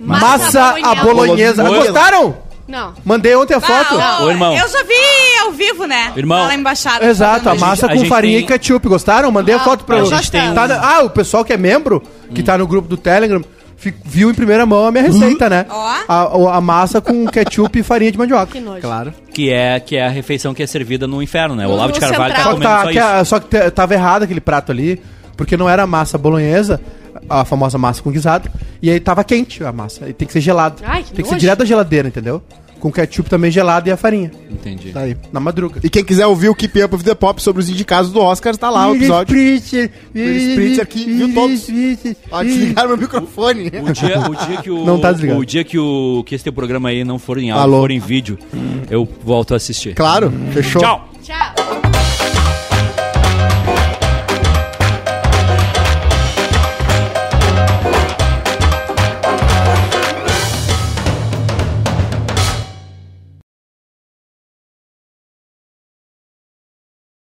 [SPEAKER 2] Massa à bolonhesa. Ah,
[SPEAKER 4] Bolonhesa.
[SPEAKER 2] Gostaram?
[SPEAKER 3] Não.
[SPEAKER 2] Mandei ontem a
[SPEAKER 5] Ah,
[SPEAKER 2] foto.
[SPEAKER 5] ó,
[SPEAKER 4] Ô, irmão.
[SPEAKER 5] Eu só vi ao vivo, né?
[SPEAKER 4] Irmão.
[SPEAKER 5] Lá na embaixada.
[SPEAKER 2] Exato, a
[SPEAKER 5] fazendo
[SPEAKER 2] massa
[SPEAKER 4] a
[SPEAKER 2] com
[SPEAKER 4] gente
[SPEAKER 2] farinha
[SPEAKER 4] tem-
[SPEAKER 2] e ketchup. Gostaram? Mandei a
[SPEAKER 3] Ah,
[SPEAKER 2] foto pra
[SPEAKER 3] eu
[SPEAKER 2] vocês.
[SPEAKER 3] gostei.
[SPEAKER 2] Tá na- Ah, o pessoal que é membro, que tá no grupo do Telegram, fi- viu em primeira mão a
[SPEAKER 1] Uhum.
[SPEAKER 2] minha receita, né?
[SPEAKER 5] Ó.
[SPEAKER 2] A, o- a massa com ketchup e farinha de mandioca.
[SPEAKER 3] Que nojo.
[SPEAKER 1] Claro.
[SPEAKER 4] Que é, que é a refeição que é servida no inferno, né? O
[SPEAKER 3] No-
[SPEAKER 4] Olavo de
[SPEAKER 3] no
[SPEAKER 4] Carvalho tá
[SPEAKER 2] Só
[SPEAKER 3] central.
[SPEAKER 2] que, tá-
[SPEAKER 4] comendo só
[SPEAKER 2] que
[SPEAKER 4] isso.
[SPEAKER 2] a- só que te- tava errado aquele prato ali, porque não era massa bolonhesa, a famosa massa com guisado, e aí tava quente a massa. E tem que ser gelado.
[SPEAKER 3] Ai, que
[SPEAKER 2] tem que ser
[SPEAKER 3] nojo.
[SPEAKER 2] direto da geladeira, entendeu? Com ketchup também gelado e a farinha.
[SPEAKER 4] Entendi.
[SPEAKER 1] Tá aí.
[SPEAKER 2] Na madruga.
[SPEAKER 1] E quem quiser ouvir o Keep Up of the Pop sobre os indicados do Oscar, tá lá o episódio. Spritzer aqui, viu todos? Ó, desligaram meu microfone.
[SPEAKER 4] O dia, o dia que o.
[SPEAKER 2] Não tá desligado.
[SPEAKER 4] O dia que, o, que esse teu programa aí não for em
[SPEAKER 1] Alô.
[SPEAKER 4] áudio, for em vídeo, eu volto a assistir.
[SPEAKER 1] Claro, fechou.
[SPEAKER 4] Tchau!
[SPEAKER 3] Tchau.